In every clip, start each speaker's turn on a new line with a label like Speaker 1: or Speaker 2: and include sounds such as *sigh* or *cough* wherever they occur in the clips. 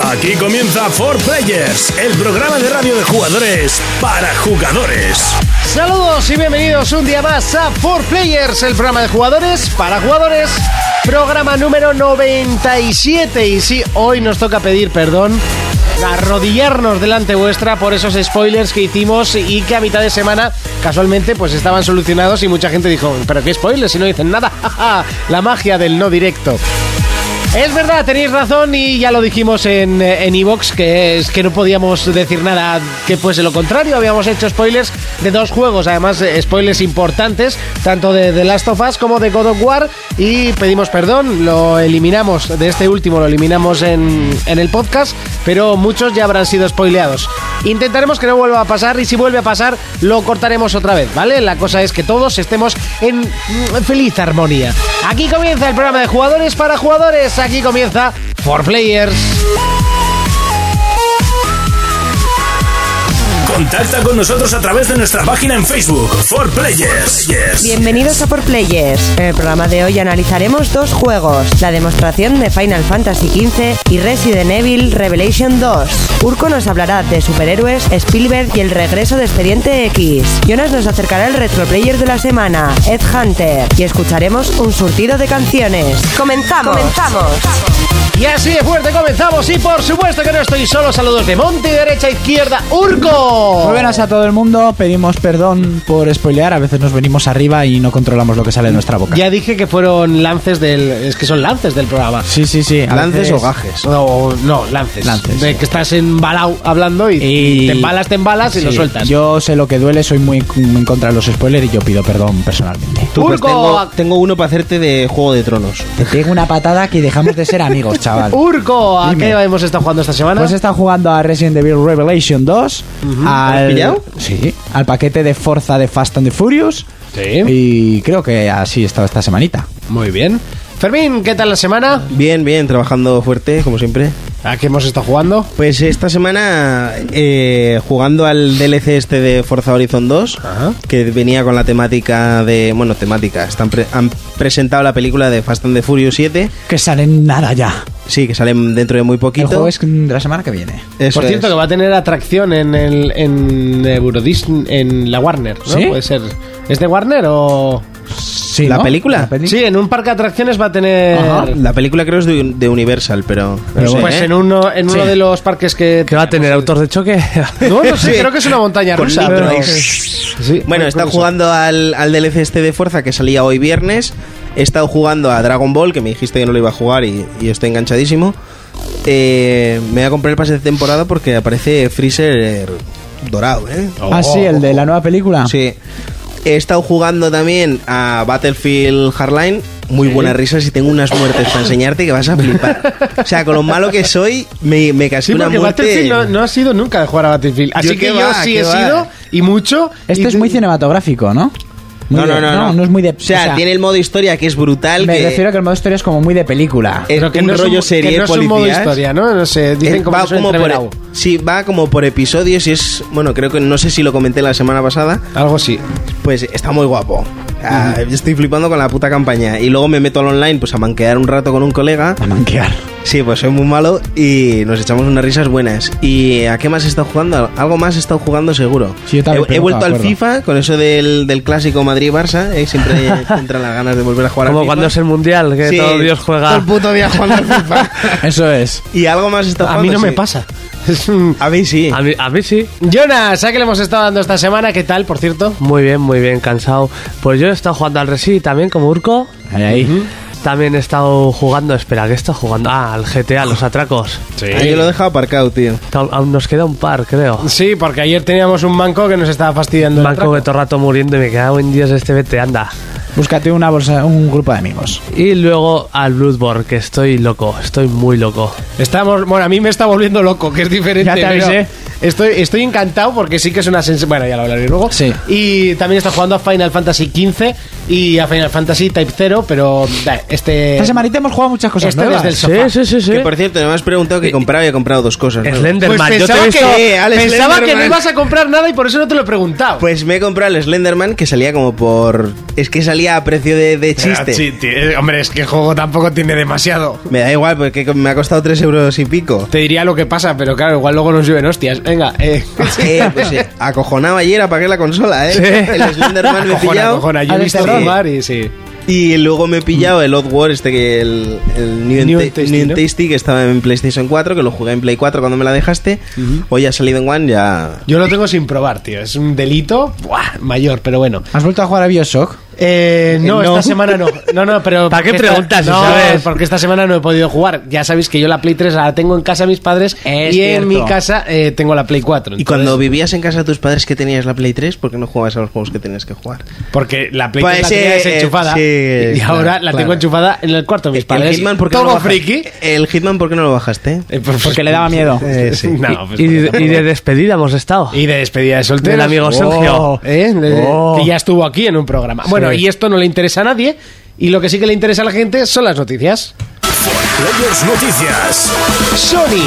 Speaker 1: Aquí comienza For Players, el programa de radio de jugadores para jugadores.
Speaker 2: Saludos y bienvenidos un día más a 4 Players, el programa de jugadores para jugadores. Programa número 97. Y sí, hoy nos toca pedir perdón, arrodillarnos delante vuestra por esos spoilers que hicimos y que a mitad de semana casualmente pues estaban solucionados y mucha gente dijo, pero qué spoilers si no dicen nada. *laughs* La magia del no directo. Es verdad, tenéis razón y ya lo dijimos en eh, en Evox, que es que no podíamos decir nada que fuese lo contrario. Habíamos hecho spoilers de dos juegos, además eh, spoilers importantes, tanto de The Last of Us como de God of War. Y pedimos perdón, lo eliminamos, de este último lo eliminamos en, en el podcast, pero muchos ya habrán sido spoileados. Intentaremos que no vuelva a pasar y si vuelve a pasar lo cortaremos otra vez, ¿vale? La cosa es que todos estemos en mm, feliz armonía. Aquí comienza el programa de jugadores para jugadores aquí comienza For Players.
Speaker 1: Contacta con nosotros a través de nuestra página en Facebook, For Players.
Speaker 3: Bienvenidos a Por Players. En el programa de hoy analizaremos dos juegos, la demostración de Final Fantasy XV y Resident Evil Revelation 2. Urko nos hablará de superhéroes, Spielberg y el regreso de Expediente X. Jonas nos acercará el retroplayer de la semana, Ed Hunter, y escucharemos un surtido de canciones. ¡Comenzamos! ¡Comenzamos!
Speaker 2: Y así de fuerte comenzamos y por supuesto que no estoy solo. Saludos de monte, derecha, izquierda, Urco.
Speaker 4: Muy buenas a todo el mundo, pedimos perdón por spoilear, a veces nos venimos arriba y no controlamos lo que sale de nuestra boca.
Speaker 2: Ya dije que fueron lances del... Es que son lances del programa.
Speaker 4: Sí, sí, sí. a
Speaker 5: ¿Lances
Speaker 4: veces-
Speaker 5: o gajes?
Speaker 2: No, no, lances.
Speaker 4: Lances.
Speaker 2: De que estás embalado hablando y,
Speaker 4: Y-
Speaker 2: te embalas, te embalas y lo
Speaker 4: Sí,
Speaker 2: sueltas.
Speaker 4: Yo sé lo que duele, soy muy en contra de los spoilers y yo pido perdón personalmente.
Speaker 5: Tú, pues,
Speaker 2: Urco.
Speaker 5: tengo, tengo uno para hacerte de Juego de Tronos.
Speaker 4: Te pego una patada que dejamos de ser amigos, chaval. *laughs*
Speaker 2: Urco, ¿a
Speaker 4: Dime.
Speaker 2: qué hemos estado jugando esta semana?
Speaker 4: Pues he estado jugando a Resident Evil Revelation 2,
Speaker 5: ¿Has
Speaker 4: al,
Speaker 5: pillado?
Speaker 4: sí, al paquete de Forza de Fast and the Furious
Speaker 2: Sí.
Speaker 4: y creo que así he estado esta semanita.
Speaker 2: Muy bien. Fermín, ¿qué tal la semana?
Speaker 5: Bien, bien, trabajando fuerte, como siempre.
Speaker 2: ¿A qué hemos estado jugando?
Speaker 5: Pues esta semana, eh, jugando al DLC este de Forza Horizon 2,
Speaker 2: Ajá.
Speaker 5: que venía con la temática de. Bueno, temática. Están pre- han presentado la película de Fast and the Furious 7.
Speaker 4: Que salen nada ya.
Speaker 5: Sí, que salen dentro de muy poquito.
Speaker 4: El juego es de la semana que viene.
Speaker 5: Eso
Speaker 2: Por cierto,
Speaker 5: es.
Speaker 2: que va a tener atracción en el en Euro Disney- en la Warner, ¿no?
Speaker 4: ¿Sí?
Speaker 2: Puede ser. ¿Es de Warner o...?
Speaker 4: Sí,
Speaker 5: ¿La película?
Speaker 4: peli-
Speaker 2: Sí, en un parque de atracciones va a tener...
Speaker 4: Ajá.
Speaker 5: La película creo es de, de Universal, pero.
Speaker 4: Pero
Speaker 5: no sé,
Speaker 2: Pues
Speaker 5: ¿eh?
Speaker 2: en uno, en uno de los parques que...
Speaker 6: ¿Que va a tener autor de choque?
Speaker 2: *laughs* No, no sé,
Speaker 5: Sí.
Speaker 2: creo que es una montaña
Speaker 5: Con
Speaker 2: rusa.
Speaker 5: nitro.
Speaker 2: pero- Sí, pues,
Speaker 5: Bueno, he estado jugando al, al DLC este de Forza que salía hoy viernes. He estado jugando a Dragon Ball, que me dijiste que no lo iba a jugar y, y estoy enganchadísimo. Eh, me voy a comprar el pase de temporada porque aparece Freezer eh, dorado, ¿eh?
Speaker 4: Ah, sí, el de la nueva película.
Speaker 5: oh. Sí. He estado jugando también a Battlefield Hardline. Muy buenas risas y tengo unas muertes para enseñarte que vas a flipar. O sea, con lo malo que soy, me, me casé
Speaker 2: Sí,
Speaker 5: una
Speaker 2: porque
Speaker 5: muerte.
Speaker 2: Battlefield no, no ha sido nunca de jugar a Battlefield. Así
Speaker 5: Yo
Speaker 2: que
Speaker 5: qué
Speaker 2: yo
Speaker 5: va,
Speaker 2: sí
Speaker 5: qué
Speaker 2: he
Speaker 5: va.
Speaker 2: sido, y mucho.
Speaker 4: Este
Speaker 2: y-
Speaker 4: es muy cinematográfico, ¿no? Muy
Speaker 5: No,
Speaker 4: de-
Speaker 5: no, no,
Speaker 4: no. es muy de.
Speaker 5: O sea, tiene el modo historia que es brutal.
Speaker 4: Me
Speaker 5: que-
Speaker 4: refiero a que el modo historia es como muy de película.
Speaker 5: Eh,
Speaker 2: Pero que
Speaker 5: un
Speaker 2: no
Speaker 5: rollo
Speaker 2: es un, que
Speaker 5: serie
Speaker 2: no es un modo
Speaker 5: policías.
Speaker 2: historia, ¿no? No sé, dicen
Speaker 5: Eh,
Speaker 2: como, que
Speaker 5: va
Speaker 2: es un
Speaker 5: como
Speaker 2: entreverado.
Speaker 5: por, sí, va como por episodios y es, bueno, creo que no sé si lo comenté la semana pasada,
Speaker 2: Algo así.
Speaker 5: pues está muy guapo. Ah, Estoy flipando con la puta campaña y luego me meto al online pues a manquear un rato con un colega.
Speaker 4: A manquear.
Speaker 5: Sí, pues soy muy malo y nos echamos unas risas buenas. ¿Y a qué más he estado jugando? Algo más he estado jugando seguro.
Speaker 4: Sí, yo también,
Speaker 5: he, he
Speaker 4: pero no
Speaker 5: vuelto
Speaker 4: me
Speaker 5: al
Speaker 4: acuerdo.
Speaker 5: FIFA con eso del, del clásico Madrid-Barça. eh, siempre te entran las ganas de volver a jugar al
Speaker 6: Como
Speaker 5: FIFA.
Speaker 6: cuando es el mundial, que
Speaker 5: Sí,
Speaker 6: todo Dios
Speaker 5: todo
Speaker 6: juega.
Speaker 5: el puto día jugando *laughs* al FIFA.
Speaker 4: Eso es.
Speaker 5: y algo más he estado
Speaker 2: A mí
Speaker 5: jugando,
Speaker 2: no me
Speaker 5: sí.
Speaker 2: pasa. *laughs* Es un-
Speaker 5: A mí sí.
Speaker 6: A mí, a mí sí.
Speaker 2: Jonas, ¿a qué le hemos estado dando esta semana? ¿Qué tal, por cierto?
Speaker 6: Muy bien, muy bien, cansado. Pues yo he estado jugando al Resi también como Urco.
Speaker 4: Ahí, ahí.
Speaker 6: También he estado jugando, espera, ¿qué he estado jugando? Ah, al GTA, los atracos.
Speaker 5: Ah, yo lo he dejado aparcado, tío.
Speaker 6: Aún aún nos queda un par, creo.
Speaker 2: Sí, porque ayer teníamos un banco que nos estaba fastidiando. el
Speaker 6: Banco que
Speaker 2: atraco.
Speaker 6: todo el rato muriendo y me quedaba en Dios este vete, anda.
Speaker 4: Búscate una bolsa, un grupo de amigos.
Speaker 6: Y luego al Bloodborne, que estoy loco, estoy muy loco.
Speaker 2: Estamos, bueno, a mí me está volviendo loco, que es diferente.
Speaker 4: Ya te
Speaker 2: pero
Speaker 4: avisé.
Speaker 2: Estoy, estoy encantado porque sí que es una sensación. Bueno, ya lo hablaré luego.
Speaker 4: Sí.
Speaker 2: Y también está jugando a Final Fantasy XV y a Final Fantasy Type 0, pero da,
Speaker 5: Eh,
Speaker 2: este.
Speaker 4: Esta semanita hemos jugado muchas cosas
Speaker 2: Este
Speaker 4: nuevas.
Speaker 2: desde el
Speaker 6: Sí,
Speaker 2: sofá.
Speaker 6: sí, sí, sí.
Speaker 5: Que por cierto, me has preguntado que compraba y he comprado dos cosas. ¿no?
Speaker 2: Pues
Speaker 6: Slenderman, yo te
Speaker 2: pensaba,
Speaker 6: he
Speaker 2: que,
Speaker 6: visto-
Speaker 5: Sí, al
Speaker 2: pensaba que no
Speaker 5: Slenderman.
Speaker 2: ibas a comprar nada y por eso no te lo he preguntado.
Speaker 5: Pues me he comprado el Slenderman que salía como por. Es que salía a precio de, de
Speaker 2: Ah,
Speaker 5: chiste.
Speaker 2: eh, hombre, es que el juego tampoco tiene demasiado.
Speaker 5: Me da igual porque me ha costado 3 euros y pico.
Speaker 2: Te diría lo que pasa, pero claro, igual luego nos llueven hostias. Venga, eh.
Speaker 5: Eh,
Speaker 2: *laughs*
Speaker 5: pues, eh, acojonaba ayer, apagué la consola, ¿eh? El Slenderman me he
Speaker 2: Cojona,
Speaker 5: pillado.
Speaker 2: cojona, yo he
Speaker 4: Al
Speaker 2: visto
Speaker 5: Slenderman.
Speaker 2: jugar y sí.
Speaker 5: Y luego me he pillado el Odd War, este que el, el New, and
Speaker 2: New
Speaker 5: Ta-
Speaker 2: and Tasty,
Speaker 5: New and
Speaker 2: ¿no?
Speaker 5: Tasty, que estaba en PlayStation 4, que lo jugué en Play 4 cuando me la dejaste. Hoy ha salido en One, ya.
Speaker 2: Yo lo tengo sin probar, tío. Es un delito buah, mayor, pero bueno.
Speaker 4: ¿Has vuelto a jugar a Bioshock?
Speaker 2: Eh, no,
Speaker 4: Eh, no.
Speaker 2: esta semana no. No, no, pero.
Speaker 6: ¿Para qué
Speaker 2: porque esta-
Speaker 6: preguntas si
Speaker 2: no,
Speaker 6: sabes?
Speaker 2: porque esta semana no he podido jugar. Ya sabéis que yo la Play 3 la tengo en casa de mis padres
Speaker 4: Es
Speaker 2: y
Speaker 4: cierto.
Speaker 2: en mi casa eh, tengo la Play 4.
Speaker 5: Y cuando vivías en casa de tus padres que tenías la Play 3, ¿por qué no jugabas a los juegos que tenías que jugar?
Speaker 2: Porque la Play
Speaker 5: Pues
Speaker 2: 3 la tenía
Speaker 5: sí,
Speaker 2: desenchufada
Speaker 5: sí,
Speaker 2: y
Speaker 5: claro,
Speaker 2: ahora la
Speaker 5: claro.
Speaker 2: tengo enchufada en el cuarto de mis
Speaker 5: el
Speaker 2: padres.
Speaker 5: Hitman, ¿por qué no
Speaker 2: Todo
Speaker 5: lo bajaste?
Speaker 2: friki.
Speaker 5: El Hitman, ¿por qué no lo bajaste?
Speaker 2: Eh, por-
Speaker 4: Porque le daba miedo.
Speaker 5: Eh,
Speaker 2: *laughs*
Speaker 5: sí.
Speaker 2: No, pues-
Speaker 6: y, y de despedida hemos estado.
Speaker 2: Y de despedida de soltero.
Speaker 6: Del amigo Sergio.
Speaker 2: oh, ¿eh? Le-
Speaker 6: Oh.
Speaker 2: Que ya estuvo aquí en un programa. Bueno,
Speaker 6: Sí.
Speaker 2: y esto no le interesa a nadie. Y lo que sí que le interesa a la gente son las noticias.
Speaker 1: Players Noticias.
Speaker 2: Sony.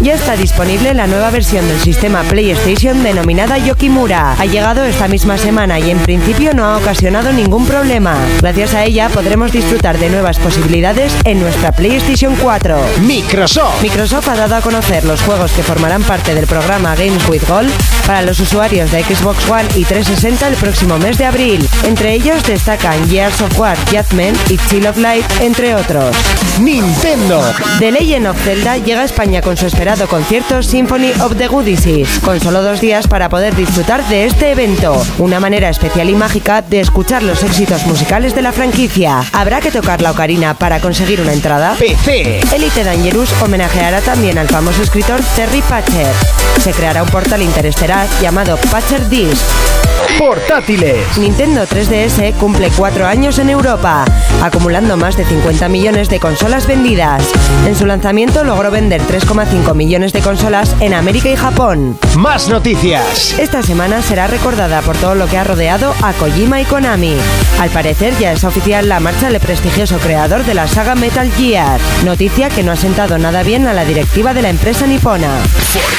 Speaker 3: Ya está disponible la nueva versión del sistema PlayStation denominada Yokimura. Ha llegado esta misma semana y en principio no ha ocasionado ningún problema. Gracias a ella podremos disfrutar de nuevas posibilidades en nuestra PlayStation 4.
Speaker 2: Microsoft.
Speaker 3: Microsoft ha dado a conocer los juegos que formarán parte del programa Games with Gold para los usuarios de Xbox One y 360 el próximo mes de abril. Entre ellos destacan Gears of War, Judgment y Chill of Light, entre otros.
Speaker 2: Nintendo.
Speaker 3: The Legend of Zelda llega a España con su esperado concierto Symphony of the Goodies, con solo dos días para poder disfrutar de este evento, una manera especial y mágica de escuchar los éxitos musicales de la franquicia. Habrá que tocar la ocarina para conseguir una entrada.
Speaker 2: PC.
Speaker 3: Elite Dangerous homenajeará también al famoso escritor Terry Patcher. Se creará un portal interestelar llamado Patcher Disc.
Speaker 2: Portátiles.
Speaker 3: Nintendo 3DS cumple cuatro años en Europa, acumulando más de 50 millones de consolas vendidas. En su lanzamiento logró vender 3,5 millones de consolas en América y Japón.
Speaker 2: Más noticias.
Speaker 3: Esta semana será recordada por todo lo que ha rodeado a Kojima y Konami. Al parecer ya es oficial la marcha del prestigioso creador de la saga Metal Gear, noticia que no ha sentado nada bien a la directiva de la empresa nipona.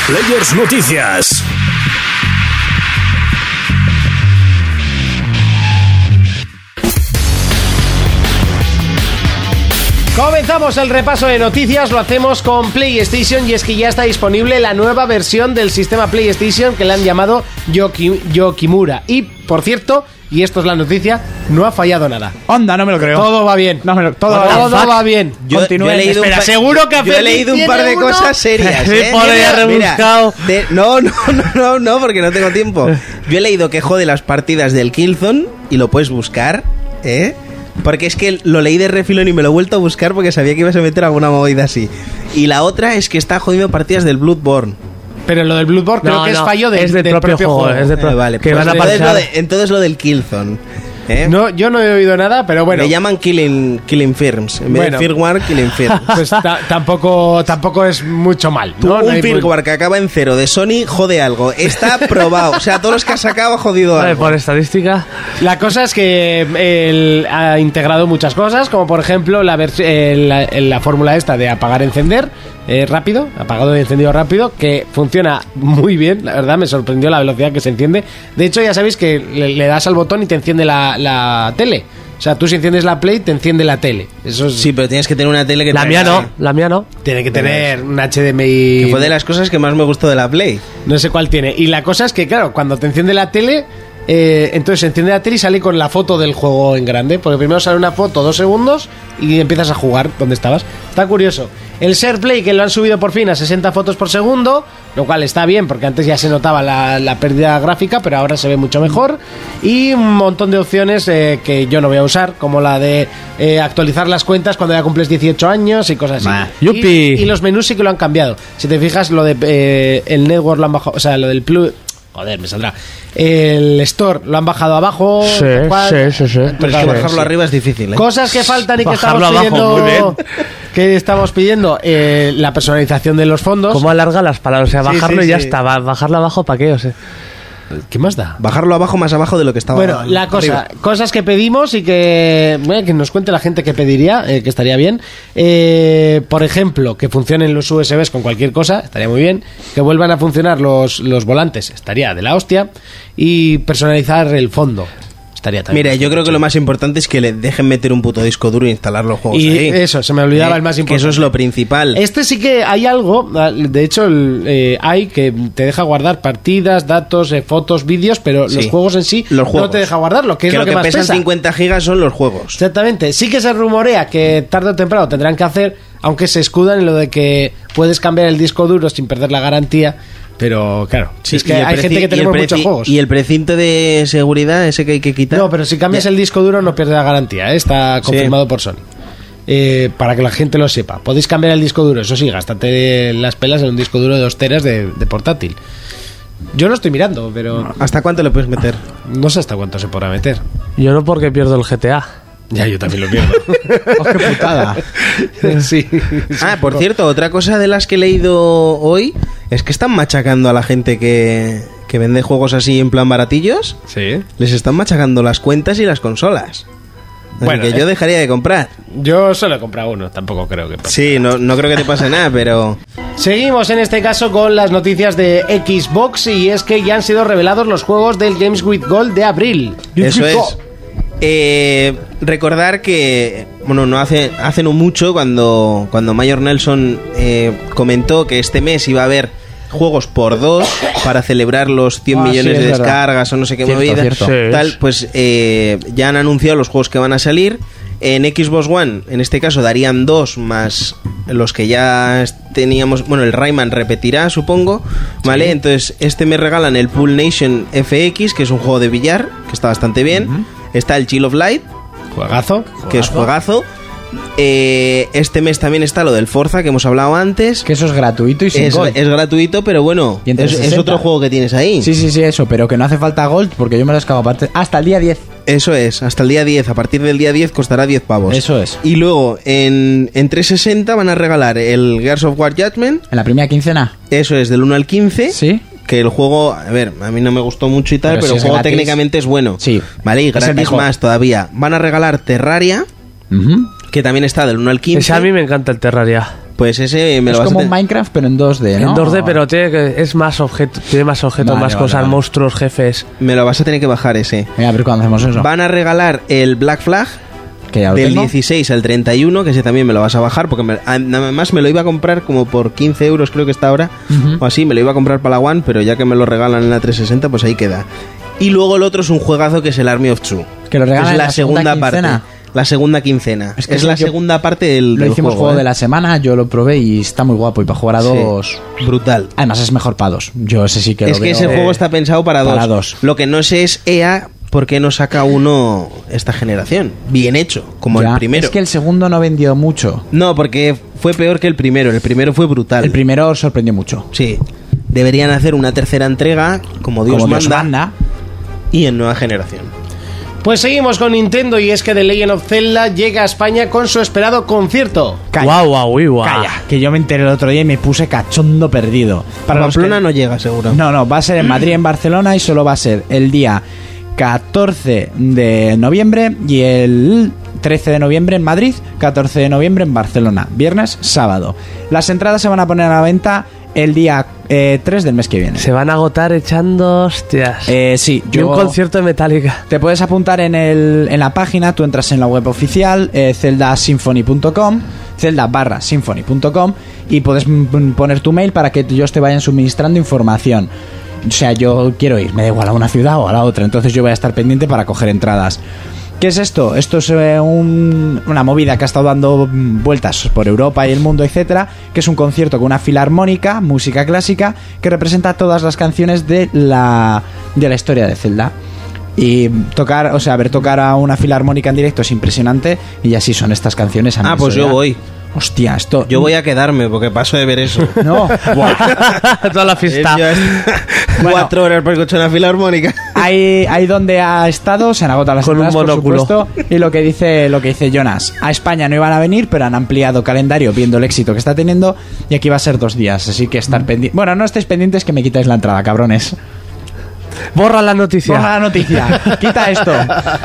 Speaker 1: Players Noticias.
Speaker 2: Comenzamos el repaso de noticias, lo hacemos con PlayStation y es que ya está disponible la nueva versión del sistema PlayStation que le han llamado Yoki- Yokimura. Y por cierto, y esto es la noticia, no ha fallado nada.
Speaker 4: Onda, no me lo creo.
Speaker 2: Todo va bien.
Speaker 4: No, me lo- todo va
Speaker 2: Todo
Speaker 4: bien.
Speaker 2: va bien.
Speaker 5: Yo,
Speaker 4: Continúen.
Speaker 5: yo he leído un
Speaker 2: Espera,
Speaker 5: par-
Speaker 2: seguro que a
Speaker 5: yo he
Speaker 2: Félix
Speaker 5: leído un par
Speaker 2: tiene
Speaker 5: de
Speaker 2: uno.
Speaker 5: cosas *laughs* serias. ¿eh?
Speaker 6: Podría haber buscado.
Speaker 5: de- no, no, no, no, no, porque no tengo tiempo. Yo he leído que jode las partidas del Killzone y lo puedes buscar, ¿eh? Porque es que lo leí de refilón y me lo he vuelto a buscar porque sabía que ibas a meter alguna movida así. Y la otra es que está jodiendo partidas del Bloodborne.
Speaker 2: Pero lo del Bloodborne creo
Speaker 6: No,
Speaker 2: que es
Speaker 6: no,
Speaker 2: fallo del,
Speaker 6: es del propio juego, es del-
Speaker 5: Eh, vale,
Speaker 6: que van a
Speaker 5: entonces, lo
Speaker 6: parchar.
Speaker 5: de- entonces lo del Killzone. ¿eh?
Speaker 2: No, yo no he oído nada, pero bueno.
Speaker 5: Me llaman Killing, Killing Firms. En vez
Speaker 2: Bueno.
Speaker 5: de Firmware,
Speaker 2: *laughs*
Speaker 5: Killing Firms.
Speaker 2: Pues ta- tampoco, tampoco es mucho mal. ¿no? No
Speaker 5: un
Speaker 2: hay muy-
Speaker 5: firmware que acaba en cero de Sony jode algo. Está probado. O sea, todos los que ha sacado ha jodido
Speaker 6: Vale,
Speaker 5: algo.
Speaker 2: pues,
Speaker 6: por estadística.
Speaker 2: La cosa es que eh, él ha integrado muchas cosas, como por ejemplo la, vers- eh, la, eh, la fórmula esta de apagar-encender eh, rápido, apagado y encendido rápido, que funciona muy bien, la verdad me sorprendió la velocidad que se enciende. De hecho, ya sabéis que le, le das al botón y te enciende la, la tele. O sea, tú si enciendes la Play, te enciende la tele. Eso es-
Speaker 5: Sí, pero tienes que tener una tele que
Speaker 6: La
Speaker 5: traiga-
Speaker 6: mía no, la mía no.
Speaker 2: tiene que
Speaker 5: pero
Speaker 2: tener un
Speaker 5: Que
Speaker 2: HDMI.
Speaker 5: fue de las cosas que más me gustó de la Play.
Speaker 2: No sé cuál tiene. Y la cosa es que, claro, cuando te enciende la tele, eh, entonces se enciende la tele y sale con la foto del juego en grande. Porque primero sale una foto, dos segundos, y empiezas a jugar donde estabas. Está curioso. El Share Play, que lo han subido por fin a 60 fotos por segundo, lo cual está bien, porque antes ya se notaba la, la pérdida gráfica, pero ahora se ve mucho mejor. Y un montón de opciones eh, que yo no voy a usar, como la de eh, actualizar las cuentas cuando ya cumples 18 años y cosas así.
Speaker 4: Bah,
Speaker 2: Y-
Speaker 6: yupi.
Speaker 2: y los menús sí que lo han cambiado. Si te fijas, lo de eh, el network lo han bajado, o sea, lo del plus Joder, me saldrá. El store lo han bajado abajo.
Speaker 6: Sí,
Speaker 2: Oh, tal cual.
Speaker 6: sí, sí, sí.
Speaker 2: Han
Speaker 5: Pero es
Speaker 2: tocado-
Speaker 5: que bajarlo arriba es difícil, ¿eh?
Speaker 2: Cosas que faltan y que
Speaker 6: Bajarlo
Speaker 2: estamos
Speaker 6: abajo, muy
Speaker 2: pidiendo.
Speaker 6: bien.
Speaker 2: Que estamos pidiendo eh, la personalización de los fondos.
Speaker 6: ¿Cómo alarga las palabras? O sea,
Speaker 5: Sí,
Speaker 6: bajarlo
Speaker 5: sí,
Speaker 6: y ya
Speaker 5: sí.
Speaker 6: está. Ba- Bajarlo abajo para qué, o sea.
Speaker 2: ¿Qué más da?
Speaker 5: Bajarlo abajo, más abajo de lo que estaba.
Speaker 2: Bueno, la cosa,
Speaker 5: arriba.
Speaker 2: cosas que pedimos y que, eh, que nos cuente la gente que pediría, eh, que estaría bien. Eh, por ejemplo, que funcionen los USBs con cualquier cosa, estaría muy bien. Que vuelvan a funcionar los, los volantes, estaría de la hostia. Y personalizar el fondo, estaría también.
Speaker 5: Mira, yo creo que lo más importante es que le dejen meter un puto disco duro y instalar los juegos.
Speaker 2: Y
Speaker 5: ahí.
Speaker 2: eso, se me olvidaba
Speaker 5: Eh,
Speaker 2: el más
Speaker 5: que
Speaker 2: importante.
Speaker 5: eso es lo principal.
Speaker 2: Este sí que hay algo, de hecho el, eh, hay que te deja guardar partidas, datos, eh, fotos, vídeos, pero los
Speaker 5: Sí.
Speaker 2: juegos en sí no
Speaker 5: Los juegos.
Speaker 2: te deja guardarlo, que es
Speaker 5: que
Speaker 2: lo que, más
Speaker 5: pesan
Speaker 2: pesa.
Speaker 5: 50 gigas son los juegos.
Speaker 2: Exactamente. Sí que se rumorea que tarde o temprano tendrán que hacer, aunque se escudan en lo de que puedes cambiar el disco duro sin perder la garantía. Pero claro,
Speaker 5: Sí,
Speaker 2: es
Speaker 5: y
Speaker 2: que
Speaker 5: el
Speaker 2: hay
Speaker 5: preci-
Speaker 2: gente
Speaker 5: y
Speaker 2: que
Speaker 5: el
Speaker 2: tenemos
Speaker 5: preci-
Speaker 2: muchos juegos.
Speaker 5: Y el precinto de seguridad, ese que hay que quitar.
Speaker 2: No, pero si cambias
Speaker 5: Ya.
Speaker 2: el disco duro no pierdes la garantía. ¿eh? Está
Speaker 5: Sí.
Speaker 2: confirmado por Sony. Eh, para que la gente lo sepa. Podéis cambiar el disco duro. Eso sí, gástate las pelas en un disco duro de dos teras de, de portátil. Yo lo estoy mirando, pero
Speaker 5: ¿Hasta cuánto le puedes meter?
Speaker 2: no sé hasta cuánto se podrá meter.
Speaker 6: Yo no porque pierdo el GTA.
Speaker 2: Ya, yo también lo *laughs* pierdo.
Speaker 4: qué putada.
Speaker 2: *laughs* sí.
Speaker 5: Ah, por cierto, otra cosa de las que he leído hoy es que están machacando a la gente que, que vende juegos así en plan baratillos.
Speaker 2: Sí.
Speaker 5: Les están machacando las cuentas y las consolas. Así
Speaker 2: Bueno,
Speaker 5: que
Speaker 2: eh.
Speaker 5: yo dejaría de comprar.
Speaker 2: Yo solo he comprado uno, tampoco creo que pase.
Speaker 5: Sí, no, no creo que te pase nada, pero...
Speaker 2: Seguimos en este caso con las noticias de Xbox y es que ya han sido revelados los juegos del Games with Gold de abril.
Speaker 5: Eso es. Eh, recordar que, bueno, no hace, hace no mucho cuando, cuando Mayor Nelson eh, comentó que este mes iba a haber juegos por dos para celebrar los 100
Speaker 4: Ah, sí,
Speaker 5: millones
Speaker 4: es
Speaker 5: de
Speaker 4: verdad.
Speaker 5: descargas o no sé qué
Speaker 4: Cierto,
Speaker 5: movida,
Speaker 4: cierto.
Speaker 6: Sí, es.
Speaker 5: tal, pues eh, ya han anunciado los juegos que van a salir. En Xbox One, en este caso, darían dos más los que ya es- teníamos. Bueno, el Rayman repetirá, supongo. ¿Vale? Entonces, este me regalan el Pool Nation FX, que es un juego de billar, que está bastante bien. Está el Chill of Light,
Speaker 2: Juegazo.
Speaker 5: que es juegazo. Eh, este mes también está lo del Forza, que hemos hablado antes.
Speaker 4: Que eso es gratuito y sin
Speaker 5: es,
Speaker 4: gol.
Speaker 5: es gratuito, pero bueno,
Speaker 4: Y en
Speaker 5: es, es
Speaker 4: 360.
Speaker 5: otro juego que tienes ahí.
Speaker 4: Sí, sí, sí, eso, pero que no hace falta Gold porque yo me lo escabo aparte hasta el día 10.
Speaker 5: Eso es, hasta el día 10. A partir del día 10 costará 10 pavos.
Speaker 4: Eso es.
Speaker 5: Y luego en, en 360 van a regalar el Gears of War Judgment.
Speaker 4: En la primera quincena.
Speaker 5: Eso es, del 1 al 15.
Speaker 4: Sí.
Speaker 5: Que el juego, a ver, a mí no me gustó mucho y tal,
Speaker 4: Pero
Speaker 5: pero,
Speaker 4: si
Speaker 5: el
Speaker 4: es
Speaker 5: juego
Speaker 4: gratis.
Speaker 5: técnicamente es bueno.
Speaker 4: Sí,
Speaker 5: Vale, y
Speaker 4: es el
Speaker 5: gratis
Speaker 4: mejor.
Speaker 5: más todavía. Van a regalar Terraria,
Speaker 4: Ujú.
Speaker 5: que también está del 1 al 15.
Speaker 6: Ese a mí me encanta el Terraria.
Speaker 5: Pues ese me
Speaker 4: Es
Speaker 5: lo vas
Speaker 4: como
Speaker 5: a
Speaker 4: un
Speaker 5: tener-
Speaker 4: Minecraft, pero en 2D, ¿no?
Speaker 6: En 2D, pero tiene que- es más objeto, tiene más objetos,
Speaker 4: Vale,
Speaker 6: más
Speaker 4: vale,
Speaker 6: cosas,
Speaker 4: vale.
Speaker 6: monstruos, jefes.
Speaker 5: Me lo vas a tener que bajar ese.
Speaker 4: Venga, a ver cuándo hacemos eso.
Speaker 5: Van a regalar el Black Flag.
Speaker 4: Que ya lo
Speaker 5: Del
Speaker 4: tengo.
Speaker 5: 16 al 31, que ese también me lo vas a bajar, porque me- además me lo iba a comprar como por 15 euros, creo que está ahora,
Speaker 4: Ujú.
Speaker 5: o así, me lo iba a comprar para la One, pero ya que me lo regalan en la 360, pues ahí queda. Y luego el otro es un juegazo que es el Army of Two.
Speaker 4: Que lo regalan
Speaker 5: es
Speaker 4: en
Speaker 5: la,
Speaker 4: la segunda
Speaker 5: segunda,
Speaker 4: quincena.
Speaker 5: parte. La segunda quincena.
Speaker 4: Es
Speaker 5: Es,
Speaker 4: que sí,
Speaker 5: la
Speaker 4: yo-
Speaker 5: segunda parte del,
Speaker 4: Lo
Speaker 5: del
Speaker 4: hicimos juego
Speaker 5: ¿eh?
Speaker 4: de la semana, yo lo probé y está muy guapo. Y para jugar a
Speaker 5: Sí.
Speaker 4: dos.
Speaker 5: Brutal.
Speaker 4: Además, es mejor para dos. Yo ese sí que
Speaker 5: es
Speaker 4: lo
Speaker 5: que
Speaker 4: veo-
Speaker 5: ese juego está pensado para,
Speaker 4: para
Speaker 5: dos.
Speaker 4: dos.
Speaker 5: Lo que no sé es EA por qué no saca uno esta generación. Bien hecho, como
Speaker 4: Ya.
Speaker 5: el primero.
Speaker 4: Es que el segundo no vendió mucho.
Speaker 5: No, porque fue peor que el primero. El primero fue brutal.
Speaker 4: El primero sorprendió mucho.
Speaker 5: Sí. Deberían hacer una tercera entrega, como Dios,
Speaker 4: Como
Speaker 5: manda,
Speaker 4: Dios manda.
Speaker 5: y en nueva generación.
Speaker 2: Pues seguimos con Nintendo y es que The Legend of Zelda llega a España con su esperado concierto.
Speaker 4: Calla.
Speaker 6: Guau, guau, uy, guau.
Speaker 4: Calla, que yo me enteré el otro día y me puse cachondo perdido.
Speaker 5: Para
Speaker 4: los
Speaker 5: Pamplona
Speaker 4: que-
Speaker 5: no llega, seguro.
Speaker 4: No, no, va a ser en Madrid, en Barcelona y solo va a ser el día 14 de noviembre y el 13 de noviembre en Madrid, 14 de noviembre en Barcelona, viernes, sábado. Las entradas se van a poner a la venta el día eh, 3 del mes que viene.
Speaker 6: Se van a agotar echando hostias.
Speaker 4: Eh, sí,
Speaker 6: y
Speaker 4: yo...
Speaker 6: un concierto de Metallica. *laughs*
Speaker 4: Te puedes apuntar en, el, en la página, tú entras en la web oficial, eh, zeldasymphony.com, zelda barra symphony.com y puedes mm, poner tu mail para que ellos te vayan suministrando información. O sea, yo quiero ir, me da igual a una ciudad o a la otra, entonces yo voy a estar pendiente para coger entradas. ¿Qué es esto? Esto es eh, un- una movida que ha estado dando mm, vueltas por Europa y el mundo, etcétera, que es un concierto con una filarmónica, música clásica, que representa todas las canciones de la, de la historia de Zelda. Y tocar, o sea, ver tocar a una filarmónica en directo es impresionante y así son estas canciones. a mí
Speaker 5: Ah, pues
Speaker 4: eso
Speaker 5: yo
Speaker 4: ya-
Speaker 5: voy.
Speaker 4: Hostia, esto.
Speaker 5: Yo voy a quedarme porque paso de ver eso.
Speaker 4: *laughs* No.
Speaker 6: Toda la
Speaker 5: Eh,
Speaker 6: fiesta.
Speaker 5: yo es-
Speaker 4: *laughs*
Speaker 5: Cuatro horas para escuchar una filarmónica.
Speaker 4: Ahí, ahí donde ha estado se han agotado las
Speaker 6: Con un
Speaker 4: entradas, por
Speaker 6: monóculo.
Speaker 4: supuesto. Y lo que dice lo que dice Jonas, a España no iban a venir, pero han ampliado calendario viendo el éxito que está teniendo y aquí va a ser dos días, así que estar pendientes. Bueno, no estéis pendientes que me quitáis la entrada, cabrones.
Speaker 6: Borra la noticia.
Speaker 4: Borra la noticia, quita esto.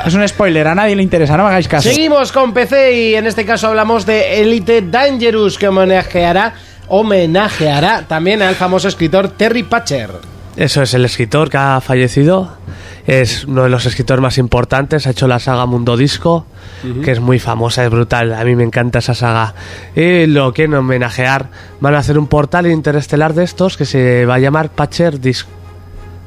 Speaker 4: Es un spoiler, a nadie le interesa, no me hagáis caso.
Speaker 2: Seguimos con PC y en este caso hablamos de Elite Dangerous que homenajeará homenajeará también al famoso escritor Terry Patcher.
Speaker 6: Eso es, el escritor que ha fallecido. Es uno de los escritores más importantes. Ha hecho la saga Mundo Disco, que es muy famosa, es brutal. A mí me encanta esa saga. Y lo quieren homenajear. Van a hacer un portal interestelar de estos que se va a llamar Patcher Disc.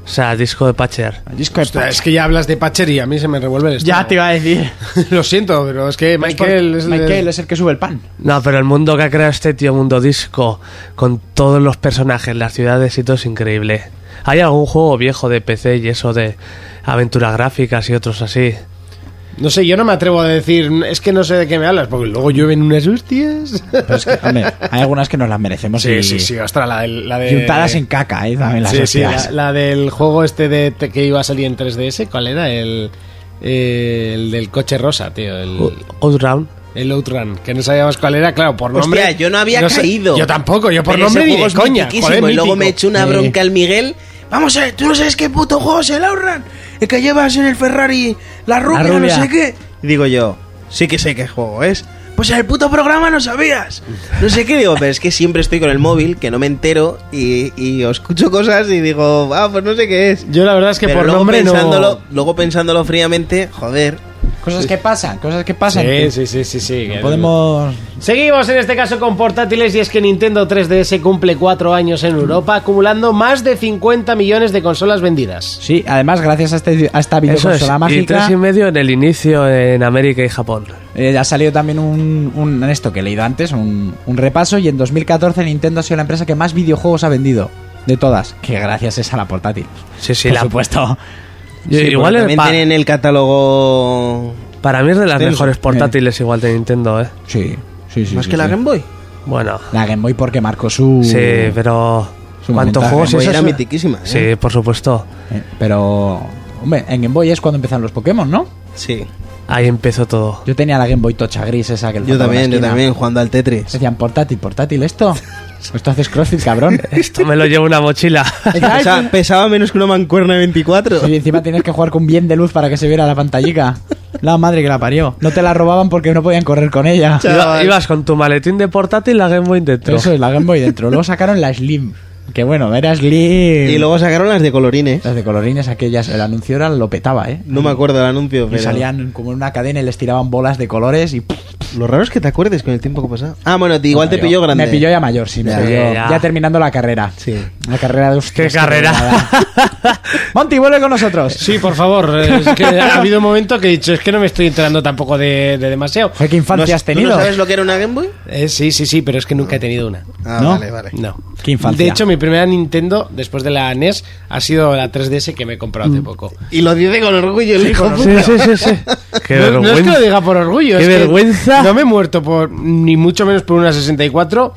Speaker 6: O sea, disco de Patcher.
Speaker 4: Disco de
Speaker 2: Es que ya hablas de Patcher y a mí se me revuelve el estómago.
Speaker 4: iba a decir.
Speaker 2: *laughs* Lo siento, pero es que Pues Michael es el-
Speaker 4: Michael es el que sube el pan.
Speaker 6: No, pero el mundo que ha creado este tío, Mundo Disco, con todos los personajes, las ciudades y todo, es increíble. Hay algún juego viejo de PC y eso de aventuras gráficas y otros así.
Speaker 2: No sé, yo no me atrevo a decir, es que no sé de qué me hablas, porque luego llueven unas hostias.
Speaker 4: Pero es que, hombre, hay algunas que nos las merecemos
Speaker 2: Sí,
Speaker 4: y,
Speaker 2: sí, sí, ostras, la, del- la de...
Speaker 4: y untadas en caca, eh, también las
Speaker 2: Sí, sí,
Speaker 4: hostias.
Speaker 2: la, la del juego este de te- que iba a salir en 3DS, ¿cuál era? El, eh, el del coche rosa, tío.
Speaker 5: Mm. Oh.
Speaker 2: El,
Speaker 6: Outrun.
Speaker 2: el Outrun, que no sabíamos cuál era, claro, por
Speaker 5: Hostia,
Speaker 2: nombre.
Speaker 5: yo no había
Speaker 2: sé,
Speaker 5: caído.
Speaker 2: yo tampoco, yo por
Speaker 5: Pero
Speaker 2: nombre
Speaker 5: ese
Speaker 2: ni
Speaker 5: juego
Speaker 2: de
Speaker 5: es
Speaker 2: coña.
Speaker 5: mitiquísimo,
Speaker 2: joder,
Speaker 5: y luego
Speaker 2: mítico.
Speaker 5: me eché una
Speaker 4: Sí.
Speaker 5: bronca al Miguel. Vamos a ver, tú no sabes qué puto juego es el Outrun. El que llevas en el Ferrari, la rubia,
Speaker 4: rubia.
Speaker 5: no sé qué. Y digo yo, sí que sé qué juego es. Pues en el puto programa no sabías. No sé qué digo, pero es que siempre estoy con el móvil, que no me entero, y, y os escucho cosas y digo, ah, pues no sé qué es.
Speaker 2: Yo la verdad es que
Speaker 5: Pero
Speaker 2: por
Speaker 5: luego
Speaker 2: nombre
Speaker 5: pensándolo,
Speaker 2: no...
Speaker 5: luego pensándolo fríamente, joder.
Speaker 4: Cosas que pasan, cosas que pasan.
Speaker 2: Sí,
Speaker 4: que
Speaker 2: sí, sí, sí, sí.
Speaker 4: no
Speaker 2: que-
Speaker 4: podemos
Speaker 2: Seguimos en este caso con portátiles y es que Nintendo 3DS cumple 4 años en Europa acumulando más de 50 millones de consolas vendidas.
Speaker 4: Sí, además, gracias a, este, a esta
Speaker 6: Eso es.
Speaker 4: videoconsola
Speaker 6: Y tres
Speaker 4: mágica,
Speaker 6: y medio en el inicio en América y Japón.
Speaker 4: eh, ha salido también un, un- esto que he leído antes, un, un repaso. Y en 2014 Nintendo ha sido la empresa que más videojuegos ha vendido de todas. Que gracias es a la portátil.
Speaker 6: Sí, sí,
Speaker 4: por
Speaker 6: la-
Speaker 4: supuesto.
Speaker 6: Yo-
Speaker 5: Sí, porque
Speaker 6: igual es
Speaker 5: también
Speaker 6: pa-
Speaker 5: tienen el catálogo.
Speaker 6: para mí es de las
Speaker 5: Tenso.
Speaker 6: mejores portátiles igual de Nintendo, ¿eh?
Speaker 4: Sí, sí, sí.
Speaker 5: Más
Speaker 4: sí,
Speaker 5: que la
Speaker 4: sí.
Speaker 5: Game Boy.
Speaker 6: Bueno,
Speaker 4: La Game Boy porque marcó su.
Speaker 6: sí, pero...
Speaker 4: su
Speaker 6: ¿Cuántos
Speaker 4: momentazo.
Speaker 6: juegos?
Speaker 5: Game Boy
Speaker 6: Esa
Speaker 5: era
Speaker 6: es una-
Speaker 5: mitiquísima. ¿eh?
Speaker 6: Sí, por supuesto.
Speaker 4: Eh, Pero. Hombre, en Game Boy es cuando empezaron los Pokémon, ¿no?
Speaker 5: Sí.
Speaker 6: Ahí empezó todo.
Speaker 4: Yo tenía la Game Boy tocha gris esa que el
Speaker 5: Yo
Speaker 4: faltaba
Speaker 5: también,
Speaker 4: la
Speaker 5: yo
Speaker 4: esquina.
Speaker 5: también, jugando al Tetris.
Speaker 4: Decían, portátil, portátil,
Speaker 5: *laughs*
Speaker 4: esto. Esto haces crossfit, cabrón.
Speaker 6: Esto me lo llevo
Speaker 5: *laughs*
Speaker 6: una mochila.
Speaker 5: Pesa- *laughs* pesaba menos que una mancuerna de 24.
Speaker 4: Y encima tienes que jugar con bien de luz para que se viera la pantallica. La madre que la parió. No te la robaban porque no podían correr con ella.
Speaker 6: Iba- ibas con tu maletín de portátil y la Game Boy dentro.
Speaker 4: Eso es la Game Boy dentro. Luego sacaron la Slim. Que bueno, era Slim.
Speaker 5: Y luego sacaron las de colorines.
Speaker 4: Las de colorines aquellas, el anuncio era lo petaba, ¿eh?
Speaker 5: No me acuerdo del anuncio,
Speaker 4: Y
Speaker 5: pero.
Speaker 4: salían como en una cadena y les tiraban bolas de colores y... ¡puf!
Speaker 5: Lo raro es que te acuerdes con el tiempo que pasaba. Ah, bueno, te- igual te
Speaker 4: Mayor.
Speaker 5: pilló grande.
Speaker 4: Me pilló ya mayor, sí. me
Speaker 5: Ya,
Speaker 4: pilló.
Speaker 6: ya.
Speaker 4: ya. terminando la carrera.
Speaker 5: Sí.
Speaker 4: La carrera de
Speaker 6: ¡Qué
Speaker 4: ustedes.
Speaker 6: carrera!
Speaker 4: Monty, vuelve con nosotros.
Speaker 5: Eh,
Speaker 2: Sí, por favor. Es que *laughs* ha habido un momento que he dicho, es que no me estoy enterando tampoco de, de demasiado.
Speaker 4: Joder, ¿Qué
Speaker 5: ¿No-
Speaker 4: infancia has
Speaker 5: tú
Speaker 4: tenido?
Speaker 5: ¿No sabes lo que era una Game Boy?
Speaker 2: Eh, sí, sí, sí, pero es que nunca he tenido una.
Speaker 5: Ah,
Speaker 4: No.
Speaker 5: vale, vale.
Speaker 2: No.
Speaker 4: Qué infancia.
Speaker 2: De hecho, mi primera Nintendo, después de la NES, ha sido la 3DS que me he comprado
Speaker 4: Mm.
Speaker 2: hace poco.
Speaker 5: Y lo dice con orgullo el hijo puta.
Speaker 6: Sí, sí, sí, sí.
Speaker 2: *laughs*
Speaker 6: Qué
Speaker 2: no, no es que
Speaker 6: vergüenza.
Speaker 2: lo diga por orgullo.
Speaker 6: Qué
Speaker 2: es que
Speaker 6: vergüenza.
Speaker 2: No me he muerto por, ni mucho menos por una 64.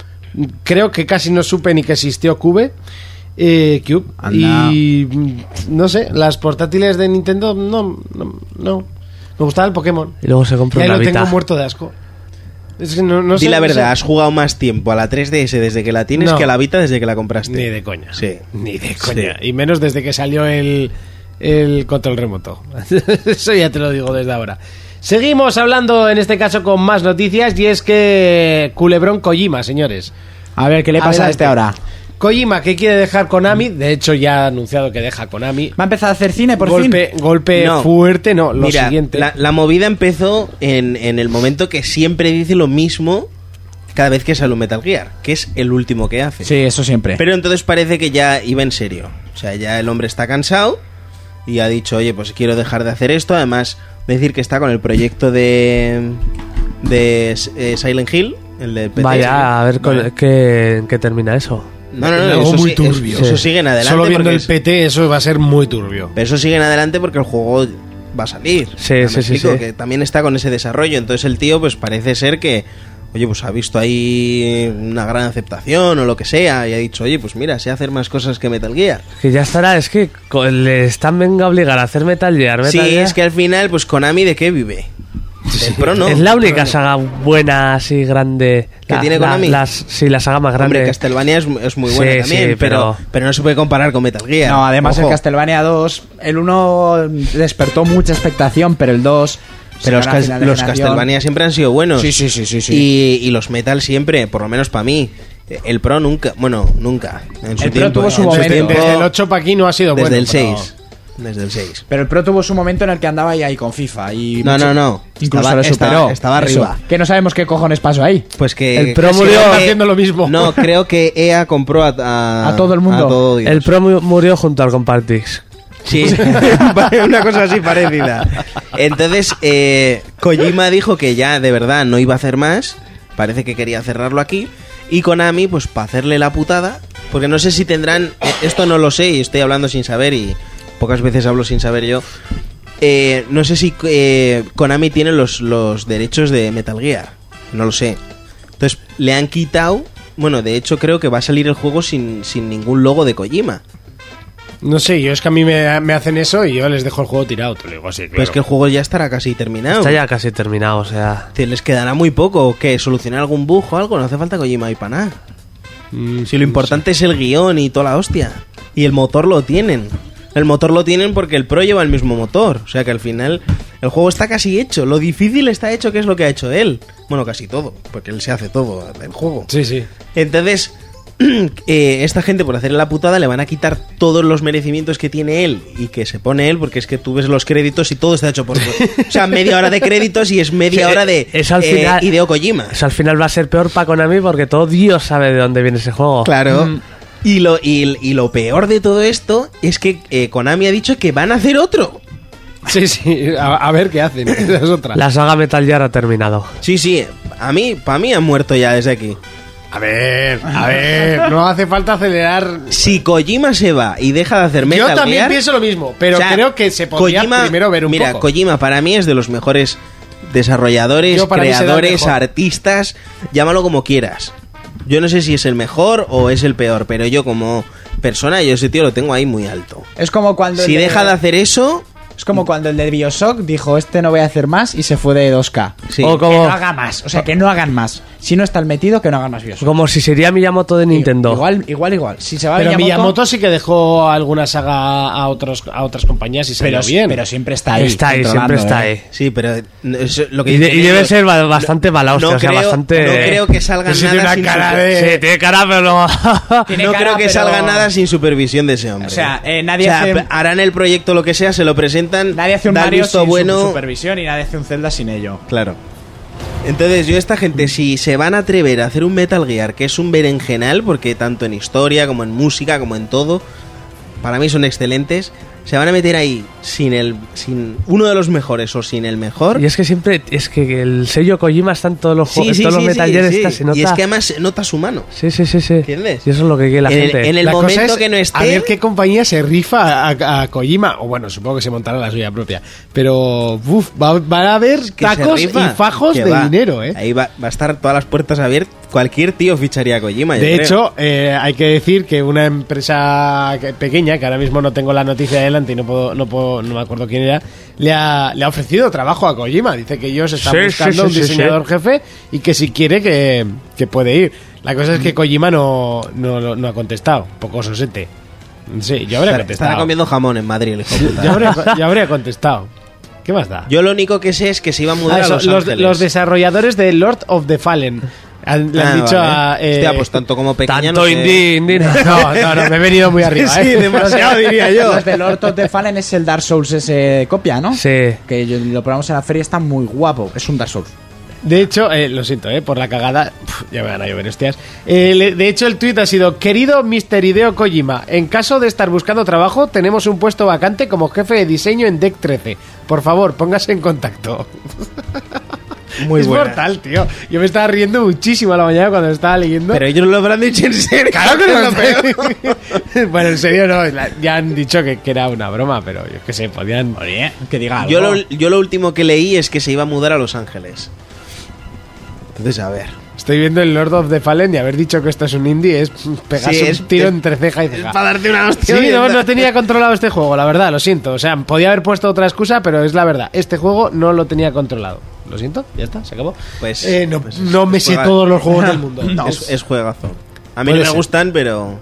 Speaker 2: Creo que casi no supe ni que existió Cube. eh, Cube.
Speaker 4: Anda.
Speaker 2: Y mm, no sé, las portátiles de Nintendo no, no, no. Me gustaba el Pokémon.
Speaker 6: Y luego se
Speaker 2: Y
Speaker 6: compró
Speaker 2: ahí
Speaker 6: una
Speaker 2: lo
Speaker 6: Vita.
Speaker 2: tengo muerto de asco. Es que no, no
Speaker 5: Di
Speaker 2: sé,
Speaker 5: la
Speaker 2: no
Speaker 5: verdad, has
Speaker 2: sé.
Speaker 5: jugado más tiempo a la 3DS desde que la tienes
Speaker 2: No.
Speaker 5: que a la Vita desde que la compraste.
Speaker 2: Ni de coña.
Speaker 5: Sí.
Speaker 2: Ni de coña. Y menos desde que salió el, el control remoto. *laughs* Eso ya te lo digo desde ahora. Seguimos hablando en este caso con más noticias y es que Culebrón Kojima, señores.
Speaker 4: A ver, ¿qué le pasa a este ahora?
Speaker 2: Adelante. Kojima que quiere dejar Konami, de hecho ya ha anunciado que deja Konami.
Speaker 4: Va a empezar a hacer cine por
Speaker 2: golpe
Speaker 4: fin.
Speaker 2: golpe
Speaker 5: No.
Speaker 2: fuerte, no, lo
Speaker 5: Mira,
Speaker 2: siguiente.
Speaker 5: La, la movida empezó en, en el momento que siempre dice lo mismo cada vez que sale un Metal Gear, que es el último que hace.
Speaker 4: Sí, eso siempre.
Speaker 5: Pero entonces parece que ya iba en serio. O sea, ya el hombre está cansado y ha dicho, oye, pues quiero dejar de hacer esto. Además, decir que está con el proyecto de, de eh, Silent Hill, el de PC.
Speaker 6: Vaya, a ver con-
Speaker 5: Vale.
Speaker 6: qué, en qué termina eso.
Speaker 5: No, no, no,
Speaker 2: Algo
Speaker 5: eso,
Speaker 2: muy
Speaker 5: sí-
Speaker 2: turbio.
Speaker 5: eso
Speaker 6: Sí.
Speaker 5: sigue en adelante.
Speaker 2: Solo viendo
Speaker 5: porque
Speaker 2: el
Speaker 5: es-
Speaker 2: PT eso va a ser muy turbio.
Speaker 5: Pero eso sigue en adelante porque el juego va a salir.
Speaker 6: Sí,
Speaker 5: O sea, me
Speaker 6: sí, sí,
Speaker 5: explico
Speaker 6: sí.
Speaker 5: Que también está con ese desarrollo. Entonces el tío, pues parece ser que oye, pues ha visto ahí una gran aceptación o lo que sea, y ha dicho, oye, pues mira, sé hacer más cosas que Metal Gear.
Speaker 6: Que ya estará, es que co- le están venga a obligar a hacer Metal Gear. Metal
Speaker 5: sí,
Speaker 6: Gear.
Speaker 5: es que al final, pues Konami, ¿de qué vive? Del Pro no.
Speaker 6: Es la única saga buena así grande
Speaker 5: ¿Que
Speaker 6: la-
Speaker 5: tiene
Speaker 6: la-
Speaker 5: Konami?
Speaker 6: las- sí, la saga más grande.
Speaker 5: Hombre, Castlevania es, es muy buena
Speaker 6: Sí,
Speaker 5: también,
Speaker 6: sí,
Speaker 5: pero,
Speaker 6: pero-
Speaker 5: pero... no se puede comparar con Metal Gear.
Speaker 4: No, además
Speaker 5: Ojo.
Speaker 4: el Castlevania 2, el 1 despertó mucha expectación, pero el 2...
Speaker 5: Pero
Speaker 4: sacaron
Speaker 5: los,
Speaker 4: a
Speaker 5: cas-
Speaker 4: final de
Speaker 5: los
Speaker 4: generación.
Speaker 5: Castlevania siempre han sido buenos.
Speaker 4: Sí, sí, sí, sí, sí.
Speaker 5: Y, y los Metal siempre, por lo menos para mí. El Pro nunca, bueno, nunca. En su
Speaker 4: El Pro
Speaker 5: tiempo,
Speaker 4: tuvo su
Speaker 5: en
Speaker 4: momento.
Speaker 5: tiempo,
Speaker 2: Desde el 8 para aquí no ha sido
Speaker 5: desde
Speaker 2: bueno.
Speaker 5: el
Speaker 2: pero-
Speaker 5: 6. Desde el 6.
Speaker 4: Pero el Pro tuvo su momento en el que andaba ya ahí con FIFA y...
Speaker 5: No,
Speaker 4: mucho-
Speaker 5: no, no.
Speaker 4: Incluso
Speaker 5: Estaba-
Speaker 4: lo
Speaker 5: estaba-
Speaker 4: superó.
Speaker 5: estaba
Speaker 4: Eso,
Speaker 5: arriba.
Speaker 4: que no sabemos qué cojones pasó ahí.
Speaker 5: Pues que.
Speaker 6: El Pro
Speaker 5: que
Speaker 6: murió
Speaker 5: creo que-
Speaker 2: haciendo lo mismo.
Speaker 5: No, creo que EA compró a. A,
Speaker 4: A todo el mundo.
Speaker 5: a todo Dios.
Speaker 6: el Pro mu- murió junto al Compartix.
Speaker 5: Sí, *laughs* una cosa así parecida. Entonces, eh, Kojima dijo que ya de verdad no iba a hacer más. Parece que quería cerrarlo aquí. Y Konami, pues para hacerle la putada. Porque no sé si tendrán. eh, Esto no lo sé y estoy hablando sin saber y pocas veces hablo sin saber yo. Eh, no sé si eh, Konami tiene los, los derechos de Metal Gear. No lo sé. Entonces, le han quitado. Bueno, de hecho, creo que va a salir el juego sin, sin ningún logo de Kojima.
Speaker 2: No sé, yo es que a mí me, me hacen eso y yo les dejo el juego tirado. Te lo digo así,
Speaker 5: Pero es
Speaker 2: claro.
Speaker 5: que el juego ya estará casi terminado.
Speaker 6: Está ya casi terminado, o sea.
Speaker 5: Te les quedará muy poco que solucionar algún bug o algo, no hace falta Kojima y para nada.
Speaker 2: Mm,
Speaker 5: Si lo importante es el guión y toda la hostia. Y el motor lo tienen. El motor lo tienen porque el Pro lleva el mismo motor. O sea que al final el juego está casi hecho. Lo difícil está hecho, que es lo que ha hecho él. Bueno, casi todo, porque él se hace todo el juego.
Speaker 2: Sí, sí.
Speaker 5: Entonces, *clears throat* eh, esta gente por hacerle la putada le van a quitar todos los merecimientos que tiene él y que se pone él, porque es que tú ves los créditos y todo está hecho por... o sea, media hora de créditos y es media
Speaker 6: *laughs* Sí,
Speaker 5: hora de
Speaker 6: eh,
Speaker 5: eh,
Speaker 6: es al final-
Speaker 5: Hideo Kojima.
Speaker 6: Eso al final va a ser peor para Konami porque todo Dios sabe de dónde viene ese juego.
Speaker 5: Claro. Y, lo, y, y lo peor de todo esto es que eh, Konami ha dicho que van a hacer otro.
Speaker 2: Sí, sí. A, a ver qué hacen. *laughs* Esa es otra.
Speaker 6: La saga Metal Gear ha terminado.
Speaker 5: Sí, sí, a mí, para mí han muerto ya desde aquí.
Speaker 2: A ver, a ver. No hace falta acelerar.
Speaker 5: Si Kojima se va y deja de hacer Metal
Speaker 2: yo también
Speaker 5: Gear,
Speaker 2: pienso lo mismo, pero
Speaker 5: o sea,
Speaker 2: creo que se podría
Speaker 5: Kojima-
Speaker 2: primero ver un
Speaker 5: mira,
Speaker 2: poco.
Speaker 5: Kojima para mí es de los mejores desarrolladores,
Speaker 2: Yo para mí se da el
Speaker 5: creadores,
Speaker 2: mejor.
Speaker 5: artistas, llámalo como quieras. Yo no sé si es el mejor o es el peor, pero yo como persona, yo ese tío lo tengo ahí muy alto.
Speaker 4: Es como cuando... el
Speaker 5: Si deja de hacer eso,
Speaker 4: Es como cuando el de Bioshock dijo, este no voy a hacer más y se fue de 2K.
Speaker 5: sí.
Speaker 6: O
Speaker 4: Que
Speaker 6: como,
Speaker 4: no haga más, o sea, que no hagan más. Si no está el metido, que no hagan más Bioshock.
Speaker 6: como si sería Miyamoto de Nintendo.
Speaker 4: Igual, igual, igual. Si se va
Speaker 2: Pero
Speaker 4: Miyamoto,
Speaker 2: Miyamoto sí que dejó alguna saga a, otros, a otras compañías y salió
Speaker 4: pero,
Speaker 2: bien.
Speaker 4: pero siempre está ahí.
Speaker 6: está ahí, siempre
Speaker 4: controlando,
Speaker 6: está
Speaker 4: ¿eh?
Speaker 6: ahí.
Speaker 5: Sí, pero no, eso es lo que
Speaker 6: Y, de-
Speaker 5: dicen
Speaker 6: y debe
Speaker 5: ellos.
Speaker 6: ser ba- bastante mala hostia,
Speaker 5: no
Speaker 6: o sea,
Speaker 5: creo,
Speaker 6: bastante.
Speaker 5: no creo que salga
Speaker 2: Pero si tiene
Speaker 5: nada
Speaker 2: una
Speaker 5: sin
Speaker 2: cara
Speaker 5: super-
Speaker 2: de-
Speaker 6: Sí, tiene cara, pero.
Speaker 4: Tiene
Speaker 5: no
Speaker 4: cara,
Speaker 5: creo que
Speaker 4: pero-
Speaker 5: salga nada sin supervisión de ese hombre.
Speaker 4: O sea, eh, nadie
Speaker 5: O sea,
Speaker 4: hace-
Speaker 5: harán el proyecto lo que sea, se lo presentan,
Speaker 4: Nadie hace un
Speaker 5: da el
Speaker 4: Mario
Speaker 5: visto
Speaker 4: sin
Speaker 5: bueno,
Speaker 4: su- supervisión y nadie hace un Zelda sin ello.
Speaker 5: Claro. Entonces, yo, esta gente, si se van a atrever a hacer un Metal Gear, que es un berenjenal, porque tanto en historia, como en música, como en todo, para mí son excelentes, se van a meter ahí sin el sin uno de los mejores o sin el mejor.
Speaker 6: *laughs* Y es que siempre. Es que el sello Kojima está en todos los
Speaker 5: Sí,
Speaker 6: juegos.
Speaker 5: sí,
Speaker 6: en todos
Speaker 5: sí,
Speaker 6: los Metal
Speaker 5: sí,
Speaker 6: Gear
Speaker 5: sí.
Speaker 6: está, se nota.
Speaker 5: Y es que además se nota su mano.
Speaker 6: Sí, sí, sí, sí.
Speaker 5: ¿Entiendes?
Speaker 6: Y eso es lo que quiere la
Speaker 5: en,
Speaker 6: gente.
Speaker 5: El, en el
Speaker 2: La cosa
Speaker 5: momento
Speaker 2: es
Speaker 5: que no
Speaker 2: A
Speaker 5: esté.
Speaker 2: ver qué compañía se rifa a, a Kojima. O bueno, supongo que se montará la suya propia. Pero, uff, va, van a haber
Speaker 5: que se
Speaker 2: tacos y
Speaker 5: rifa,
Speaker 2: fajos
Speaker 5: que
Speaker 2: de
Speaker 5: va.
Speaker 2: dinero, ¿eh?
Speaker 5: Ahí va, va a estar todas las puertas abiertas. Cualquier tío ficharía a Kojima. yo
Speaker 2: De
Speaker 5: creo.
Speaker 2: hecho, eh, hay que decir que una empresa que- pequeña, que ahora mismo no tengo la noticia adelante y no puedo, no puedo, no me acuerdo quién era, le ha, le ha ofrecido trabajo a Kojima. Dice que ellos están
Speaker 6: Sí, sí,
Speaker 2: buscando
Speaker 6: sí,
Speaker 2: un
Speaker 6: sí, sí.
Speaker 2: diseñador jefe y que si quiere que, que puede ir. La cosa es que
Speaker 6: Mm.
Speaker 2: Kojima no, no, no- no ha contestado. Un poco sosete. Sí, yo habría
Speaker 5: estará, estará
Speaker 2: contestado.
Speaker 5: comiendo jamón en Madrid, el hijo de puta.
Speaker 2: Yo habría, yo habría contestado. ¿Qué más da?
Speaker 5: Yo lo único que sé es que se iba a
Speaker 2: Ah,
Speaker 5: mudar
Speaker 2: eso,
Speaker 5: a Los,
Speaker 2: los,
Speaker 5: Ángeles.
Speaker 2: los desarrolladores de Lord of the Fallen. Han, le han
Speaker 5: Ah,
Speaker 2: dicho
Speaker 5: vale.
Speaker 2: a. eh,
Speaker 5: Hostia, pues tanto como pequeña
Speaker 6: Tanto
Speaker 5: no sé.
Speaker 6: indie, indie, no.
Speaker 2: *laughs* No, no, no, me he venido muy arriba.
Speaker 5: *laughs* Sí,
Speaker 2: ¿eh?
Speaker 5: demasiado diría yo.
Speaker 4: Los de Lord of the Fallen es el Dark Souls ese copia, ¿no?
Speaker 6: *laughs* Sí.
Speaker 4: Que yo- lo probamos en la feria, está muy guapo. Es un Dark Souls.
Speaker 2: De hecho, eh, lo siento, eh, por la cagada. Pf, ya me van a llover, hostias. Eh, le- de hecho, el tuit ha sido: Querido Mr. Hideo Kojima, en caso de estar buscando trabajo, tenemos un puesto vacante como jefe de diseño en Deck 13. Por favor, póngase en contacto.
Speaker 5: *laughs* Muy
Speaker 2: es
Speaker 5: buena.
Speaker 2: mortal, tío. Yo me estaba riendo muchísimo a la mañana cuando estaba leyendo.
Speaker 5: Pero ellos lo habrán dicho en serio.
Speaker 2: Claro que
Speaker 5: *laughs* Es
Speaker 2: no
Speaker 5: lo peor.
Speaker 2: sé. *laughs* bueno, en serio, no. la- Ya han dicho que, que era una broma, pero yo qué sé, podían.
Speaker 4: Que diga algo.
Speaker 5: Yo lo, yo lo último que leí es que se iba a mudar a Los Ángeles. Entonces, a ver.
Speaker 2: Estoy viendo el Lord of the Fallen y haber dicho que esto es un indie es pegarse
Speaker 5: Sí,
Speaker 2: un
Speaker 5: es-
Speaker 2: tiro
Speaker 5: es-
Speaker 2: entre ceja y ceja.
Speaker 5: Para darte una hostia.
Speaker 2: Sí, no, no tenía controlado este juego, la verdad, lo siento. O sea, podía haber puesto otra excusa, pero es la verdad. Este juego no lo tenía controlado. Lo siento, ya está, se acabó.
Speaker 5: Pues-
Speaker 2: Eh, no,
Speaker 5: pues es-
Speaker 2: no me sé
Speaker 5: juega-
Speaker 2: todos los juegos
Speaker 5: *laughs*
Speaker 2: del mundo.
Speaker 5: Es, es juegazo. A mí
Speaker 2: Puede
Speaker 5: no me
Speaker 2: ser.
Speaker 5: gustan, pero.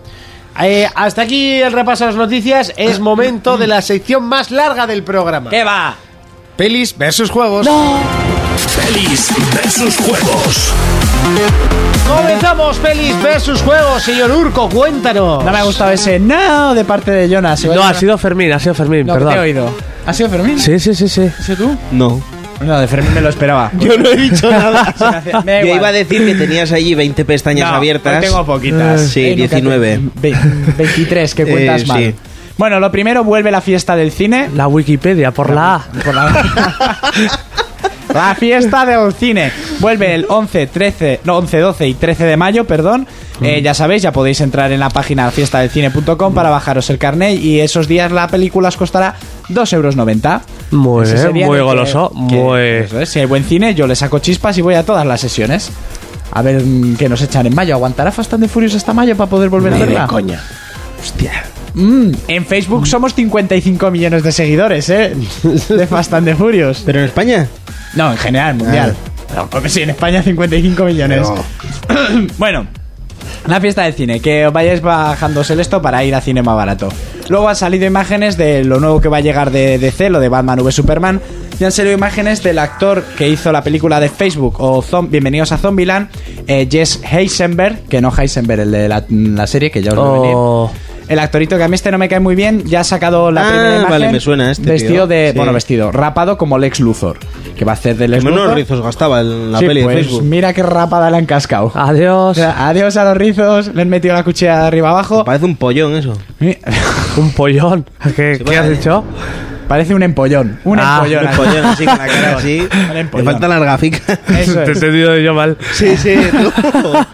Speaker 2: Eh, hasta aquí el repaso a las noticias. Es momento de la sección más larga del programa.
Speaker 4: ¿Qué va?
Speaker 2: Pelis versus juegos.
Speaker 1: Pelis versus juegos.
Speaker 2: Comenzamos pelis versus juegos, señor Urco, cuéntanos.
Speaker 4: No me ha gustado ese no de parte de Jonas.
Speaker 6: No, ha sido Fermín, ha sido Fermín,
Speaker 4: No, que
Speaker 6: perdón.
Speaker 4: te he oído. ¿Ha sido Fermín?
Speaker 6: Sí, sí, sí, sí.
Speaker 4: ¿Has sido tú?
Speaker 5: No.
Speaker 4: No, de Fermín me lo esperaba.
Speaker 5: Yo no he dicho nada.
Speaker 4: Me da
Speaker 5: Yo
Speaker 4: igual.
Speaker 5: iba a decir que tenías allí 20 pestañas
Speaker 2: pues
Speaker 4: No,
Speaker 5: abiertas.
Speaker 4: hoy tengo poquitas.
Speaker 2: Eh,
Speaker 5: Sí,
Speaker 4: Hoy nunca
Speaker 5: 19.
Speaker 4: te- ve- 23, que cuentas
Speaker 5: *laughs* Eh,
Speaker 4: mal.
Speaker 5: sí.
Speaker 4: Bueno, lo primero, vuelve la fiesta del cine.
Speaker 6: La Wikipedia por la A.
Speaker 4: Por la...
Speaker 5: *laughs*
Speaker 4: La fiesta del cine vuelve el 11, 13, no, 11, 12 y 13 de mayo, perdón.
Speaker 5: Mm.
Speaker 4: Eh, ya sabéis, ya podéis entrar en la página fiestadelcine.com para bajaros el carnet y esos días la película os costará 2,90 euros.
Speaker 6: Muy
Speaker 4: Ese
Speaker 6: bien,
Speaker 4: sería
Speaker 6: muy
Speaker 4: que-
Speaker 6: goloso,
Speaker 4: que-
Speaker 6: muy-
Speaker 4: eso es, si hay buen cine, yo le saco chispas y voy a todas las sesiones. A ver mm, qué nos echan en mayo. ¿Aguantará Fast and the Furious hasta mayo para poder volver a verla?
Speaker 5: coña. Hostia.
Speaker 4: Mm, en Facebook somos 55 millones de
Speaker 5: *laughs*
Speaker 4: seguidores, *laughs* ¿eh? De Fast and the Furious.
Speaker 5: ¿Pero en España?
Speaker 4: No, en general, mundial.
Speaker 5: Ah.
Speaker 4: No, porque sí, en España 55 millones. *coughs* bueno, la fiesta del cine, que os vayáis bajándose el esto para ir a cine más barato. Luego han salido imágenes de lo nuevo que va a llegar de DC, lo de Batman v Superman. Y han salido imágenes del actor que hizo la película de Facebook o Zom- Bienvenidos a Zombieland, eh, Jess Heisenberg, que no Heisenberg, el de la, la serie que ya os lo he venido.
Speaker 6: Oh,
Speaker 4: El actorito que a mí este no me cae muy bien, ya ha sacado la
Speaker 5: Ah,
Speaker 4: primera imagen.
Speaker 5: vale, me suena este,
Speaker 4: Vestido
Speaker 5: tío.
Speaker 4: de.
Speaker 5: Sí.
Speaker 4: Bueno, vestido, rapado como Lex Luthor. Que va a hacer de
Speaker 5: Que
Speaker 4: Lex
Speaker 5: menos
Speaker 4: Luthor.
Speaker 5: rizos gastaba en la
Speaker 4: Sí,
Speaker 5: peli
Speaker 4: pues,
Speaker 5: de Facebook.
Speaker 4: Mira qué rapada la han cascado. O
Speaker 6: adiós.
Speaker 4: sea, adiós a los rizos, le han metido la cuchilla de arriba abajo.
Speaker 5: Parece un pollón eso.
Speaker 4: Mi- *laughs*
Speaker 6: Un pollón. ¿Qué,
Speaker 5: Sí,
Speaker 6: qué has
Speaker 5: vale.
Speaker 6: dicho?
Speaker 4: Parece un empollón. Un
Speaker 6: Ah,
Speaker 4: empollón.
Speaker 5: Un pollón así, con la cara así.
Speaker 4: Un
Speaker 5: Le
Speaker 4: empollón.
Speaker 5: falta la gafica.
Speaker 4: Eso
Speaker 6: Te he
Speaker 4: es.
Speaker 6: entendido yo mal.
Speaker 5: Sí, sí, tú. *laughs* Pues,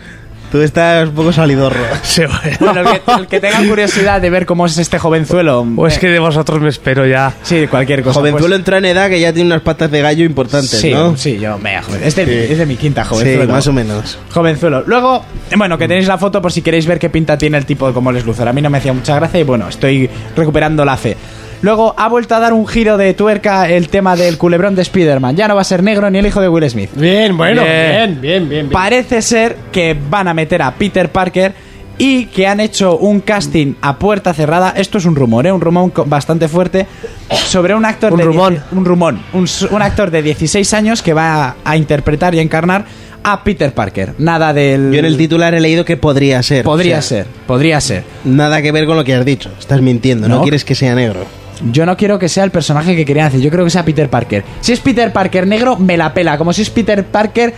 Speaker 5: tú estás un poco salidorro.
Speaker 6: Sí, bueno.
Speaker 4: Bueno, el que, el que tenga curiosidad de ver cómo es este jovenzuelo.
Speaker 6: O es
Speaker 4: eh,
Speaker 6: pues que de vosotros me espero ya.
Speaker 4: Sí, cualquier cosa.
Speaker 5: Pues Jovenzuelo
Speaker 4: pues-
Speaker 5: entra en edad que ya tiene unas patas de gallo importantes,
Speaker 4: Sí,
Speaker 5: ¿no?
Speaker 4: sí, yo me joven. Es de, mi-
Speaker 5: Sí.
Speaker 4: es de mi quinta
Speaker 5: Sí,
Speaker 4: jovenzuelo.
Speaker 5: más o menos.
Speaker 4: Jovenzuelo. Luego, eh, bueno,
Speaker 5: Mm.
Speaker 4: que tenéis la foto por si queréis ver qué pinta tiene el tipo de como les Luthor. A mí no me hacía mucha gracia y bueno, estoy recuperando la fe. Luego ha vuelto a dar un giro de tuerca el tema del culebrón de Spider-Man. Ya no va a ser negro ni el hijo de Will Smith.
Speaker 2: Bien, bueno, bien,
Speaker 6: Bien.
Speaker 2: bien, bien. bien.
Speaker 4: Parece ser que van a meter a Peter Parker y que han hecho un casting a puerta cerrada. Esto es un rumor, ¿eh? un rumor co- bastante fuerte sobre un actor
Speaker 6: Un
Speaker 4: de
Speaker 6: rumón.
Speaker 4: dieci- un rumón, un, s- un actor de 16 años que va a, a interpretar y a encarnar a Peter Parker. Nada del
Speaker 5: Yo en el titular he leído que podría ser.
Speaker 4: Podría
Speaker 5: O sea,
Speaker 4: ser, podría ser.
Speaker 5: Nada que ver con lo que has dicho. Estás mintiendo. No,
Speaker 4: No.
Speaker 5: quieres que sea negro.
Speaker 4: Yo no quiero que sea el personaje que querían hacer, yo creo que sea Peter Parker. Si es Peter Parker negro, me la pela, como si es Peter Parker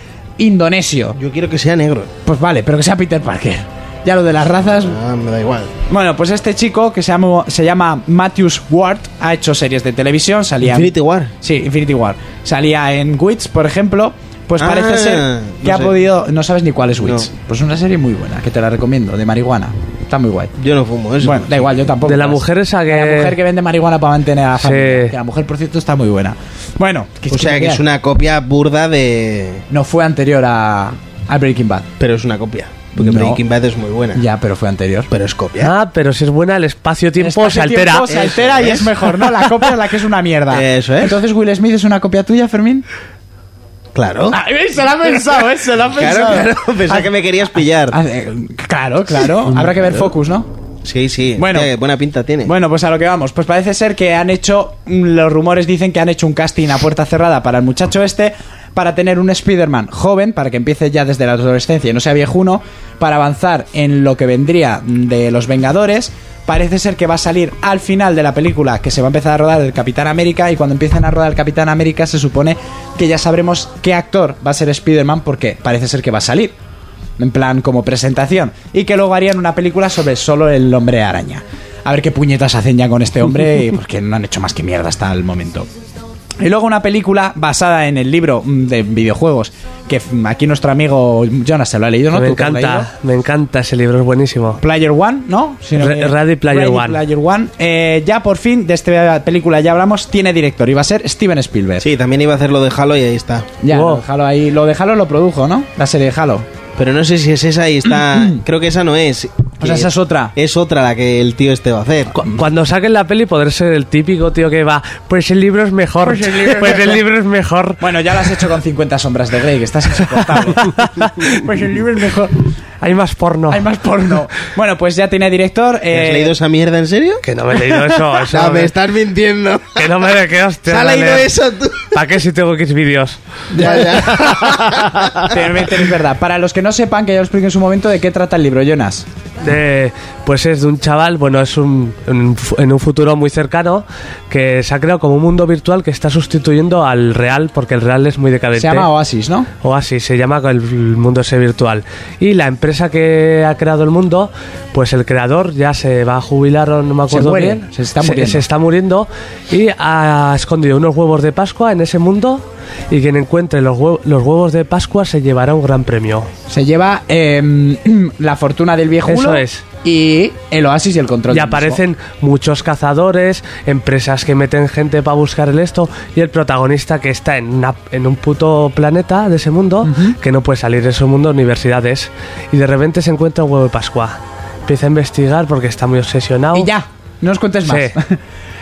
Speaker 4: indonesio.
Speaker 5: Yo quiero que sea negro.
Speaker 4: Pues vale, pero que sea Peter Parker. Ya lo de las razas.
Speaker 5: Ah, me da igual.
Speaker 4: Bueno, pues este chico que se llama, se llama Matthews Ward ha hecho series de televisión, salía.
Speaker 5: Infinity War.
Speaker 4: Sí, Infinity War. Salía en Wits, por ejemplo. Pues
Speaker 5: Ah,
Speaker 4: parece ser que
Speaker 5: no
Speaker 4: ha
Speaker 5: sé.
Speaker 4: podido. No sabes ni cuál es Wits.
Speaker 5: No.
Speaker 4: Pues una serie muy buena, que te la recomiendo, de marihuana. Está muy guay.
Speaker 5: Yo no fumo eso.
Speaker 4: Bueno, da igual, yo tampoco.
Speaker 6: De la
Speaker 4: Pues,
Speaker 6: mujer esa
Speaker 4: de la
Speaker 6: que-
Speaker 4: mujer que vende marihuana para mantener a la
Speaker 6: Eh, Sí.
Speaker 4: familia. Que la mujer, por cierto, está muy buena. Bueno,
Speaker 5: o sea que es una copia burda de.
Speaker 4: No fue anterior a, a Breaking Bad.
Speaker 5: Pero es una copia. Porque
Speaker 4: No.
Speaker 5: Breaking Bad es muy buena.
Speaker 4: Ya, pero fue anterior.
Speaker 5: Pero es copia.
Speaker 6: Ah, pero si es buena, el espacio-tiempo se
Speaker 4: Espacio-tiempo
Speaker 6: altera.
Speaker 4: se altera y es mejor, ¿no? La copia es la que es una mierda.
Speaker 5: *laughs* Eso es.
Speaker 4: Entonces, Will Smith es una copia tuya, Fermín.
Speaker 5: Claro.
Speaker 4: se la ha pensado, ¿eh? Se la ha
Speaker 5: claro, claro. *laughs* Pensaba que me querías pillar.
Speaker 4: Ah, eh, Claro, claro. Habrá que ver Focus, ¿no?
Speaker 5: Sí, sí.
Speaker 4: Bueno.
Speaker 5: Hostia, qué buena pinta tiene.
Speaker 4: Bueno, pues a lo que vamos. Pues parece ser que han hecho. mm, Los rumores dicen que han hecho un casting a puerta cerrada para el muchacho este. Para tener un Spider-Man joven, para que empiece ya desde la adolescencia y no sea viejuno. Para avanzar en lo que vendría de los Vengadores. Parece ser que va a salir al final de la película que se va a empezar a rodar el Capitán América. Y cuando empiecen a rodar el Capitán América, se supone que ya sabremos qué actor va a ser Spider-Man, porque parece ser que va a salir. En plan, como presentación. Y que luego harían una película sobre solo el hombre
Speaker 6: *laughs*
Speaker 4: araña. A ver qué puñetas hacen ya con este hombre, y- porque no han hecho más que mierda hasta el momento. Y luego una película basada en el libro mm, de videojuegos, que mm, aquí nuestro amigo Jonas se lo ha leído, ¿no?
Speaker 6: me
Speaker 4: ¿Tú te lo has leído?
Speaker 6: encanta, me encanta ese libro, es buenísimo.
Speaker 4: Player One, ¿no? Si no
Speaker 6: Re-
Speaker 4: me-
Speaker 6: Ready Player One.
Speaker 4: Player One. Eh, ya por fin, de esta película ya hablamos, tiene director y va a ser Steven Spielberg.
Speaker 5: Sí, también iba a hacer lo de Halo y ahí está.
Speaker 4: Ya,
Speaker 6: Wow.
Speaker 4: lo de Halo ahí. Lo de Halo lo produjo, ¿no? La serie de Halo.
Speaker 5: Pero no sé si es esa y está. creo que esa no es.
Speaker 4: O sea, esa es otra.
Speaker 5: Es otra la que el tío este va a hacer.
Speaker 6: Cu- Cuando saquen la peli podré ser el típico tío que va, pues el libro es mejor, pues el libro *laughs* es, mejor.
Speaker 4: Bueno, ya lo has hecho con 50 sombras de Grey, que estás
Speaker 6: *laughs*
Speaker 4: insoportable. pues el libro es mejor.
Speaker 6: Hay más porno.
Speaker 4: Hay más porno. Bueno, pues ya tiene director.
Speaker 5: ¿Te
Speaker 4: eh,
Speaker 5: ¿Has leído esa mierda en serio?
Speaker 6: Que no me he leído eso, eso
Speaker 5: No,
Speaker 6: no
Speaker 5: me
Speaker 6: me-
Speaker 5: estás mintiendo.
Speaker 6: que no me que hostia.
Speaker 5: ¿Se ha
Speaker 6: vale.
Speaker 5: leído eso tú?
Speaker 6: ¿Para qué si tengo que ir vídeos?
Speaker 5: ya, ya.
Speaker 4: *laughs* Realmente es verdad. Para los que no sepan, que ya os expliqué en su momento de qué trata el libro, Jonas.
Speaker 6: De- pues es de un chaval, bueno, es un, un fu- en un futuro muy cercano que se ha creado como un mundo virtual que está sustituyendo al real porque el real es muy decadente.
Speaker 5: Este.
Speaker 4: Se llama Oasis, ¿no?
Speaker 6: o así se llama el mundo ese virtual y la empresa que ha creado el mundo pues el creador ya se va a jubilar o no me acuerdo
Speaker 4: muere,
Speaker 6: bien
Speaker 4: se está muriendo.
Speaker 6: se está muriendo y ha escondido unos huevos de Pascua en ese mundo y quien encuentre los, hue- los huevos de Pascua se llevará un gran premio
Speaker 4: Se lleva em, *clears throat* la fortuna del viejo
Speaker 6: Eso
Speaker 4: Hulo
Speaker 6: es.
Speaker 4: y el Oasis y el control.
Speaker 6: y
Speaker 4: del mismo.
Speaker 6: aparecen muchos cazadores empresas que meten gente para buscar el esto y el protagonista que está en, una- en un puto planeta de ese mundo que no puede salir de su mundo universidades y de repente se encuentra un huevo de Pascua empieza a investigar porque está muy obsesionado
Speaker 4: Y ya, no os cuentes más.
Speaker 6: Sí.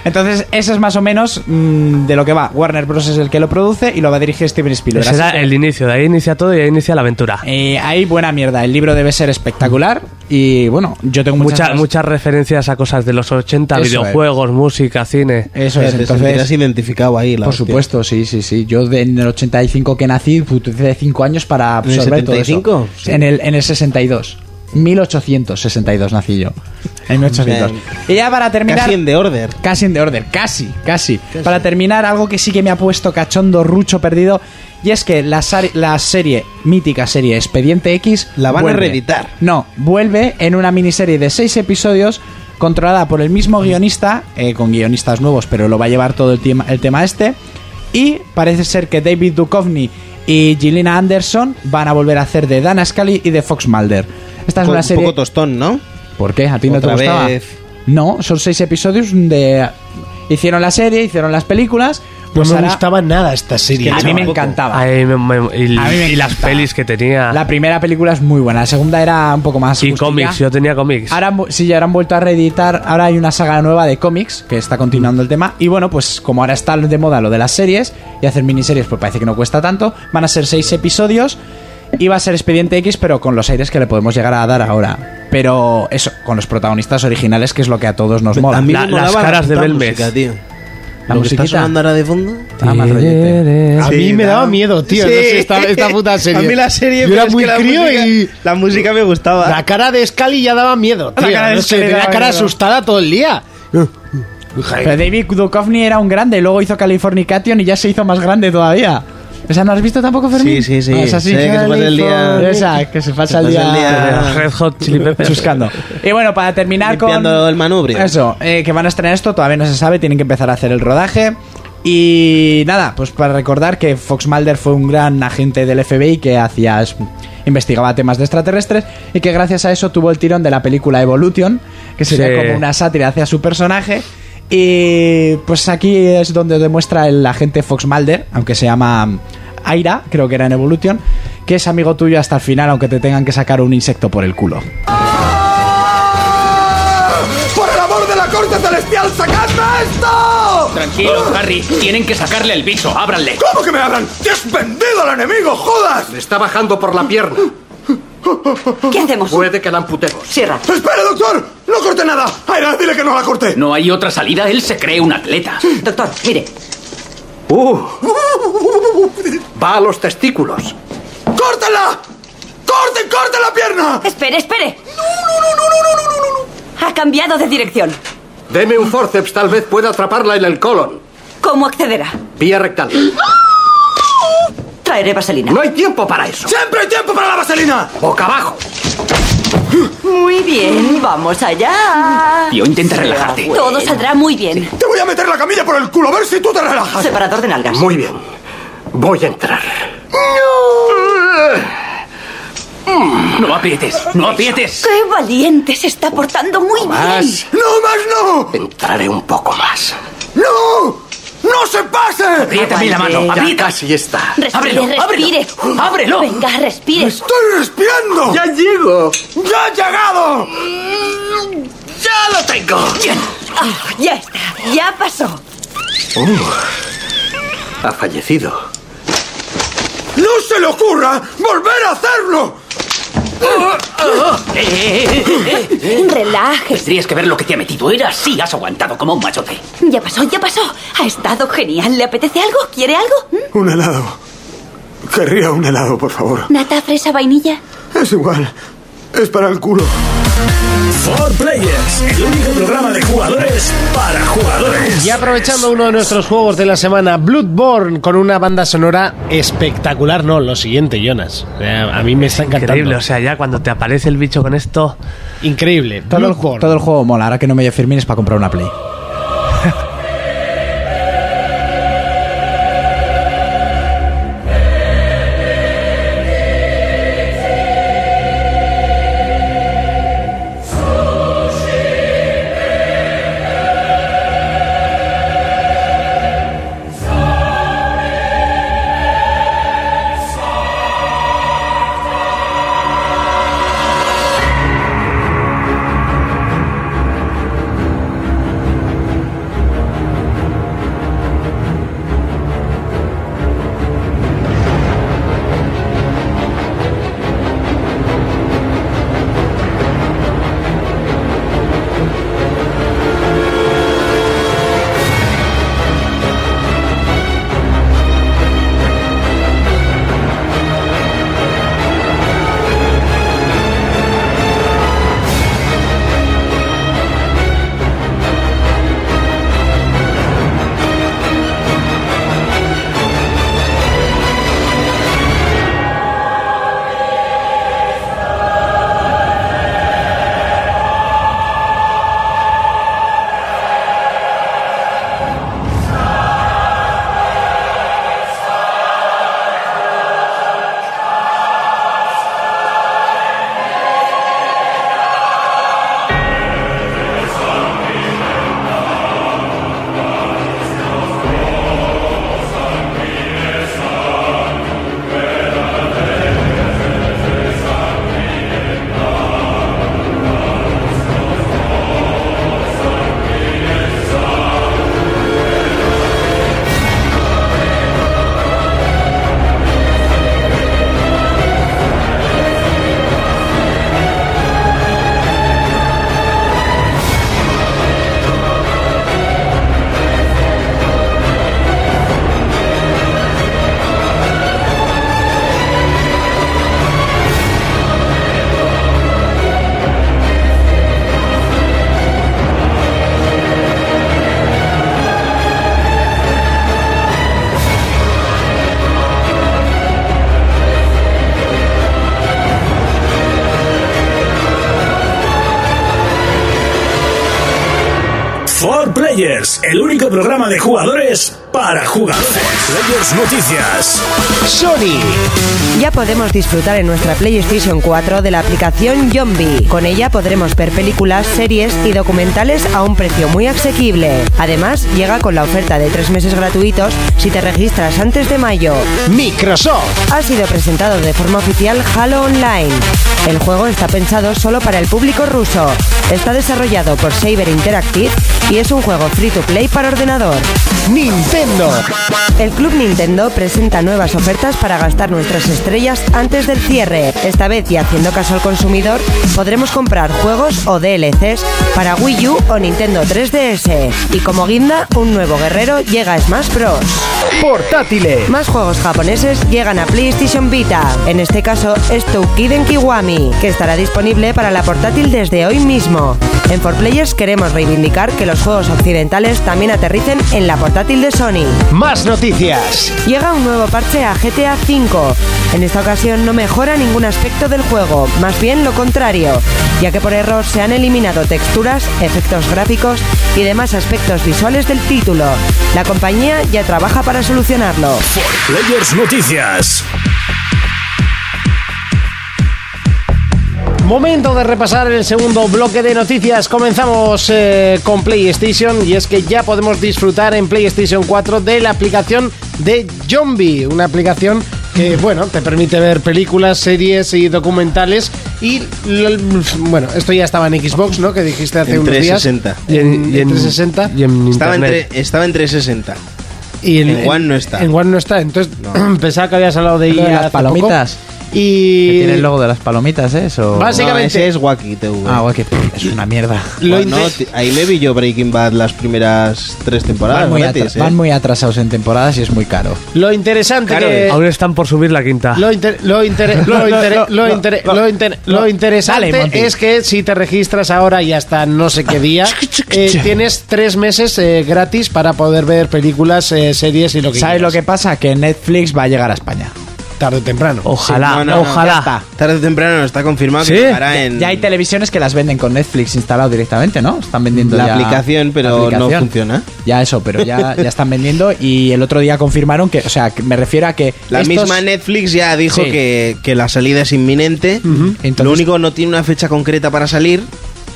Speaker 4: Entonces, eso es más o menos mm, de lo que va. Warner Bros. es el que lo produce y lo va a dirigir Steven Spielberg.
Speaker 6: ese
Speaker 4: Así
Speaker 6: era
Speaker 4: que,
Speaker 6: el inicio de ahí inicia todo y ahí inicia la aventura
Speaker 4: eh, hay buena mierda. El libro debe ser espectacular. Y bueno, yo tengo muchas.
Speaker 6: muchas muchas referencias a cosas de los 80
Speaker 4: Eso es. Eh,
Speaker 6: videojuegos música cine
Speaker 4: Eso es,
Speaker 5: Te sentirás
Speaker 4: entonces.
Speaker 5: identificado ahí, la
Speaker 4: Por
Speaker 5: hostia.
Speaker 4: supuesto, sí, sí, sí. Yo de- en el 85 que nací, utilicé 5 años para
Speaker 5: ¿En el
Speaker 4: absorber todo eso.
Speaker 5: 75? Sí.
Speaker 4: En el, en el 62. 1862 nací yo. En 1800.
Speaker 5: Bien.
Speaker 4: Y ya para terminar.
Speaker 5: Casi en The Order.
Speaker 4: Casi en The Order, casi, casi, Para terminar, algo que sí que me ha puesto cachondo, rucho, perdido. Y es que la, sar- la serie, mítica serie Expediente X.
Speaker 5: La van a reeditar.
Speaker 4: No, vuelve en una miniserie de seis episodios. Controlada por el mismo guionista, eh, con guionistas nuevos, pero lo va a llevar todo el, tema- el tema este. Y parece ser que David Duchovny y Gilina Anderson van a volver a hacer de Dana Scully y de Fox Mulder. Esta es
Speaker 5: Con
Speaker 4: una
Speaker 5: Un
Speaker 4: serie.
Speaker 5: poco tostón, ¿no?
Speaker 4: ¿Por qué? ¿A ti no
Speaker 5: Otra
Speaker 4: te gustaba?
Speaker 5: vez.
Speaker 4: No, son seis episodios de... Hicieron la serie, hicieron las películas.
Speaker 2: No
Speaker 4: pues
Speaker 2: me
Speaker 4: ahora-
Speaker 2: gustaba nada esta serie. ¿eh?
Speaker 4: A mí
Speaker 2: chaval.
Speaker 4: me encantaba.
Speaker 6: Ahí me- me- y,
Speaker 4: A mí me
Speaker 6: y las
Speaker 4: encantaba.
Speaker 6: pelis que tenía
Speaker 4: La primera película es muy buena, la segunda era un poco más...
Speaker 6: y
Speaker 4: justilla.
Speaker 6: cómics yo tenía cómics
Speaker 4: Ahora, han vu- sí, ahora han vuelto a reeditar, ahora hay una saga nueva de cómics que está continuando el tema. Y bueno, pues como ahora está de moda lo de las series y hacer miniseries, pues parece que no cuesta tanto. Van a ser seis episodios y va a ser Expediente X, pero con los aires que le podemos llegar a dar ahora. Pero eso, con los protagonistas originales, que es lo que a todos nos mola.
Speaker 5: A mí me
Speaker 6: La- las
Speaker 5: molaba la
Speaker 6: caras de
Speaker 5: puta
Speaker 6: Belmez.
Speaker 5: música, tío.
Speaker 4: La
Speaker 5: Lo que está
Speaker 4: musiquita.
Speaker 5: sonando ahora de fondo.
Speaker 4: Ah, más rollete.
Speaker 2: A mí
Speaker 5: Sí,
Speaker 2: me daba
Speaker 5: da-
Speaker 2: miedo, tío. no
Speaker 5: Sí.
Speaker 2: sé, esta, esta puta serie.
Speaker 5: *laughs* A mí la serie.
Speaker 2: Yo
Speaker 5: pero
Speaker 2: era
Speaker 5: es
Speaker 2: muy
Speaker 5: que la
Speaker 2: crío
Speaker 5: música-
Speaker 2: y.
Speaker 5: La música me gustaba.
Speaker 2: La cara de Scully ya daba miedo.
Speaker 4: La
Speaker 2: tío,
Speaker 4: cara de
Speaker 2: no sé,
Speaker 4: Scully
Speaker 2: tenía
Speaker 4: daba
Speaker 2: cara
Speaker 4: miedo.
Speaker 2: asustada todo el día.
Speaker 4: Pero David Duchovny era un grande, luego hizo Californication y ya se hizo más grande todavía. ¿Esa no has visto tampoco, Fermín?
Speaker 5: Sí, sí, sí.
Speaker 4: Ah, esa
Speaker 5: Sé que se pasa el día-
Speaker 4: Esa, que se pasa
Speaker 5: Se
Speaker 4: el
Speaker 5: pasa
Speaker 4: día...
Speaker 5: el día-
Speaker 6: Red Hot Chili
Speaker 4: *laughs*
Speaker 6: Peppers
Speaker 4: Chuscando. Y bueno, para terminar
Speaker 5: Limpiando
Speaker 4: con...
Speaker 5: el manubrio.
Speaker 4: Eso, eh, que van a estrenar esto, todavía no se sabe, tienen que empezar a hacer el rodaje. Y nada, pues para recordar que Fox Mulder fue un gran agente del FBI que hacía investigaba temas de extraterrestres y que gracias a eso tuvo el tirón de la película Evolution, que sería
Speaker 6: Sí.
Speaker 4: como una sátira hacia su personaje. Y pues aquí es donde demuestra el agente Fox Mulder, aunque se llama Aira, creo que era en Evolution, que es amigo tuyo hasta el final, aunque te tengan que sacar un insecto por el culo.
Speaker 7: Tranquilo, Harry. Tienen que sacarle el bicho. Ábranle.
Speaker 8: Ah, ¿Cómo que me hablan? ¡Te has vendido al enemigo, jodas!
Speaker 7: Le está bajando por la pierna.
Speaker 9: ¿Qué hacemos?
Speaker 7: Puede que la amputemos.
Speaker 9: Sierra.
Speaker 8: ¡Espere, doctor! ¡No corte nada! Aira, dile que no la corte!
Speaker 7: No hay otra salida. Él se cree un atleta.
Speaker 9: Doctor, mire.
Speaker 7: Va a los testículos.
Speaker 8: ¡Córtala! ¡Corten, corten la pierna!
Speaker 9: Espere, espere. No, no, no, no, no, no, no, no. Ha cambiado de dirección.
Speaker 7: Deme un forceps. Tal vez pueda atraparla en el colon.
Speaker 9: ¿Cómo accederá?
Speaker 7: Vía rectal.
Speaker 9: Traeré vaselina.
Speaker 7: No hay tiempo para eso.
Speaker 8: ¡Siempre hay tiempo para la vaselina!
Speaker 7: Boca abajo.
Speaker 9: Muy bien, vamos allá.
Speaker 10: Tío, intenta relajarte.
Speaker 9: Mm. Todo saldrá muy bien.
Speaker 8: Te voy a meter la camilla por el culo, a ver si tú te relajas.
Speaker 9: Separador de nalgas.
Speaker 10: Muy bien. Voy a entrar. ¡No! No aprietes, no aprietes.
Speaker 9: ¡Qué valiente! Se está portando muy bien.
Speaker 10: Más.
Speaker 8: ¡No más no!
Speaker 10: Entraré un poco más.
Speaker 8: ¡No! ¡No se pase!
Speaker 10: Aprieta bien la mano,
Speaker 9: Ya
Speaker 10: aprieta. Casi está.
Speaker 9: Respire,
Speaker 10: ábrelo,
Speaker 9: respire.
Speaker 10: ábrelo. Ábrelo.
Speaker 9: Venga, respire.
Speaker 8: ¡Estoy respirando! ¡Ya,
Speaker 10: llego.
Speaker 8: he llegado!
Speaker 9: Mm,
Speaker 10: Ya lo tengo. Bien.
Speaker 9: Ah, ya está, ya pasó.
Speaker 10: Ha fallecido.
Speaker 8: ¡No se le ocurra volver a hacerlo!
Speaker 10: Eh, eh, eh, eh, eh.
Speaker 9: Relájese.
Speaker 10: Tendrías que ver lo que te ha metido. Era así, has aguantado como un machote.
Speaker 9: Ya pasó, ya pasó. Ha estado genial. ¿Le apetece algo? ¿Quiere algo? ¿Mm?
Speaker 8: Un helado. Querría un helado, por favor.
Speaker 9: ¿Nata, fresa, vainilla?
Speaker 8: Es igual. Es para el culo.
Speaker 1: For Players, el único programa de jugadores para jugadores.
Speaker 2: Y aprovechando uno de nuestros juegos de la semana, Bloodborne, con una banda sonora espectacular. No, lo siguiente, Jonas. O sea, a mí me está encantando.
Speaker 6: Increíble, o sea, ya cuando te aparece el bicho con esto,
Speaker 2: Increíble.
Speaker 4: Todo el,
Speaker 2: Bloodborne.
Speaker 4: todo el juego mola, ahora que no me dio Firmin es para comprar una Play.
Speaker 1: For Players, el único programa de jugadores para jugadores. Players Noticias.
Speaker 2: Sony.
Speaker 3: Ya podemos disfrutar en nuestra PlayStation 4 de la aplicación Zombie. Con ella podremos ver películas, series y documentales a un precio muy asequible. Además, llega con la oferta de tres meses gratuitos si te registras antes de mayo.
Speaker 2: Microsoft.
Speaker 3: Ha sido presentado de forma oficial Halo Online. El juego está pensado solo para el público ruso. Está desarrollado por Saber Interactive y es un juego free to play para ordenador.
Speaker 2: Nintendo.
Speaker 3: El Club Nintendo presenta nuevas ofertas para gastar nuestras estrellas antes del cierre. Esta vez, y haciendo caso al consumidor, podremos comprar juegos o DLCs para Wii U o Nintendo 3DS. Y como guinda, un nuevo guerrero llega a Smash Bros.
Speaker 2: Portátiles.
Speaker 3: Más juegos japoneses llegan a PlayStation Vita. En este caso es Toukiden Kiwami, que estará disponible para la portátil desde hoy mismo. En 4Players queremos reivindicar que los juegos occidentales también aterricen en la portátil de Sony. Sony.
Speaker 2: Más noticias.
Speaker 3: Llega un nuevo parche a GTA V. En esta ocasión no mejora ningún aspecto del juego, más bien lo contrario, ya que por error se han eliminado texturas, efectos gráficos y demás aspectos visuales del título. La compañía ya trabaja para solucionarlo.
Speaker 1: Players Noticias.
Speaker 2: Momento de repasar el segundo bloque de noticias. Comenzamos eh, con PlayStation y es que ya podemos disfrutar en PlayStation 4 de la aplicación de Zombie, una aplicación que bueno, te permite ver películas, series y documentales y l- bueno, esto ya estaba en Xbox, ¿no? Que dijiste hace
Speaker 5: En
Speaker 2: unos días.
Speaker 5: 360.
Speaker 2: Y en, y en 360
Speaker 6: Y en
Speaker 5: Estaba en,
Speaker 6: internet.
Speaker 5: tre- estaba en 360.
Speaker 2: y
Speaker 5: en One no está.
Speaker 2: En One no está, entonces *clears throat* pensaba que habías hablado de
Speaker 4: Lo de
Speaker 2: IA
Speaker 4: las
Speaker 2: hace poco.
Speaker 4: palomitas.
Speaker 2: Y
Speaker 4: Que tiene el logo de las palomitas, ¿eh? Eso...
Speaker 2: Básicamente-
Speaker 5: No, ese es Wacky TV.
Speaker 4: Ah, guay, que pff, es una mierda.
Speaker 2: lo
Speaker 5: Bueno,
Speaker 2: inte-
Speaker 5: ti- ahí me vi yo Breaking Bad las primeras tres temporadas.
Speaker 4: Van muy,
Speaker 5: gratis,
Speaker 4: atra-
Speaker 5: ¿eh?
Speaker 4: van muy atrasados en temporadas y es muy caro.
Speaker 2: Lo interesante
Speaker 5: Claro,
Speaker 2: que
Speaker 6: Aún están por subir la
Speaker 4: Ah.
Speaker 6: quinta.
Speaker 2: Eh, lo inter- lo
Speaker 4: *laughs*
Speaker 2: inter- lo inter- lo inter- lo inter- lo
Speaker 4: Dale,
Speaker 2: interesante
Speaker 4: Monty. Ah.
Speaker 2: es que si te registras ahora y hasta no sé qué día, eh, tienes tres meses eh, gratis para poder ver películas, eh, series y lo que
Speaker 4: ¿Sabes lo
Speaker 2: quieras,
Speaker 4: que pasa? Que Netflix va a llegar a España.
Speaker 2: tarde o temprano.
Speaker 4: Oh,
Speaker 6: Ojalá,
Speaker 5: Sí, no, no, no,
Speaker 6: ojalá.
Speaker 5: ya está. Tarde o temprano está confirmado
Speaker 6: Sí.
Speaker 5: que llegará en
Speaker 4: Ya hay televisiones que las venden con Netflix instalado directamente, ¿no? Están vendiendo
Speaker 5: la
Speaker 4: ya-
Speaker 5: aplicación, pero
Speaker 4: la aplicación.
Speaker 5: no funciona.
Speaker 4: Ya eso, pero ya, ya están vendiendo y el otro día confirmaron que, o sea, que me refiero a que
Speaker 5: La
Speaker 4: estos-
Speaker 5: misma Netflix ya dijo
Speaker 4: Sí.
Speaker 5: que, que la salida es inminente.
Speaker 4: Entonces-
Speaker 5: Lo único, no tiene una fecha concreta para salir,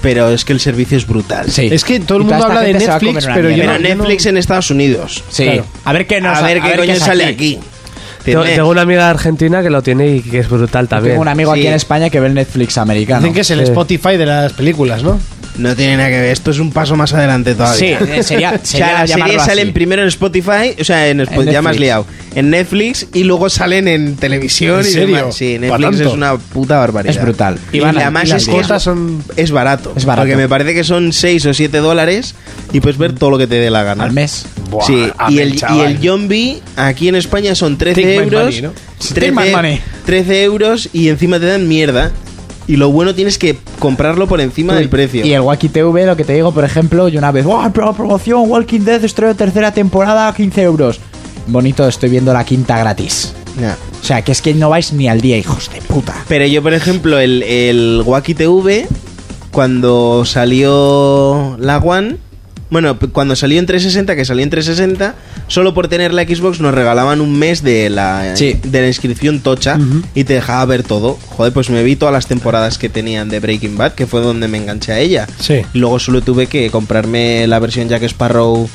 Speaker 5: pero es que el servicio es brutal.
Speaker 4: Sí.
Speaker 2: Es que todo el
Speaker 4: Y toda
Speaker 2: mundo
Speaker 4: esta
Speaker 2: habla de
Speaker 4: gente se va a
Speaker 2: Netflix,
Speaker 4: comer una
Speaker 2: pero yo
Speaker 4: mierda.
Speaker 5: Pero
Speaker 2: no-
Speaker 5: Netflix en Estados Unidos.
Speaker 4: Sí.
Speaker 2: claro.
Speaker 4: A ver qué nos
Speaker 5: a ver qué coño sale aquí.
Speaker 6: Tengo,
Speaker 5: Tiene-
Speaker 6: tengo una amiga argentina que lo tiene y que es brutal también.
Speaker 4: Tengo un amigo
Speaker 5: Sí.
Speaker 4: aquí en España que ve el Netflix americano.
Speaker 2: Dicen que es el
Speaker 6: Sí.
Speaker 2: Spotify de las películas, ¿no?
Speaker 5: No tiene nada que ver. Esto es un paso más adelante *laughs*
Speaker 4: Sí,
Speaker 5: todavía.
Speaker 4: eh, sería,
Speaker 5: O sea,
Speaker 4: sería
Speaker 5: las
Speaker 4: llamarlo
Speaker 5: series
Speaker 4: así.
Speaker 5: salen primero en Spotify, o sea, en Spotify, ya más
Speaker 4: Netflix.
Speaker 5: liado, en Netflix y luego salen en televisión
Speaker 2: ¿En
Speaker 5: y
Speaker 2: serio?
Speaker 5: demás. Sí,
Speaker 2: ¿Pa
Speaker 5: Netflix
Speaker 2: tanto?
Speaker 5: es una puta barbaridad.
Speaker 4: Es brutal.
Speaker 5: Y,
Speaker 4: Y van a-
Speaker 5: además
Speaker 2: y las
Speaker 5: es que es-
Speaker 2: cuotas son-
Speaker 5: es barato.
Speaker 4: Es barato.
Speaker 5: Porque me parece que son 6 o 7 dólares y puedes ver todo lo que te dé la gana.
Speaker 4: al mes.
Speaker 5: sí,
Speaker 2: Buah,
Speaker 5: y
Speaker 2: amén,
Speaker 5: el, y
Speaker 2: chaval.
Speaker 5: el zombie aquí en España son 13
Speaker 2: Take my
Speaker 5: euros.
Speaker 2: money, ¿no?
Speaker 4: Take my money.
Speaker 5: 13 euros y encima te dan mierda. Y lo bueno tienes que comprarlo por encima del precio.
Speaker 4: Y el Wacky TV, lo que te digo, por ejemplo, yo una vez, ¡Wow! promoción, Walking Dead, estreno tercera temporada, 15 euros. Bonito, estoy viendo la quinta gratis.
Speaker 5: Nah.
Speaker 4: O sea, que es que no vais ni al día, hijos de puta.
Speaker 5: Pero yo, por ejemplo, el, el Wacky TV, cuando salió la One, bueno, p- cuando salió en 360, que salió en 360, solo por tener la Xbox nos regalaban un mes de la,
Speaker 4: Sí.
Speaker 5: de la inscripción tocha y te dejaba ver todo. Joder, pues me vi todas las temporadas que tenían de Breaking Bad, que fue donde me enganché a ella.
Speaker 2: Sí.
Speaker 5: Y luego solo tuve que comprarme la versión Jack Sparrow.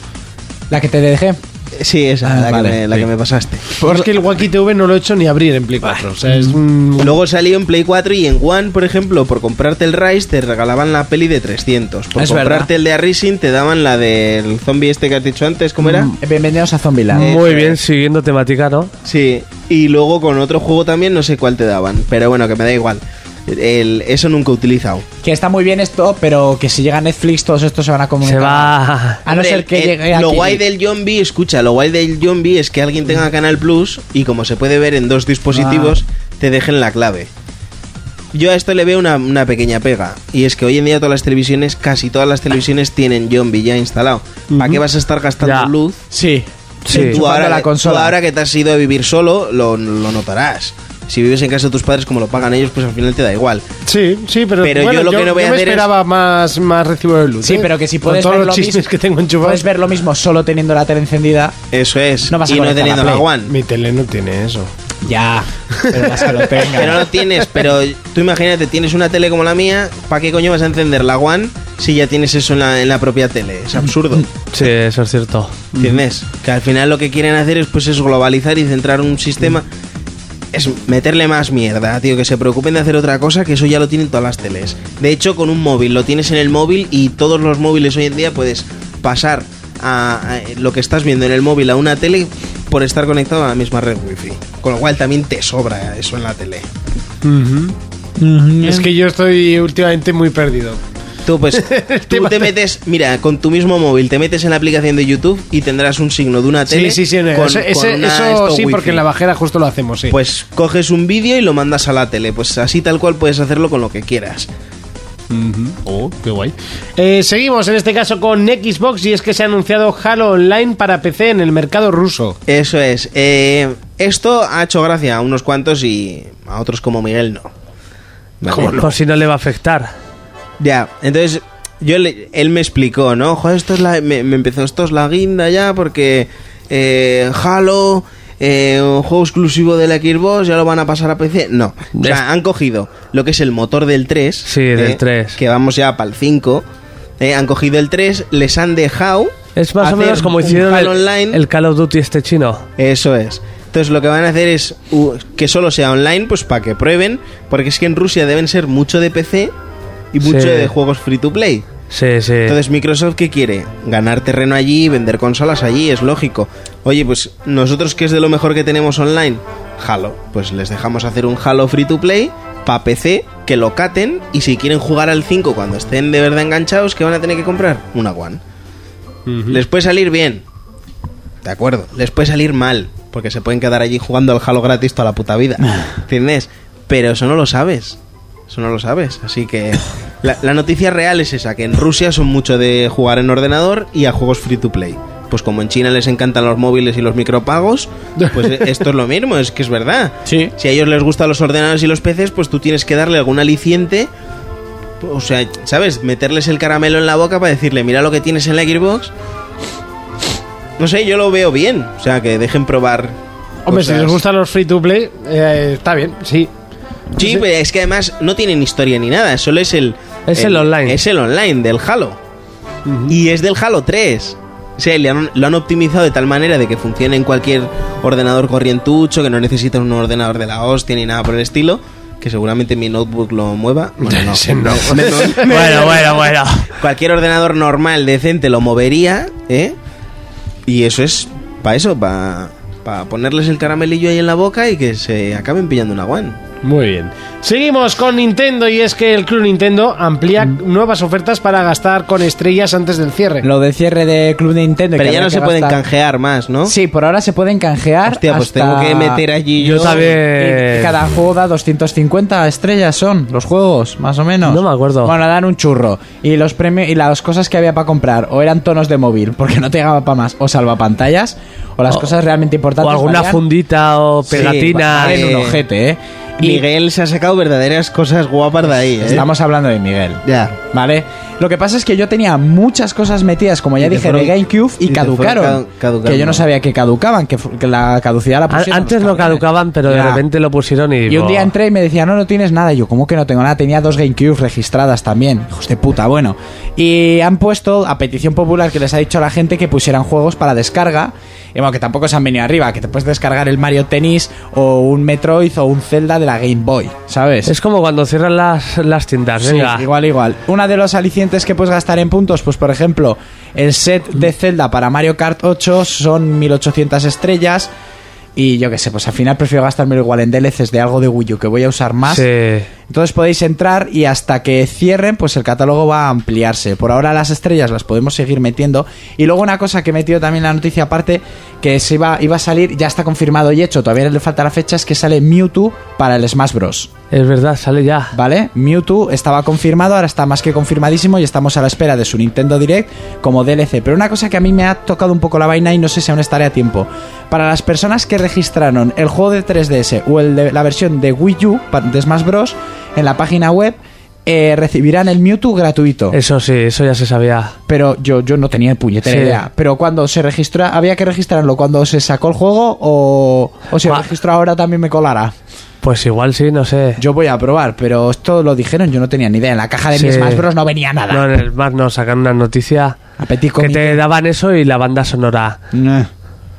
Speaker 4: La que te dejé.
Speaker 5: Sí, esa,
Speaker 4: Ah,
Speaker 5: la,
Speaker 4: vale,
Speaker 5: que me, la
Speaker 4: sí.
Speaker 5: que me pasaste.
Speaker 2: Es que el Wacky TV no lo he hecho ni abrir en Play 4. O sea, es un...
Speaker 5: Luego salió en Play 4 y en One, por ejemplo, por comprarte el Rise te regalaban la peli de 300. Por
Speaker 4: Es
Speaker 5: comprarte
Speaker 4: verdad.
Speaker 5: el de Arising te daban la del zombie este que has dicho antes, ¿cómo era?
Speaker 4: Mm.
Speaker 5: Eh.
Speaker 4: Bienvenidos a Zombieland.
Speaker 6: Muy bien, siguiendo temática, ¿no?
Speaker 5: Sí. Y luego con otro juego también, no sé cuál te daban, pero bueno, que me da igual. El, eso nunca he utilizado.
Speaker 4: Que está muy bien esto, pero que si llega Netflix, todos estos se van a comunicar.
Speaker 6: Se va.
Speaker 4: A no
Speaker 5: Hombre,
Speaker 4: ser que
Speaker 5: el-
Speaker 4: llegue
Speaker 5: Lo
Speaker 4: aquí-
Speaker 5: guay del zombie, escucha, lo guay del zombie es que alguien tenga Canal Plus y como se puede ver en dos dispositivos,
Speaker 4: Ah.
Speaker 5: te dejen la clave. Yo a esto le veo una, una pequeña pega. Y es que hoy en día todas las televisiones, casi todas las televisiones tienen zombie ya instalado. ¿Para qué vas a estar gastando
Speaker 6: Ya.
Speaker 5: luz?
Speaker 4: Sí.
Speaker 6: Sí.
Speaker 5: Tú
Speaker 4: Chupando
Speaker 5: ahora,
Speaker 4: la
Speaker 5: que-
Speaker 4: consola.
Speaker 5: tú ahora que te has ido a vivir solo, lo, lo notarás. Si vives en casa de tus padres, como lo pagan ellos, pues al final te da igual.
Speaker 4: Mm.
Speaker 2: Sí, sí, pero,
Speaker 5: Pero
Speaker 2: bueno,
Speaker 5: yo lo que no voy a
Speaker 2: me
Speaker 5: hacer es-
Speaker 2: esperaba más, más recibo de luz.
Speaker 4: Sí,
Speaker 2: ¿eh?
Speaker 4: pero que si
Speaker 2: Con
Speaker 4: puedes
Speaker 2: todos los
Speaker 4: ver, lo
Speaker 2: chismes
Speaker 4: mismo,
Speaker 2: que tengo enchufados.
Speaker 4: puedes ver lo mismo solo teniendo la tele encendida.
Speaker 5: Eso es.
Speaker 4: No vas a
Speaker 5: y no
Speaker 4: conectar la
Speaker 5: teniendo la
Speaker 4: Play.
Speaker 5: One.
Speaker 2: Mi tele no tiene eso.
Speaker 4: Ya. Pero más que lo tenga.
Speaker 5: Que no lo tienes, pero tú imagínate, tienes una tele como la mía, ¿para qué coño vas a encender la One si ya tienes eso en la, en la propia tele? Es absurdo.
Speaker 6: Sí, eso es cierto.
Speaker 5: ¿Entiendes? Que al final lo que quieren hacer es pues eso, globalizar y centrar un sistema. Es meterle más mierda, tío, que se preocupen de hacer otra cosa, que eso ya lo tienen todas las teles. De hecho, con un móvil, lo tienes en el móvil y todos los móviles hoy en día puedes pasar a, a lo que estás viendo en el móvil a una tele por estar conectado a la misma red wifi. Con lo cual también te sobra eso en la tele.
Speaker 2: Es que yo estoy últimamente muy perdido.
Speaker 5: Tú
Speaker 2: *laughs*
Speaker 5: pues tú te metes, mira, con tu mismo móvil te metes en la aplicación de YouTube y tendrás un signo de una tele.
Speaker 2: Sí, sí, sí. no,
Speaker 5: con-
Speaker 2: ese-
Speaker 5: con
Speaker 2: ese-
Speaker 5: una
Speaker 2: eso
Speaker 5: esto
Speaker 2: sí,
Speaker 5: wifi.
Speaker 2: porque en la bajera justo lo hacemos, sí.
Speaker 5: Pues coges un vídeo y lo mandas a la tele, pues así tal cual puedes hacerlo con lo que quieras.
Speaker 11: Oh, qué guay.
Speaker 2: Eh, seguimos en este caso con Xbox y es que se ha anunciado Halo Online para PC en el mercado ruso.
Speaker 5: Eso es. Eh, esto ha hecho gracia a unos cuantos y a otros como Miguel no.
Speaker 6: ¿Cómo no? Pues si no le va a afectar.
Speaker 5: Ya, entonces yo le- él me explicó, ¿no? Joder, esto es la, me, me empezó esto es la guinda ya porque eh, Halo, eh, un juego exclusivo de la Xbox, ya lo van a pasar a PC. No, o sea, han cogido lo que es el motor del 3. Sí,
Speaker 6: del 3.
Speaker 5: Que vamos ya para el 5. eh, han cogido el 3, les han dejado...
Speaker 6: Es más o
Speaker 5: hacer
Speaker 6: menos como
Speaker 5: un
Speaker 6: hicieron el,
Speaker 5: Halo Online.
Speaker 6: el Call of Duty este chino.
Speaker 5: Eso es. Entonces lo que van a hacer es u- que solo sea online, pues para que prueben, porque es que en Rusia deben ser mucho de PC y mucho
Speaker 6: Sí.
Speaker 5: de juegos free to play.
Speaker 6: Sí, sí.
Speaker 5: Entonces Microsoft qué quiere? Ganar terreno allí, vender consolas allí, es lógico. Oye, pues nosotros que es de lo mejor que tenemos online, Halo, pues les dejamos hacer un Halo free to play para PC, que lo caten y si quieren jugar al 5 cuando estén de verdad enganchados, ¿qué van a tener que comprar? Una One. Les puede salir bien. De acuerdo. Les puede salir mal. Porque se pueden quedar allí jugando al Halo gratis toda la puta vida. ¿Entiendes? Pero eso no lo sabes. Eso no lo sabes. Así que. La, la noticia real es esa: que en Rusia son mucho de jugar en ordenador y a juegos free to play. Pues como en China les encantan los móviles y los micropagos, pues e- esto es lo mismo, es que es verdad. Si a ellos les gustan los ordenadores y los PCs, pues tú tienes que darle algún aliciente o sea, ¿sabes? Meterles el caramelo en la boca para decirle, mira lo que tienes en la Gearbox. No sé, yo lo veo bien. O sea, que dejen probar.
Speaker 2: Hombre, si
Speaker 5: cosas.
Speaker 2: les gustan los free to play, eh, está bien, sí.
Speaker 5: Sí, pero es que además no tienen historia ni nada. Solo es el.
Speaker 2: Es el
Speaker 5: online. Es el online del Halo. Y es del Halo 3. O sea, le han- lo han optimizado de tal manera de que funcione en cualquier ordenador corrientucho, que no necesitas un ordenador de la hostia ni nada por el estilo. Que seguramente mi notebook lo mueva. Bueno, no.
Speaker 6: Ese no.
Speaker 5: Me- me-
Speaker 6: *laughs* Bueno, bueno, bueno.
Speaker 5: Cualquier ordenador normal, decente, lo movería, ¿eh? Y eso es para eso, para ponerles el caramelillo ahí en la boca y que se acaben pillando una guan.
Speaker 2: Muy bien. Seguimos con Nintendo y es que el Club Nintendo amplía nuevas ofertas para gastar con estrellas antes del cierre.
Speaker 4: Lo del cierre de Club Nintendo. y
Speaker 5: Pero
Speaker 4: que
Speaker 5: ya
Speaker 4: habrá
Speaker 5: no
Speaker 4: que
Speaker 5: se pueden
Speaker 4: gastar-
Speaker 5: canjear más, ¿no?
Speaker 4: Sí, por ahora se pueden canjear.
Speaker 5: Hostia, pues
Speaker 4: hasta-
Speaker 5: tengo que meter allí yo.
Speaker 4: Y Cada juego da 250 estrellas, son los juegos, más o menos. No me acuerdo. Bueno, dan un churro. Y los premios y las cosas que había para comprar, o eran tonos de móvil, porque no te llegaba para más, o salvapantallas, o las
Speaker 6: O-
Speaker 4: cosas realmente importantes.
Speaker 6: o alguna
Speaker 4: valían-
Speaker 6: fundita o
Speaker 4: Sí,
Speaker 6: pegatina.
Speaker 4: valían un ojete, ¿eh? Y-
Speaker 5: Miguel se ha sacado verdaderas cosas guapas de ahí, ¿eh?
Speaker 4: Estamos hablando de Miguel.
Speaker 5: Ya.
Speaker 4: ¿Vale? Lo que pasa es que yo tenía muchas cosas metidas, como ya
Speaker 5: Y te
Speaker 4: dije,
Speaker 5: fueron-
Speaker 4: de GameCube y,
Speaker 5: y te fueron
Speaker 4: caducaron.
Speaker 5: ca- caducando.
Speaker 4: Que yo no sabía que caducaban, que, fu- que la caducidad la
Speaker 6: An-
Speaker 4: pusieron.
Speaker 6: Antes lo caducaban, pero de
Speaker 4: Ya.
Speaker 6: repente lo pusieron y.
Speaker 4: Y un
Speaker 6: bo-
Speaker 4: día entré y me decía, no, no tienes nada. Y yo, ¿cómo que no tengo nada? Tenía dos GameCube registradas también. Hijos de puta, bueno. Y han puesto, a petición popular que les ha dicho a la gente, que pusieran juegos para descarga. Y bueno, que tampoco se han venido arriba, que te puedes descargar el Mario Tennis o un Metroid o un Zelda de la Game Boy, ¿sabes?
Speaker 6: Es como cuando cierran las, las tiendas,
Speaker 4: Sí,
Speaker 6: venga.
Speaker 4: igual, igual. Una de los alicientes que puedes gastar en puntos, pues por ejemplo, el set de Zelda para Mario Kart 8 son 1800 estrellas. Y yo qué sé, pues al final prefiero gastármelo igual en DLCs de algo de Wii U que voy a usar más.
Speaker 6: Sí.
Speaker 4: Entonces podéis entrar y hasta que cierren, pues el catálogo va a ampliarse. Por ahora las estrellas las podemos seguir metiendo. Y luego una cosa que he metido también en la noticia aparte, que se iba, iba a salir, ya está confirmado y hecho, todavía le falta la fecha, es que sale Mewtwo para el Smash Bros.
Speaker 6: Es verdad, sale ya.
Speaker 4: ¿Vale? Mewtwo estaba confirmado, ahora está más que confirmadísimo y estamos a la espera de su Nintendo Direct como DLC. Pero una cosa que a mí me ha tocado un poco la vaina y no sé si aún estaré a tiempo. Para las personas que registraron el juego de 3DS o el de- la versión de Wii U pa- de Smash Bros. en la página web, eh, recibirán el Mewtwo gratuito.
Speaker 6: Eso sí, eso ya se sabía.
Speaker 4: Pero yo, yo no tenía puñetera
Speaker 6: Sí.
Speaker 4: idea. Pero cuando se registró, había que registrarlo cuando se sacó el juego o, o si lo registro ahora también me colará.
Speaker 6: Pues igual sí, no sé.
Speaker 4: Yo voy a probar, pero esto lo dijeron, yo no tenía ni idea. En la caja de
Speaker 6: Sí.
Speaker 4: mis Smash Bros. no venía nada.
Speaker 6: No, en el mar no, sacan una noticia que te daban eso y la banda sonora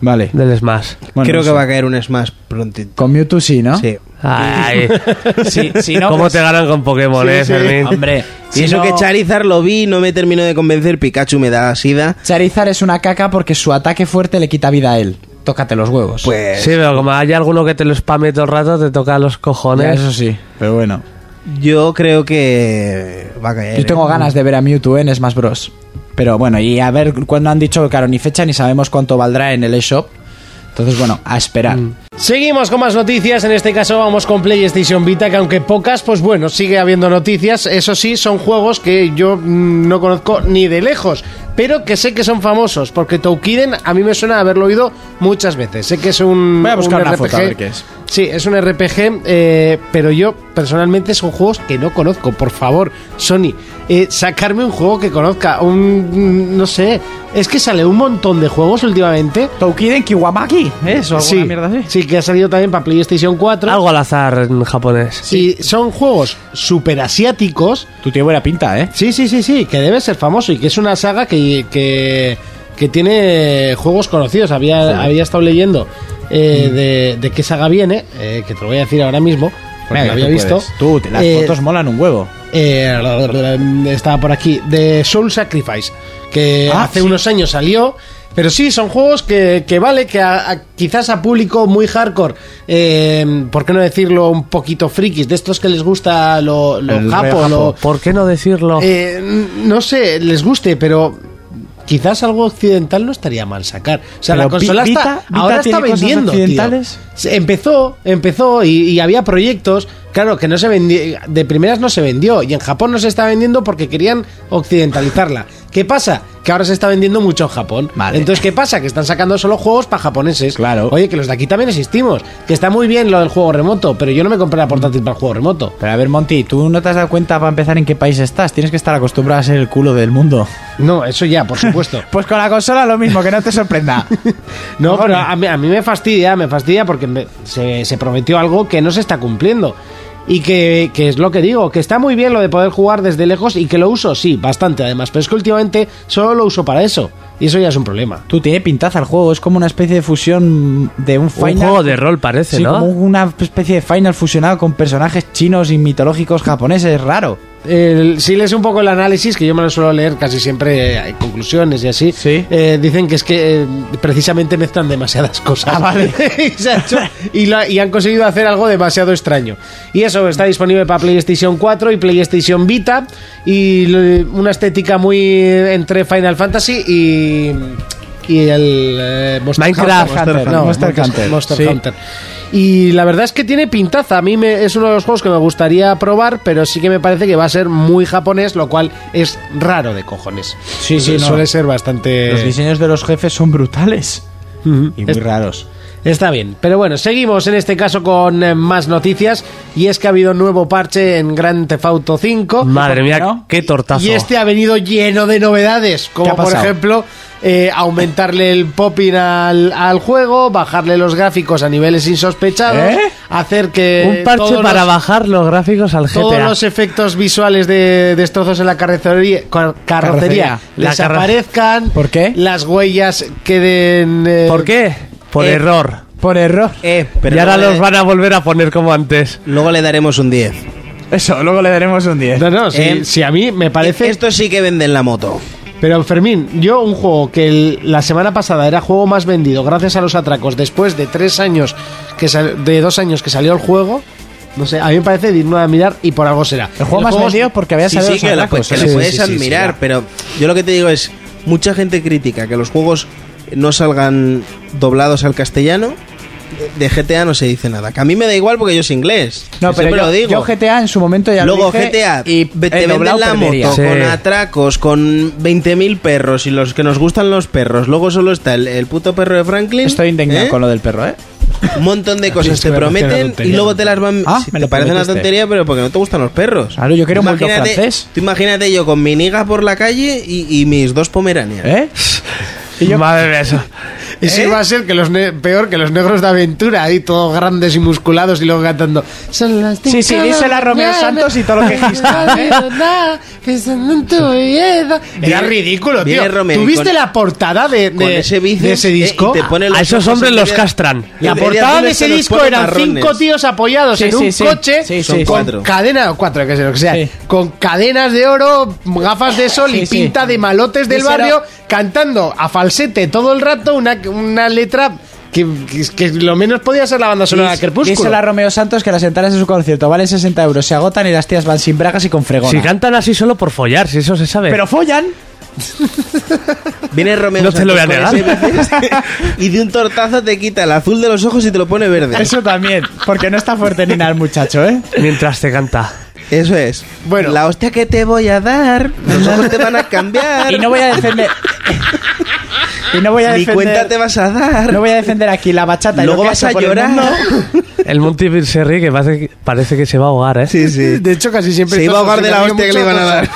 Speaker 4: vale.
Speaker 6: del Smash.
Speaker 5: Creo que va a caer un Smash prontito.
Speaker 4: Con Mewtwo sí, ¿no?
Speaker 5: Sí.
Speaker 6: Ay,
Speaker 4: *laughs* Sí, sí, no,
Speaker 6: ¿Cómo
Speaker 4: pues-
Speaker 6: te ganan con Pokémon,
Speaker 4: Sí,
Speaker 6: eh,
Speaker 4: sí.
Speaker 6: Fermín?
Speaker 4: Hombre,
Speaker 5: Y eso que Charizard lo vi, no me terminó de convencer, Pikachu me da sida.
Speaker 4: Charizard es una caca porque su ataque fuerte le quita vida a él. Tócate los huevos.
Speaker 5: Pues
Speaker 6: Sí, pero como haya alguno que te lo spame todo el rato, te toca los cojones.
Speaker 4: Ya, eso sí, pero bueno.
Speaker 5: yo creo que va a caer.
Speaker 4: Yo tengo
Speaker 5: ¿eh?
Speaker 4: ganas de ver a Mewtwo en Smash Bros. Pero bueno, y a ver cuándo han dicho, claro, ni fecha ni sabemos cuánto valdrá en el eShop. Entonces, bueno, a esperar.
Speaker 2: Seguimos con más noticias, en este caso vamos con PlayStation Vita, que aunque pocas, pues bueno, sigue habiendo noticias. Eso sí, son juegos que yo mm, no conozco ni de lejos, pero que sé que son famosos, porque Toukiden a mí me suena haberlo oído muchas veces. Sé que es un,
Speaker 4: Voy a buscar
Speaker 2: un
Speaker 4: una
Speaker 2: RPG.
Speaker 4: foto, a ver qué es.
Speaker 2: Sí, es un RPG, eh, pero yo personalmente son juegos que no conozco. Por favor, Sony, eh, sacarme un juego que conozca. Un, mm, no sé, es que sale un montón de juegos últimamente.
Speaker 4: Toukiden Kiwamaki, eso, alguna
Speaker 2: Sí,
Speaker 4: mierda así.
Speaker 2: sí, que ha salido también para PlayStation 4.
Speaker 6: Algo al azar en japonés.
Speaker 2: Y son juegos superasiáticos.
Speaker 4: Tu tío buena pinta, ¿eh?
Speaker 2: Sí, sí, sí, sí, que debe ser famoso y que es una saga que, que, que tiene juegos conocidos. Había, había estado leyendo eh, de, de qué saga viene, eh, que te lo voy a decir ahora mismo, porque
Speaker 4: Venga,
Speaker 2: lo había
Speaker 4: tú
Speaker 2: visto.
Speaker 4: puedes. Tú, te- las
Speaker 2: Eh,
Speaker 4: fotos molan un huevo.
Speaker 2: eh, la, la, la, la, estaba por aquí, de Soul Sacrifice, que
Speaker 4: Ah,
Speaker 2: hace
Speaker 4: sí.
Speaker 2: unos años salió. Pero sí, son juegos que, que vale, que a- a- quizás a público muy hardcore, eh, ¿por qué no decirlo un poquito frikis? De estos que les gusta lo, lo
Speaker 4: El
Speaker 2: japo,
Speaker 4: re
Speaker 2: lo,
Speaker 4: japo.
Speaker 6: ¿Por qué no decirlo?
Speaker 4: Oh.
Speaker 2: eh, n- no sé, les guste, pero quizás algo occidental no estaría mal sacar. O sea,
Speaker 4: Pero
Speaker 2: la consola
Speaker 4: Vi- Vita-
Speaker 2: está,
Speaker 4: Vita
Speaker 2: ahora
Speaker 4: tiene
Speaker 2: está
Speaker 4: cosas
Speaker 2: vendiendo. tío.
Speaker 4: occidentales.
Speaker 2: Se- Empezó, empezó y, y había proyectos. Claro, que no se vendió, de primeras no se vendió y en Japón no se está vendiendo porque querían occidentalizarla. ¿Qué pasa? Que ahora se está vendiendo mucho en Japón.
Speaker 4: Vale.
Speaker 2: Entonces, ¿qué pasa? Que están sacando solo juegos para japoneses.
Speaker 4: Claro.
Speaker 2: Oye, que los de aquí también existimos. Que está muy bien lo del juego remoto, pero yo no me compré la portátil para el juego remoto.
Speaker 4: Pero a ver, Monty, tú no te has dado cuenta para empezar en qué país estás. Tienes que estar acostumbrado a ser el culo del mundo.
Speaker 2: No, eso ya,
Speaker 4: *laughs*
Speaker 2: por supuesto.
Speaker 4: Pues con la consola lo mismo, que no te sorprenda.
Speaker 2: No, pero a mí, a mí me fastidia, me fastidia porque me- se, se prometió algo que no se está cumpliendo. Y que, que es lo que digo, que está muy bien lo de poder jugar desde lejos y que lo uso, sí, bastante además, pero es que últimamente solo lo uso para eso. Y eso ya es un problema.
Speaker 4: *laughs* Tú tiene pintaza el juego, es como una especie de fusión de un
Speaker 6: un
Speaker 4: Final.
Speaker 6: juego de rol parece,
Speaker 4: Sí,
Speaker 6: ¿no?
Speaker 4: como una especie de Final fusionado con personajes chinos y mitológicos japoneses, raro.
Speaker 2: El- si lees un poco el análisis, que yo me lo suelo leer casi siempre, eh, hay conclusiones y así,
Speaker 4: Sí.
Speaker 2: eh, dicen que es que eh, precisamente mezclan demasiadas cosas.
Speaker 4: Ah, vale.
Speaker 2: *laughs* y, se ha hecho- y lo- y han conseguido hacer algo demasiado extraño. Y eso está disponible para PlayStation 4 y PlayStation Vita, y l- una estética muy eh, entre Final Fantasy y... y el eh, Monster
Speaker 6: Minecraft.
Speaker 2: Hunter.
Speaker 4: Hunter,
Speaker 2: No,
Speaker 4: Monster Hunter.
Speaker 2: Monster
Speaker 4: Sí.
Speaker 2: Hunter. Y la verdad es que tiene pintaza. A mí me- es uno de los juegos que me gustaría probar, pero sí que me parece que va a ser muy japonés, lo cual es raro de cojones.
Speaker 4: Sí, sí, no.
Speaker 2: suele ser bastante.
Speaker 4: Los diseños de los jefes son brutales y muy
Speaker 2: Es-
Speaker 4: raros.
Speaker 2: Está bien. Pero bueno, seguimos en este caso con eh, más noticias. Y es que ha habido nuevo parche en Grand Theft Auto 5.
Speaker 6: Madre mía,
Speaker 4: ¿No?
Speaker 6: qué tortazo.
Speaker 2: Y este ha venido lleno de novedades,
Speaker 4: ¿Qué
Speaker 2: como
Speaker 4: ha
Speaker 2: por
Speaker 4: pasado?
Speaker 2: ejemplo eh, aumentarle el popping al, al juego, bajarle los gráficos a niveles insospechados,
Speaker 4: ¿Eh?
Speaker 2: hacer que
Speaker 6: un parche
Speaker 2: eh, todos
Speaker 6: para
Speaker 2: los-
Speaker 6: bajar los gráficos al
Speaker 2: todos
Speaker 6: GTA.
Speaker 2: los efectos visuales de destrozos en la carrocería, car- carrocería,
Speaker 4: Carrocería.
Speaker 6: La
Speaker 2: desaparezcan.
Speaker 4: ¿Por qué?
Speaker 2: Las huellas queden. eh,
Speaker 6: ¿Por qué? Por
Speaker 5: eh,
Speaker 6: error.
Speaker 4: Por error.
Speaker 5: Eh, pero
Speaker 6: y ahora
Speaker 5: luego,
Speaker 6: los
Speaker 5: le,
Speaker 6: van a volver a poner como antes.
Speaker 5: luego le daremos un 10.
Speaker 4: Eso, luego le daremos un 10.
Speaker 2: No, no, si,
Speaker 5: Eh,
Speaker 2: si a mí me parece.
Speaker 5: Esto sí que venden la moto.
Speaker 2: Pero Fermín, yo un juego que el- la semana pasada era juego más vendido gracias a los atracos después de tres años que sal- de dos años que salió el juego, no sé, a mí me parece digno de admirar y por algo será.
Speaker 4: El juego más
Speaker 2: juego-
Speaker 4: vendido porque había
Speaker 5: Sí,
Speaker 4: salido
Speaker 5: sí, que
Speaker 4: los
Speaker 5: la,
Speaker 4: atajos,
Speaker 5: que
Speaker 4: ¿eh?
Speaker 5: la
Speaker 4: Sí,
Speaker 5: puedes
Speaker 4: sí, sí, sí,
Speaker 5: admirar,
Speaker 4: ya.
Speaker 5: pero yo lo que te digo es, mucha gente critica que los juegos no salgan doblados al castellano. De de GTA no se dice nada. Que a mí me da igual porque yo soy inglés.
Speaker 4: No,
Speaker 5: que
Speaker 4: pero
Speaker 5: siempre
Speaker 4: yo,
Speaker 5: lo digo.
Speaker 4: yo GTA en su momento ya
Speaker 5: Luego
Speaker 4: lo dije
Speaker 5: GTA
Speaker 4: y
Speaker 5: ve- te
Speaker 4: el doblado
Speaker 5: venden la
Speaker 4: perdería.
Speaker 5: moto
Speaker 6: Sí.
Speaker 5: con atracos, con 20.000 perros y los que nos gustan los perros. Luego solo está el, el puto perro de Franklin.
Speaker 4: Estoy indignado
Speaker 5: ¿eh?
Speaker 4: con lo del perro, ¿eh?
Speaker 5: Un montón de cosas
Speaker 2: Sí,
Speaker 5: te
Speaker 2: me parece una
Speaker 5: prometen y
Speaker 2: tontería.
Speaker 5: luego te las van.
Speaker 4: Ah,
Speaker 5: si
Speaker 4: me
Speaker 5: te
Speaker 4: lo
Speaker 5: parece una
Speaker 4: prometiste.
Speaker 5: tontería, pero porque no te gustan los perros.
Speaker 4: Claro, yo quiero un bulldog
Speaker 5: Imagínate-
Speaker 4: francés.
Speaker 5: Tú imagínate yo con mi niga por la calle y, y mis dos pomeranias.
Speaker 4: ¿Eh?
Speaker 6: Madre mía, eso.
Speaker 2: Y si va a ser que los ne- peor que los negros de aventura, ahí todos grandes y musculados y luego cantando. Son las
Speaker 4: Sí, sí, dísela a Romeo Santos
Speaker 2: *laughs*
Speaker 4: y todo lo que exista, ¿eh?
Speaker 2: Era ridículo, tío.
Speaker 5: Viene Romeo
Speaker 2: ¿Tuviste
Speaker 5: con-
Speaker 2: la portada de, de-
Speaker 5: Con ese bíceps,
Speaker 2: de ese
Speaker 5: eh, y
Speaker 2: disco?
Speaker 5: te pone los
Speaker 6: A esos
Speaker 5: ojos
Speaker 6: hombres
Speaker 5: en
Speaker 6: los
Speaker 5: media-
Speaker 6: castran.
Speaker 2: La
Speaker 5: en media
Speaker 2: portada
Speaker 5: azul
Speaker 2: de
Speaker 5: se
Speaker 2: ese
Speaker 5: los
Speaker 2: disco
Speaker 5: pone
Speaker 2: eran
Speaker 5: marrones.
Speaker 2: cinco tíos apoyados
Speaker 4: Sí,
Speaker 2: en
Speaker 4: sí,
Speaker 2: un
Speaker 4: sí.
Speaker 2: coche
Speaker 4: Sí,
Speaker 5: son
Speaker 4: sí.
Speaker 2: con
Speaker 5: cuatro.
Speaker 2: cadena o cuatro, que sé lo que sea,
Speaker 4: Sí.
Speaker 2: con cadenas de oro, gafas de sol y
Speaker 4: Sí, sí.
Speaker 2: pinta de malotes del
Speaker 4: Díselo.
Speaker 2: barrio cantando a falsete todo el rato una, una letra que, que- que lo menos podía ser la banda sonora de Crepúsculo.
Speaker 4: Díselo a Romeo Santos que las entradas de su concierto valen 60 euros, se agotan y las tías van sin bragas y con fregona.
Speaker 6: Si cantan así solo por follar, si eso se sabe. *laughs*
Speaker 4: Pero follan.
Speaker 5: Viene Romeo
Speaker 6: No te lo voy a
Speaker 5: Santos con ese- *laughs* y de un tortazo te quita el azul de los ojos y te lo pone verde.
Speaker 4: Eso también, porque no está fuerte ni nada el muchacho, ¿eh?
Speaker 6: Mientras te canta.
Speaker 5: Eso es. Bueno, la hostia que te voy a dar, los ojos te van a cambiar.
Speaker 4: Y no voy a defender.
Speaker 5: *laughs*
Speaker 4: Y no voy a
Speaker 5: Ni
Speaker 4: defender.
Speaker 5: cuenta te vas a dar.
Speaker 4: No voy a defender aquí la bachata. y
Speaker 5: Luego
Speaker 4: lo que
Speaker 5: vas
Speaker 4: ha
Speaker 5: a
Speaker 4: hecho por el
Speaker 5: llorar.
Speaker 4: mundo.
Speaker 6: El Monty se ríe que parece, que parece que se va a ahogar,
Speaker 5: *laughs*
Speaker 6: ¿eh?
Speaker 5: Sí, sí.
Speaker 2: De hecho, casi siempre.
Speaker 5: Se iba a
Speaker 2: estás
Speaker 5: ahogar de la
Speaker 2: haciendo
Speaker 5: hostia que le
Speaker 2: mucho
Speaker 5: iban a dar.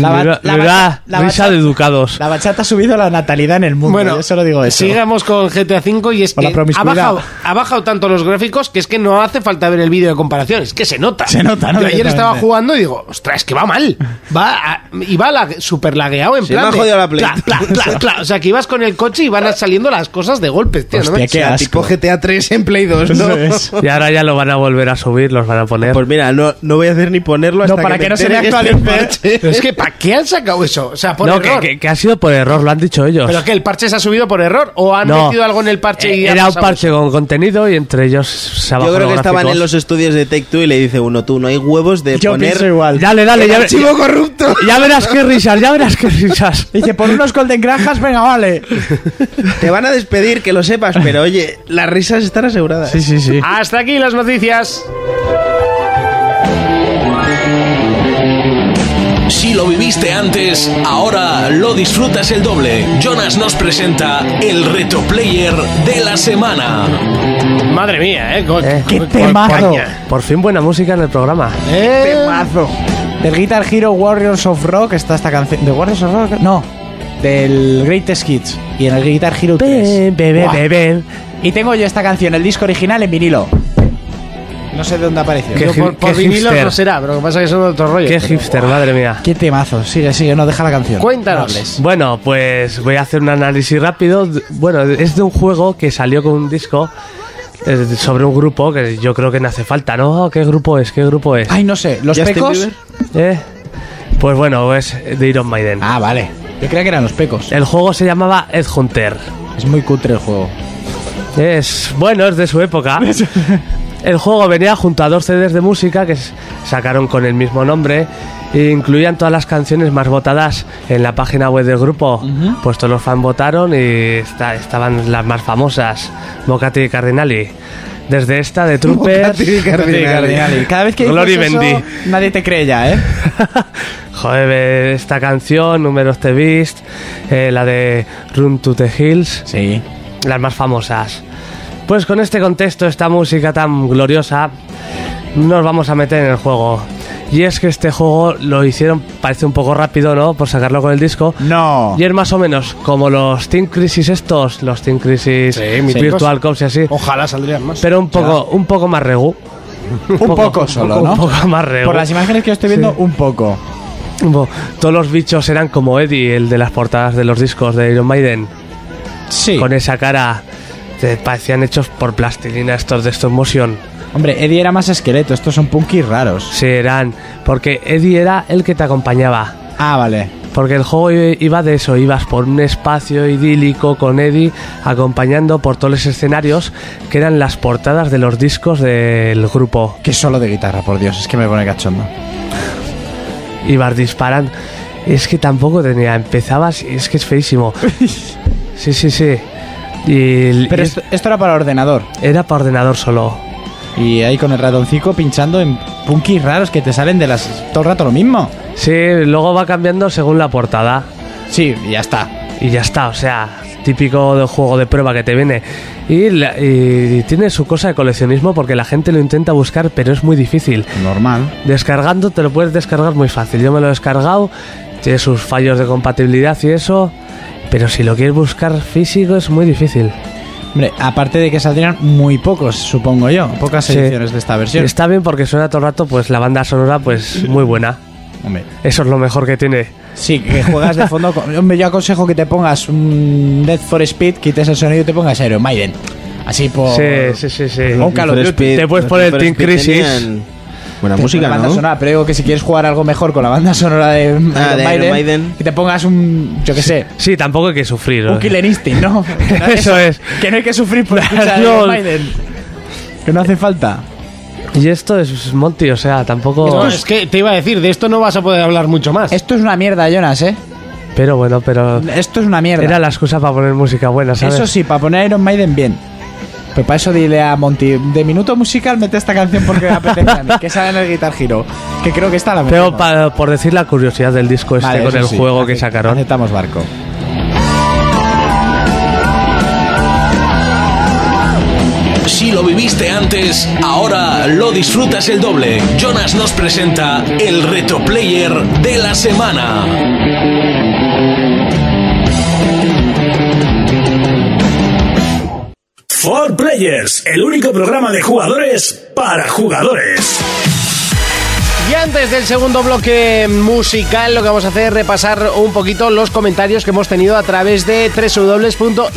Speaker 4: La, ba-
Speaker 6: Mira,
Speaker 4: la
Speaker 6: mira,
Speaker 4: bachata- la
Speaker 6: risa de
Speaker 4: bachata-
Speaker 6: educados.
Speaker 4: la bachata ha subido la natalidad en el mundo.
Speaker 2: Bueno,
Speaker 4: yo solo digo eso.
Speaker 2: Sigamos con GTA V y es
Speaker 4: Por la
Speaker 2: que ha
Speaker 4: promiscuidad.
Speaker 2: bajado, ha bajado tanto los gráficos que es que no hace falta ver el vídeo de comparación, es que se nota.
Speaker 4: Se nota, ¿no?
Speaker 2: Yo ayer
Speaker 4: Directamente.
Speaker 2: estaba jugando y digo, ostras, es que va mal. Va a- y va la, super lagueado en
Speaker 5: Se
Speaker 2: plan.
Speaker 5: me ha
Speaker 2: de
Speaker 5: jodido la Play.
Speaker 2: pla, pla,
Speaker 5: *laughs*
Speaker 2: pla, pla. O sea, que ibas con el coche y van saliendo las cosas de golpes, tío. ¿no?
Speaker 4: Hostia, qué asco.
Speaker 5: Tipo GTA 3 en Play 2,
Speaker 4: *laughs* Eso
Speaker 5: ¿no?
Speaker 4: es.
Speaker 6: Y ahora ya lo van a volver a subir, los van a poner.
Speaker 5: Pues mira, no, no voy a hacer ni ponerlo hasta
Speaker 4: No, para que no se
Speaker 5: me
Speaker 4: le
Speaker 5: entere
Speaker 4: actualice.
Speaker 5: que está en
Speaker 2: Es que, ¿para qué han sacado eso? O sea, por
Speaker 6: no, que,
Speaker 2: error.
Speaker 6: que- que ha sido por error, lo han dicho ellos.
Speaker 2: ¿Pero que el parche se ha subido por error? ¿O han
Speaker 6: No,
Speaker 2: metido algo en el parche y
Speaker 6: eh,
Speaker 2: ha
Speaker 6: Era un
Speaker 2: pasado
Speaker 6: parche con contenido y entre ellos se ha
Speaker 5: Yo
Speaker 6: bajado
Speaker 5: creo que
Speaker 6: los
Speaker 5: estaban
Speaker 6: gráficos.
Speaker 5: en los estudios de Take Two y le dice uno, tú no hay huevos de
Speaker 4: Yo
Speaker 5: poner
Speaker 4: pienso igual.
Speaker 6: Dale, dale, ya,
Speaker 5: archivo corrupto.
Speaker 6: ya verás qué risas, ya verás qué risas.
Speaker 4: Dice, por unos Golden Granjas, venga, vale.
Speaker 5: Te van a despedir, que lo sepas, pero oye, las risas están aseguradas.
Speaker 4: Sí, sí, sí.
Speaker 2: eso? Hasta aquí las noticias.
Speaker 1: Si lo viviste antes, ahora lo disfrutas el doble. Jonas nos presenta el reto player de la semana.
Speaker 2: Madre mía, ¿eh? Con-
Speaker 6: Eh,
Speaker 4: ¡Qué
Speaker 2: con-
Speaker 4: temazo!
Speaker 6: Por fin buena música en el programa.
Speaker 2: Eh,
Speaker 4: Temazo. Del Guitar Hero Warriors of Rock está esta canción. ¿De Warriors of Rock? No. Del Greatest Hits. Y en el Guitar Hero 3.
Speaker 6: Ven, bebé,
Speaker 4: Buah.
Speaker 6: bebé.
Speaker 4: Y tengo yo esta canción, el disco original en vinilo. No sé de dónde apareció.
Speaker 6: Qué
Speaker 2: Yo por,
Speaker 6: hip-
Speaker 2: por
Speaker 6: qué
Speaker 2: vinilos
Speaker 6: hipster.
Speaker 2: no será, pero lo que pasa es que son de otro rollo.
Speaker 6: Qué hipster, madre mía.
Speaker 4: Qué temazo. Sigue, sigue, no deja la canción.
Speaker 2: Cuéntanos.
Speaker 6: Bueno, pues voy a hacer un análisis rápido. Bueno, es de un juego que salió con un disco eh, sobre un grupo que yo creo que no hace falta, ¿no? Oh, ¿Qué grupo es? ¿Qué grupo es?
Speaker 4: Ay, no sé, los
Speaker 5: Justin
Speaker 4: pecos.
Speaker 5: Bieber.
Speaker 6: ¿Eh? Pues bueno, es de Iron Maiden.
Speaker 4: Ah, vale. Yo creía que eran los pecos.
Speaker 6: El juego se llamaba Ed Hunter.
Speaker 4: Es muy cutre el juego.
Speaker 6: Es bueno, es de su
Speaker 4: *laughs*
Speaker 6: época. El juego venía junto a dos CDs de música que s- sacaron con el mismo nombre e incluían todas las canciones más votadas en la página web del grupo. Pues todos los fans votaron y esta- estaban las más famosas, Mocati y Cardinali. Desde
Speaker 4: *laughs*
Speaker 6: esta de Troopers.
Speaker 5: Mocati y Cardinali.
Speaker 4: Cardinali. Cada vez que
Speaker 6: Glory
Speaker 4: dices eso,
Speaker 6: Bendy. *laughs*
Speaker 4: nadie te cree ya, ¿eh?
Speaker 6: Joder, esta canción, números The Beast, eh, la de Run to the Hills.
Speaker 4: Sí.
Speaker 6: las más famosas. Pues con este contexto, esta música tan gloriosa, nos vamos a meter en el juego. Y es que este juego lo hicieron, parece un poco rápido, ¿no? Por sacarlo con el disco.
Speaker 4: No.
Speaker 6: Y es más o menos como los Team Crisis estos, los Team Crisis Virtual Cops y así.
Speaker 2: Ojalá saldrían más.
Speaker 6: Pero un poco, un poco más regu.
Speaker 4: Un poco solo,
Speaker 6: un
Speaker 4: ¿no?
Speaker 6: poco más regu.
Speaker 4: Por las imágenes que yo estoy viendo, un poco.
Speaker 6: Bo- Todos los bichos eran como Eddie, el de las portadas de los discos de Iron Maiden.
Speaker 4: Sí.
Speaker 6: Con esa cara. Te parecían hechos por plastilina estos de stop motion.
Speaker 4: Hombre, Eddie era más esqueleto. Estos son punkis raros.
Speaker 6: Serán, porque Eddie era el que te acompañaba.
Speaker 4: Ah, vale.
Speaker 6: Porque el juego i- iba de eso, ibas por un espacio idílico con Eddie acompañando por todos los escenarios que eran las portadas de los discos del grupo.
Speaker 4: Que solo de guitarra, por Dios. Es que me pone cachondo.
Speaker 6: Ibas disparando. Es que tampoco tenía, empezabas y es que es
Speaker 4: *laughs*
Speaker 6: feísimo. Sí, sí, sí. Y el-
Speaker 4: Pero
Speaker 6: y
Speaker 4: esto, esto era para ordenador.
Speaker 6: era para ordenador solo.
Speaker 4: Y ahí con el ratoncico pinchando en punkis raros que te salen de las. todo el rato lo mismo.
Speaker 6: Sí, luego va cambiando según la portada.
Speaker 4: Sí, y ya está.
Speaker 6: y ya está, o sea, típico de juego de prueba que te viene. Y, la- y tiene su cosa de coleccionismo porque la gente lo intenta buscar, pero es muy difícil.
Speaker 4: Normal.
Speaker 6: Descargando te lo puedes descargar muy fácil. Yo me lo he descargado, tiene sus fallos de compatibilidad y eso, pero si lo quieres buscar físico es muy difícil.
Speaker 4: Hombre, aparte de que saldrían muy pocos, supongo yo. Pocas
Speaker 6: Sí.
Speaker 4: ediciones de esta versión.
Speaker 6: Está bien porque suena todo el rato, pues la banda sonora, pues muy buena.
Speaker 4: Hombre.
Speaker 6: Eso es lo mejor que tiene.
Speaker 4: Sí, que juegas de fondo. con- Hombre, yo aconsejo que te pongas un Dead for Speed, quites el sonido y te pongas Iron Maiden. Así por.
Speaker 6: Sí, sí, sí, sí.
Speaker 4: Oh. Un Call of
Speaker 5: Need for
Speaker 4: Duty.
Speaker 5: Speed-
Speaker 6: Te puedes
Speaker 5: los
Speaker 6: poner
Speaker 5: Need for
Speaker 6: Team
Speaker 5: Speed
Speaker 6: Crisis.
Speaker 5: tenían Buena música,
Speaker 4: banda
Speaker 5: ¿no?
Speaker 4: sonora, pero digo que si quieres jugar algo mejor con la banda sonora de, Iron,
Speaker 5: Ah, de Iron
Speaker 4: Maiden,
Speaker 5: Maiden.
Speaker 4: que te pongas un, yo qué sé,
Speaker 6: Sí, tampoco hay que sufrir. ¿eh?
Speaker 4: un Killer Instinct,
Speaker 6: *laughs*
Speaker 4: ¿no? Que no-
Speaker 6: Eso es.
Speaker 4: Que no hay que sufrir por escuchar
Speaker 6: No.
Speaker 4: Iron Maiden. Que no hace falta.
Speaker 6: Y esto es Monty, o sea, tampoco...
Speaker 2: No, es que te iba a decir, de esto no vas a poder hablar mucho más.
Speaker 4: Esto es una mierda, Jonas, ¿eh?
Speaker 6: Pero bueno, pero.
Speaker 4: Esto es una mierda.
Speaker 6: Era la excusa para poner música buena, ¿sabes?
Speaker 4: Eso sí, para poner Iron Maiden bien. Pero para eso dile a Monty, de minuto musical mete esta canción porque me apetece a mí, que sale en el Guitar Hero, que creo que está la
Speaker 6: Pero
Speaker 4: metemos.
Speaker 6: pa- por decir la curiosidad del disco este
Speaker 4: Vale,
Speaker 6: con
Speaker 4: eso
Speaker 6: el
Speaker 4: sí,
Speaker 6: juego que
Speaker 4: ace-
Speaker 6: sacaron.
Speaker 4: Aceptamos barco.
Speaker 1: Si lo viviste antes, ahora lo disfrutas el doble. Jonas nos presenta el reto player de la semana.
Speaker 11: For Players, el único programa de jugadores para jugadores.
Speaker 2: Y antes del segundo bloque musical, lo que vamos a hacer es repasar un poquito los comentarios que hemos tenido a través de www.ibox.com.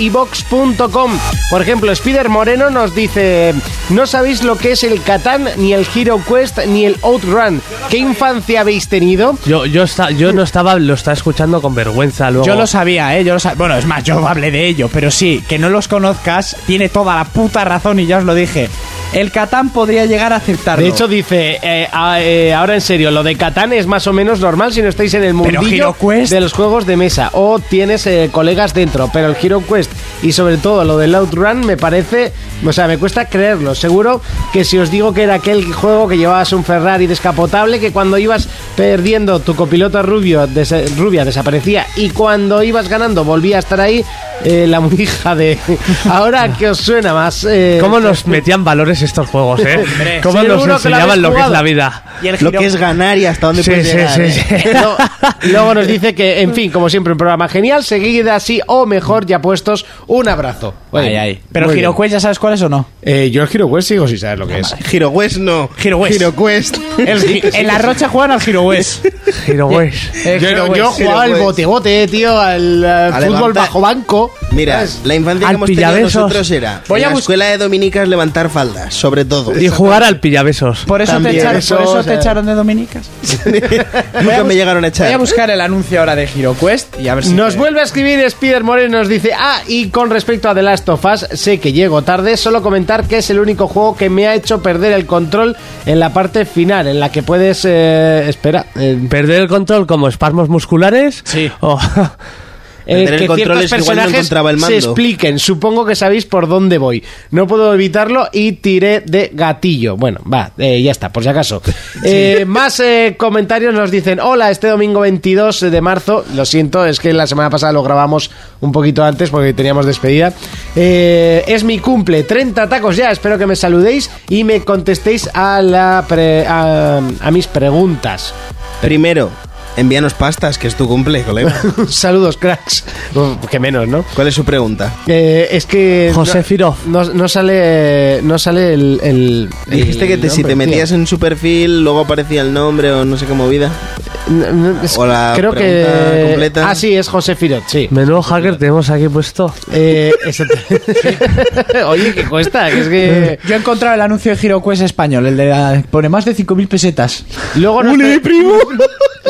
Speaker 2: Por ejemplo, Spider Moreno nos dice: No sabéis lo que es el Catán, ni el Hero Quest, ni el Outrun. ¿Qué infancia habéis tenido?
Speaker 6: Yo, yo, esta- yo no estaba, lo estaba escuchando con vergüenza luego.
Speaker 4: Yo lo sabía, ¿eh? Yo lo sabía. Bueno, es más, yo hablé de ello, pero sí, que no los conozcas tiene toda la puta razón y ya os lo dije. El Catán podría llegar a aceptarlo.
Speaker 2: De hecho, dice: eh, a- eh, Ahora en serio, lo de Catán es más o menos normal si no estáis en el
Speaker 4: Pero
Speaker 2: mundillo
Speaker 4: Hero Quest-
Speaker 2: de los juegos de mesa o tienes eh, colegas dentro. Pero el Hero Quest y sobre todo lo del Outrun me parece, o sea, me cuesta creerlo. Seguro que si os digo que era aquel juego que llevabas un Ferrari descapotable, que cuando ibas perdiendo tu copiloto rubio des- rubia desaparecía y cuando ibas ganando volvía a estar ahí. eh, la muija de *laughs* ahora que os suena más eh,
Speaker 6: ¿Cómo nos metían valores estos juegos, eh?
Speaker 2: Hombre.
Speaker 6: ¿Cómo
Speaker 2: Sí,
Speaker 6: nos
Speaker 2: seguro que lo
Speaker 6: enseñaban
Speaker 2: habéis
Speaker 6: lo que es
Speaker 2: jugado.
Speaker 6: la vida?
Speaker 2: Y el
Speaker 5: Lo
Speaker 2: giro-
Speaker 5: que es ganar y hasta dónde
Speaker 6: Sí,
Speaker 5: puedes
Speaker 6: sí,
Speaker 5: llegar.
Speaker 6: sí,
Speaker 5: ¿eh?
Speaker 6: sí.
Speaker 2: Luego- *laughs* Luego nos dice que, en fin, como siempre, un programa genial. Seguid así, o mejor, ya puestos, un abrazo.
Speaker 4: Ay, ay. Pero
Speaker 2: Hero
Speaker 4: Giroquest, ¿ya sabes cuál es o no?
Speaker 2: Eh, yo el Hero Quest sigo si sabes lo que es.
Speaker 5: Giro West no.
Speaker 4: Giro West. *laughs*
Speaker 5: Giro Quest.
Speaker 4: El- en la Rocha juegan al
Speaker 2: *laughs*
Speaker 4: Giro West.
Speaker 6: Hero West.
Speaker 2: Yo, yo
Speaker 5: Hero
Speaker 2: jugaba al
Speaker 5: Quest.
Speaker 2: bote-bote, tío, al eh, fútbol
Speaker 5: levantar-
Speaker 2: bajo banco.
Speaker 5: Mira, la infancia
Speaker 6: Al
Speaker 5: que hemos tenido
Speaker 6: pillabesos.
Speaker 5: nosotros era
Speaker 2: Voy
Speaker 5: en
Speaker 2: a
Speaker 5: la
Speaker 2: bus-
Speaker 5: escuela de dominicas levantar faldas, sobre todo.
Speaker 6: Y jugar al pillabesos.
Speaker 4: Por eso,
Speaker 5: También,
Speaker 4: te echaron,
Speaker 5: eso,
Speaker 4: por eso
Speaker 5: o sea-
Speaker 4: te echaron de Dominicas.
Speaker 5: *laughs* Nunca
Speaker 4: bus-
Speaker 5: me llegaron a echar.
Speaker 4: Voy a buscar el anuncio ahora de Hero Quest y a ver si.
Speaker 2: Nos
Speaker 4: te-
Speaker 2: vuelve a escribir Spider Moreno, nos dice, ah, y con respecto a The Last of Us, sé que llego tarde, solo comentar que es el único juego que me ha hecho perder el control en la parte final, en la que puedes... eh, espera. eh,
Speaker 6: ¿Perder el control como espasmos musculares?
Speaker 4: Sí.
Speaker 6: O- *laughs*
Speaker 2: Eh,
Speaker 5: Perder el
Speaker 2: que
Speaker 5: control
Speaker 2: ciertos
Speaker 5: es que igual no
Speaker 2: personajes
Speaker 5: encontraba el
Speaker 2: se
Speaker 5: mando.
Speaker 2: expliquen. Supongo que sabéis por dónde voy. No puedo evitarlo y tiré de gatillo. Bueno, va, eh, ya está, por si
Speaker 5: *laughs*
Speaker 2: acaso. Eh, más eh, comentarios nos dicen, hola, este domingo 22 de marzo, lo siento, es que la semana pasada lo grabamos un poquito antes porque teníamos despedida. Eh, es mi cumple, 30 tacos ya, espero que me saludéis y me contestéis a, la pre- a, a mis preguntas. *laughs*
Speaker 5: Primero, envíanos pastas, que es tu cumple,
Speaker 2: *laughs*
Speaker 5: colega.
Speaker 2: Saludos, cracks. Uf, que menos, ¿no?
Speaker 5: ¿Cuál es su pregunta?
Speaker 2: Eh, es que.
Speaker 6: José
Speaker 2: no-
Speaker 6: Firov.
Speaker 2: No, no sale. No sale el. el-
Speaker 5: Dijiste
Speaker 2: el
Speaker 5: que te- si
Speaker 2: nombre,
Speaker 5: te metías
Speaker 2: tío.
Speaker 5: en su perfil, luego aparecía el nombre o no sé qué movida.
Speaker 2: No, no, es-
Speaker 5: o la
Speaker 2: creo
Speaker 5: pregunta
Speaker 2: que.
Speaker 5: completa.
Speaker 2: Ah, sí, es José Firot, sí.
Speaker 6: Menudo hacker tenemos aquí puesto.
Speaker 2: Eh, exacto. *laughs* Oye, ¿qué cuesta? Que es que.
Speaker 4: Yo he encontrado el anuncio de Hero Quest español, el de la- pone más de 5.000 pesetas.
Speaker 2: Luego nos. primo!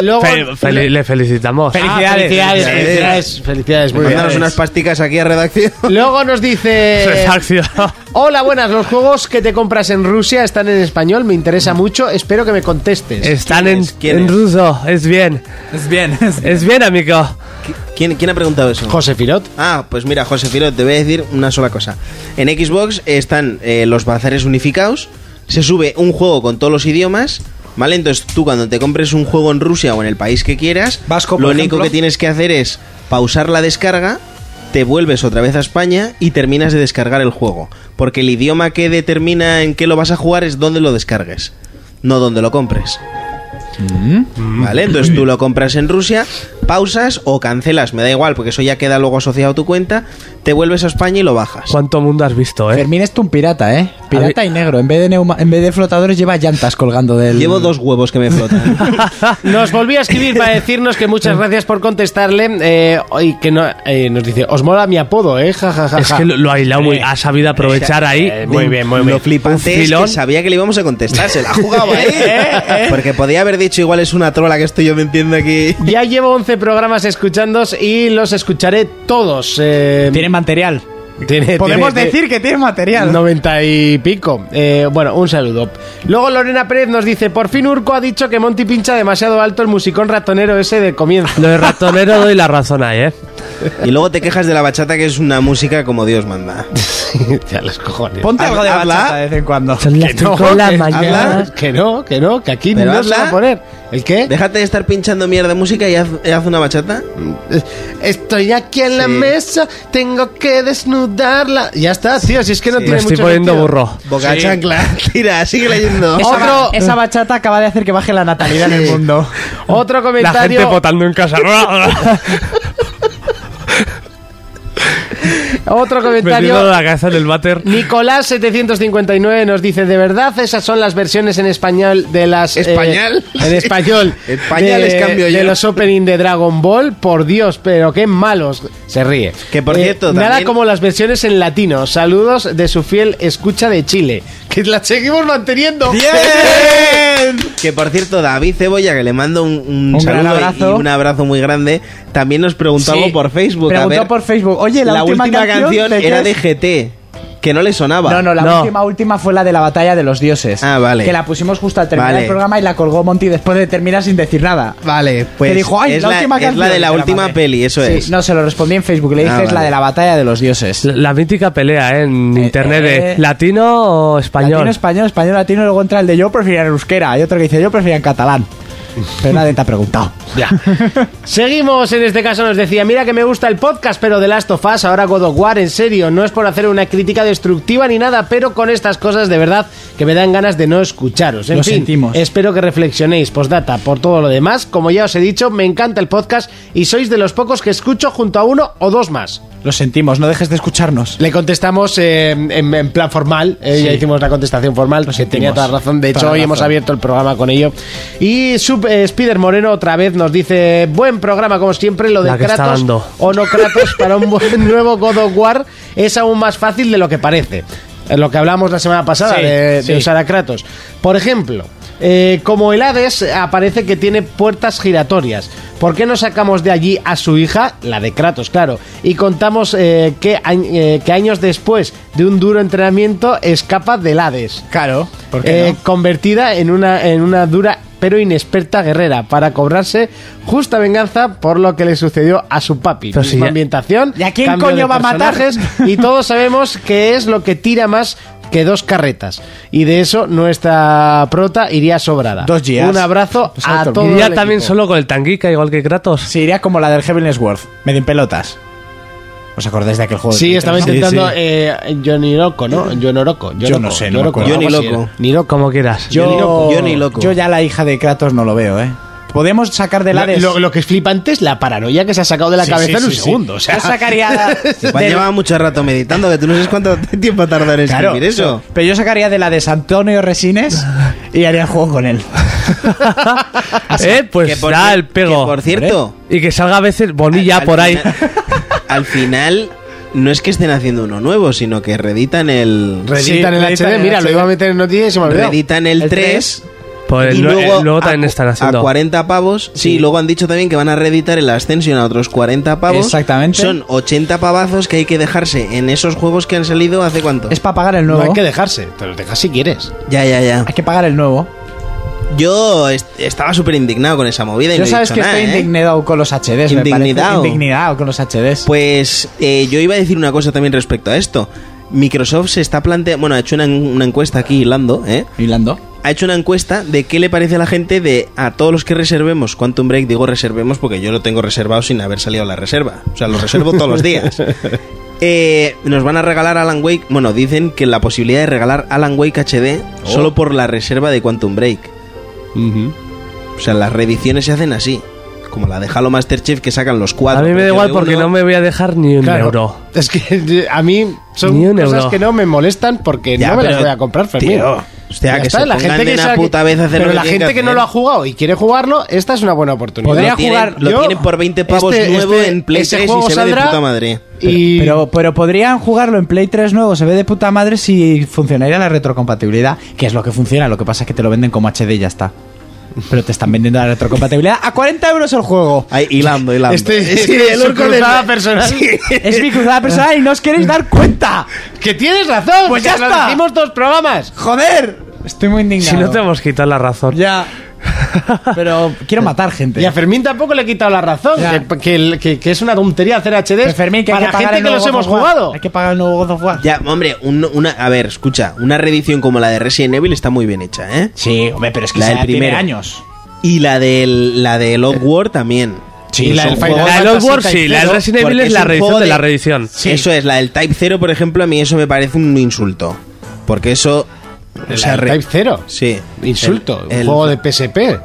Speaker 2: Luego.
Speaker 6: Fel- fel- le felicitamos.
Speaker 2: Ah, felicidades,
Speaker 4: Felicidades.
Speaker 2: felicidades, felicidades, muy bien.
Speaker 5: Mándanos unas pasticas aquí a redacción. *laughs*
Speaker 2: Luego nos dice.
Speaker 6: Refacción.
Speaker 2: Hola, buenas. Los juegos que te compras en Rusia están en español. Me interesa mucho. Espero que me contestes.
Speaker 6: Están en,
Speaker 5: es? ¿Quién
Speaker 6: en
Speaker 5: es?
Speaker 6: ruso. Es bien.
Speaker 4: Es bien.
Speaker 6: Es bien, amigo.
Speaker 5: ¿Quién, quién ha preguntado eso?
Speaker 2: José Firot.
Speaker 5: Ah, pues mira, José Firo, te voy a decir una sola cosa. En Xbox están eh, los bazares unificados, se sube un juego con todos los idiomas, ¿vale? Entonces tú cuando te compres un juego en Rusia o en el país que quieras,
Speaker 4: Vasco, por
Speaker 5: lo único
Speaker 4: ejemplo.
Speaker 5: que tienes que hacer es pausar la descarga, te vuelves otra vez a España y terminas de descargar el juego. Porque el idioma que determina en qué lo vas a jugar es dónde lo descargues, no dónde lo compres. ¿Vale? Entonces tú lo compras en Rusia, pausas o cancelas, me da igual, porque eso ya queda luego asociado a tu cuenta, te vuelves a España y lo bajas.
Speaker 6: ¿Cuánto mundo has visto, eh?
Speaker 4: Fermín es un pirata, ¿eh? Pirata y negro. En vez, de neuma- en vez de flotadores lleva llantas colgando del...
Speaker 5: Llevo dos huevos que me flotan.
Speaker 2: Nos volvió a escribir para decirnos que muchas gracias por contestarle eh, y que no, eh, nos dice, os mola mi apodo, ¿eh? Ja, ja, ja,
Speaker 6: Es
Speaker 2: ja".
Speaker 6: que lo, lo ha hilado muy. Ha sabido aprovechar ahí.
Speaker 2: Eh, *laughs*
Speaker 5: *laughs*
Speaker 2: muy bien, muy
Speaker 5: Lo
Speaker 2: bien.
Speaker 5: flipante es que
Speaker 6: filón.
Speaker 5: sabía que le íbamos a contestar, se la jugaba
Speaker 2: *laughs*
Speaker 5: ¿eh? Porque podía haber dicho, igual es una trola que estoy yo metiendo aquí. *laughs*
Speaker 2: Ya llevo 11 programas escuchándos y los escucharé todos. eh,
Speaker 4: Tiene material.
Speaker 2: Tiene-
Speaker 4: Podemos
Speaker 2: tiene-
Speaker 4: decir que tiene material.
Speaker 2: 90 y pico. Eh, bueno, un saludo. Luego Lorena Pérez nos dice, por fin Urco ha dicho que Monty pincha demasiado alto el musicón ratonero ese de comienzo. *laughs*
Speaker 6: Lo de ratonero doy la razón ahí, ¿eh?
Speaker 5: Y luego te quejas de la bachata, que es una música como
Speaker 2: *laughs*
Speaker 5: Dios manda.
Speaker 2: ya los cojones.
Speaker 4: Ponte
Speaker 5: Haz-
Speaker 4: algo de
Speaker 5: hazla.
Speaker 4: bachata de vez en cuando.
Speaker 5: Que no, que- hazla.
Speaker 2: Que no, que no, que aquí
Speaker 5: Pero
Speaker 2: no se
Speaker 5: hazla.
Speaker 2: va a poner. ¿El qué?
Speaker 5: Déjate de estar pinchando mierda de música y haz, y haz una bachata.
Speaker 2: Estoy aquí en la
Speaker 5: Sí.
Speaker 2: mesa, tengo que desnudarla. Ya está, tío, si es que no
Speaker 6: Me
Speaker 2: tiene mucho
Speaker 6: estoy poniendo
Speaker 2: sentido.
Speaker 6: burro.
Speaker 5: Boca
Speaker 2: Sí.
Speaker 5: chancla. *laughs* Tira, sigue leyendo.
Speaker 4: Esa,
Speaker 2: Otro-
Speaker 4: ba- esa bachata acaba de hacer que baje la natalidad en el mundo.
Speaker 2: Otro
Speaker 6: La
Speaker 2: comentario.
Speaker 6: gente votando en casa.
Speaker 2: Otro comentario.
Speaker 6: Metiendo la cabeza en el váter.
Speaker 2: Nicolás 759 nos dice, ¿de verdad esas son las versiones en español de las... eh,
Speaker 5: ¿Español?
Speaker 2: en español.
Speaker 5: *laughs* Español
Speaker 2: de,
Speaker 5: les cambio yo.
Speaker 2: De los opening de Dragon Ball, por Dios, pero qué malos. Se ríe. Eh,
Speaker 5: Que, por cierto,
Speaker 2: Nada
Speaker 5: también-
Speaker 2: como las versiones en latino. Saludos de su fiel escucha de Chile. Que la seguimos manteniendo.
Speaker 5: Que por cierto, David Cebolla, que le mando un, un
Speaker 4: Un gran
Speaker 5: saludo
Speaker 4: abrazo.
Speaker 5: y un abrazo muy grande, también nos preguntó
Speaker 4: Sí.
Speaker 5: algo por Facebook. a
Speaker 4: Preguntó
Speaker 5: ver,
Speaker 4: por Facebook. Oye, la,
Speaker 5: la, última, canción,
Speaker 4: de
Speaker 5: era
Speaker 4: qué
Speaker 5: de
Speaker 4: es?".
Speaker 5: GT, que no le sonaba.
Speaker 4: No, no, la
Speaker 6: No.
Speaker 4: última última fue la de la batalla de los dioses.
Speaker 5: Ah, vale.
Speaker 4: Que la pusimos justo al terminar
Speaker 5: Vale.
Speaker 4: el programa y la colgó Monty después de terminar sin decir nada.
Speaker 5: Vale, pues
Speaker 4: Que dijo, "Ay,
Speaker 5: es,
Speaker 4: la
Speaker 5: la,
Speaker 4: última
Speaker 5: es la
Speaker 4: canción".
Speaker 5: de la
Speaker 4: Te la
Speaker 5: última
Speaker 4: mandé.
Speaker 5: peli, eso
Speaker 4: Sí,
Speaker 5: es.
Speaker 4: no, se lo respondí en Facebook. Le dije,
Speaker 5: Ah,
Speaker 4: es la
Speaker 5: vale.
Speaker 4: de la batalla de los dioses.
Speaker 6: La mítica pelea ¿eh? en internet de
Speaker 4: eh.
Speaker 6: latino o español.
Speaker 4: Latino, español, español, latino. Luego entra el de yo prefería en euskera. Y otro que dice, yo prefería en catalán. Pero nadie te ha preguntado.
Speaker 2: Ya. Seguimos, en este caso nos decía, mira que me gusta el podcast, pero de Last of Us, ahora God of War, en serio, no es por hacer una crítica destructiva ni nada, pero con estas cosas de verdad que me dan ganas de no escucharos. En
Speaker 4: Lo
Speaker 2: fin,
Speaker 4: sentimos.
Speaker 2: espero que reflexionéis, postdata, por todo lo demás, como ya os he dicho, me encanta el podcast y sois de los pocos que escucho junto a uno o dos más.
Speaker 4: Lo sentimos, no dejes de escucharnos.
Speaker 2: Le contestamos eh, en, en plan formal, eh, ya hicimos la contestación formal, que tenía toda la razón. De hecho,
Speaker 4: Toda la
Speaker 2: hoy
Speaker 4: razón.
Speaker 2: hemos abierto el programa con ello. Y Sub, eh, Spider Moreno otra vez nos dice: Buen programa, como siempre, lo de
Speaker 6: La que está
Speaker 2: Kratos
Speaker 6: dando.
Speaker 2: o no Kratos para un buen *laughs* nuevo God of War es aún más fácil de lo que parece. Es lo que hablamos la semana pasada
Speaker 4: Sí,
Speaker 2: de, de
Speaker 4: sí.
Speaker 2: usar a Kratos. Por ejemplo, eh, como el Hades aparece que tiene puertas giratorias, ¿por qué no sacamos de allí a su hija, la de Kratos, claro, y contamos eh, que, a- eh, que años después de un duro entrenamiento escapa del Hades?
Speaker 4: Claro,
Speaker 2: Eh, convertida en una, en una dura pero inexperta guerrera para cobrarse justa venganza por lo que le sucedió a su papi.
Speaker 6: Pero si
Speaker 2: Misma
Speaker 6: ya-
Speaker 2: ambientación.
Speaker 4: ¿Y a quién
Speaker 2: cambio
Speaker 4: coño
Speaker 2: de
Speaker 4: va a matar?
Speaker 2: personajes,
Speaker 4: *laughs*
Speaker 2: Y todos sabemos que es lo que tira más que dos carretas. Y de eso nuestra prota iría sobrada.
Speaker 4: Dos Gs.
Speaker 2: Un abrazo
Speaker 4: Pues
Speaker 2: a
Speaker 4: otro.
Speaker 2: todos.
Speaker 6: Iría también solo con el tanguica, igual que Kratos.
Speaker 4: Sí, iría como la del Heavenless World, medio en pelotas. ¿Os acordáis de aquel juego? de
Speaker 2: Sí,
Speaker 4: Play
Speaker 2: estaba
Speaker 4: 3?
Speaker 2: intentando
Speaker 4: Sí, sí.
Speaker 2: eh, Johnny Loco, ¿no? Johnny Oroco.
Speaker 4: Yo no sé, no me acuerdo.
Speaker 5: Johnny
Speaker 2: algo así
Speaker 5: Loco.
Speaker 2: era. Ni Loco.
Speaker 6: Como quieras.
Speaker 5: Yo ni
Speaker 4: Yo,
Speaker 5: loco.
Speaker 2: eh,
Speaker 5: Yo ni loco.
Speaker 4: yo ya la hija de Kratos no lo veo, ¿eh? Podemos sacar de la
Speaker 2: Lo, lo que es flipante es la paranoia que se ha sacado de la
Speaker 4: Sí,
Speaker 2: cabeza
Speaker 4: sí,
Speaker 2: en un
Speaker 4: sí, sí.
Speaker 2: segundo. O sea, *laughs*
Speaker 4: Yo sacaría
Speaker 5: Juan
Speaker 4: del-
Speaker 5: llevaba mucho rato meditando, que tú no sabes cuánto tiempo ha tardado en escribir
Speaker 4: Claro,
Speaker 5: eso.
Speaker 4: Pero yo sacaría de la de San
Speaker 2: *laughs*
Speaker 4: Antonio Resines y haría el juego con él.
Speaker 6: eh,
Speaker 5: Que
Speaker 6: pues
Speaker 5: por
Speaker 6: da
Speaker 5: cier-
Speaker 6: el pego.
Speaker 5: que por cierto-
Speaker 6: Y que salga a veces Bonilla
Speaker 5: Al- al
Speaker 6: por ahí.
Speaker 5: final- al final, no es que estén haciendo uno nuevo, sino que reeditan el.
Speaker 2: Reeditan
Speaker 4: Sí,
Speaker 2: el
Speaker 4: reeditan
Speaker 2: HD,
Speaker 4: el
Speaker 2: mira, lo
Speaker 4: HD.
Speaker 2: iba a meter en noticias y se me olvidó.
Speaker 5: reeditan el, 3.
Speaker 6: *laughs* Por el-
Speaker 5: y luego,
Speaker 6: el- luego
Speaker 5: a
Speaker 6: también
Speaker 5: cu-
Speaker 6: están
Speaker 5: A
Speaker 6: haciendo.
Speaker 5: 40 pavos. Sí, y luego han dicho también que van a reeditar el Ascension a otros 40 pavos.
Speaker 4: Exactamente.
Speaker 5: Son 80 pavazos que hay que dejarse en esos juegos que han salido hace cuánto.
Speaker 4: Es para pagar el
Speaker 2: No
Speaker 4: nuevo.
Speaker 2: hay que dejarse, te lo dejas si quieres.
Speaker 5: Ya, ya, ya.
Speaker 4: Hay que pagar el nuevo.
Speaker 5: Yo est- estaba súper indignado con esa movida. y
Speaker 4: Yo
Speaker 5: no he
Speaker 4: sabes
Speaker 5: dicho
Speaker 4: que
Speaker 5: nada,
Speaker 4: estoy
Speaker 5: ¿eh?
Speaker 4: indignado con los HDs,
Speaker 5: Indignidao.
Speaker 4: me parece. Indignado con los HDs.
Speaker 5: Pues eh, yo iba a decir una cosa también respecto a esto. Microsoft se está planteando. Bueno, ha hecho una, una encuesta aquí hilando, ¿eh?
Speaker 4: Hilando.
Speaker 5: ha hecho una encuesta de qué le parece a la gente de a todos los que reservemos Quantum Break, digo reservemos porque yo lo tengo reservado sin haber salido a la reserva. O sea, lo reservo todos los
Speaker 6: *laughs*
Speaker 5: días. Eh, nos van a regalar Alan Wake. Bueno, dicen que la posibilidad de regalar Alan Wake HD
Speaker 6: Oh.
Speaker 5: solo por la reserva de Quantum Break. O sea, las reediciones se hacen así. Como la de Halo Master Chief que sacan los
Speaker 6: a
Speaker 5: cuatro.
Speaker 6: mí me da
Speaker 5: precios
Speaker 6: igual
Speaker 5: de
Speaker 6: porque
Speaker 5: uno.
Speaker 6: no me voy a dejar ni un euro.
Speaker 2: Es que *laughs* a mí son
Speaker 6: Ni un
Speaker 2: cosas
Speaker 6: euro.
Speaker 2: que no me molestan porque
Speaker 5: Ya,
Speaker 2: no me las
Speaker 5: pero,
Speaker 2: voy a comprar, Fermín.
Speaker 5: tío, hostia,
Speaker 2: Ya
Speaker 5: que
Speaker 2: está,
Speaker 5: se pongan de una
Speaker 2: sabe
Speaker 5: puta vez a hacer
Speaker 2: Pero
Speaker 5: lo que
Speaker 2: la
Speaker 5: tienen
Speaker 2: gente
Speaker 5: que
Speaker 2: que no
Speaker 5: hacer.
Speaker 2: lo ha jugado y quiere jugarlo, esta es una buena oportunidad.
Speaker 4: Podría
Speaker 5: Lo tienen-
Speaker 4: jugar
Speaker 5: lo
Speaker 2: yo-
Speaker 5: tienen por 20 pavos
Speaker 2: este-
Speaker 5: nuevo
Speaker 2: este-
Speaker 5: en Play
Speaker 2: ese
Speaker 5: 3 y
Speaker 2: juego
Speaker 5: se ve de
Speaker 2: saldrá
Speaker 5: puta madre.
Speaker 2: Y
Speaker 4: Pero, pero podrían jugarlo en Play 3 nuevo, se ve de puta madre si funcionaría la retrocompatibilidad, que es lo que funciona, lo que pasa es que te lo venden como HD y ya está. Pero te están vendiendo la retrocompatibilidad a 40 euros el juego. *laughs*
Speaker 5: Ahí, hilando, hilando.
Speaker 2: Este- es que es su cruzada personal.
Speaker 4: es mi cruzada personal y no os queréis dar cuenta.
Speaker 2: ¡Que tienes razón!
Speaker 4: Pues ya
Speaker 2: que lo
Speaker 4: está.
Speaker 2: decimos dos programas.
Speaker 4: ¡Joder! Estoy muy indignado.
Speaker 6: Si no te hemos quitado la razón.
Speaker 4: Ya. Pero quiero matar gente.
Speaker 2: Y a Fermín tampoco le he quitado la razón.
Speaker 4: Ya.
Speaker 2: Que, que el- que- que es una tontería hacer HD
Speaker 4: Pero, Fermín, que hay
Speaker 2: para
Speaker 4: que pagar
Speaker 2: gente
Speaker 4: el
Speaker 2: que
Speaker 4: nuevo
Speaker 2: los
Speaker 4: God
Speaker 2: hemos
Speaker 4: of War.
Speaker 2: jugado.
Speaker 4: Hay que pagar el nuevo God of War.
Speaker 5: Ya, hombre, un- una, a ver, escucha, una reedición como la de Resident Evil está muy bien hecha, ¿eh?
Speaker 4: Sí, hombre, pero es que
Speaker 5: La
Speaker 4: la
Speaker 5: del primero.
Speaker 4: años.
Speaker 5: Y la del, la del Odd War también.
Speaker 4: Sí, la
Speaker 5: Son
Speaker 4: del
Speaker 5: juegos-
Speaker 4: Final
Speaker 6: La de Lord War sí, la de Resident Evil
Speaker 5: porque
Speaker 6: es la
Speaker 5: un
Speaker 6: reedición
Speaker 5: juego
Speaker 6: de la reedición.
Speaker 5: Eso es, la del Type 0, por ejemplo, a mí eso me parece un insulto. Porque eso.
Speaker 2: O
Speaker 5: o sea, re-
Speaker 2: Type 0.
Speaker 5: Sí.
Speaker 2: Insulto.
Speaker 5: El-
Speaker 2: un
Speaker 5: el-
Speaker 2: juego de PSP.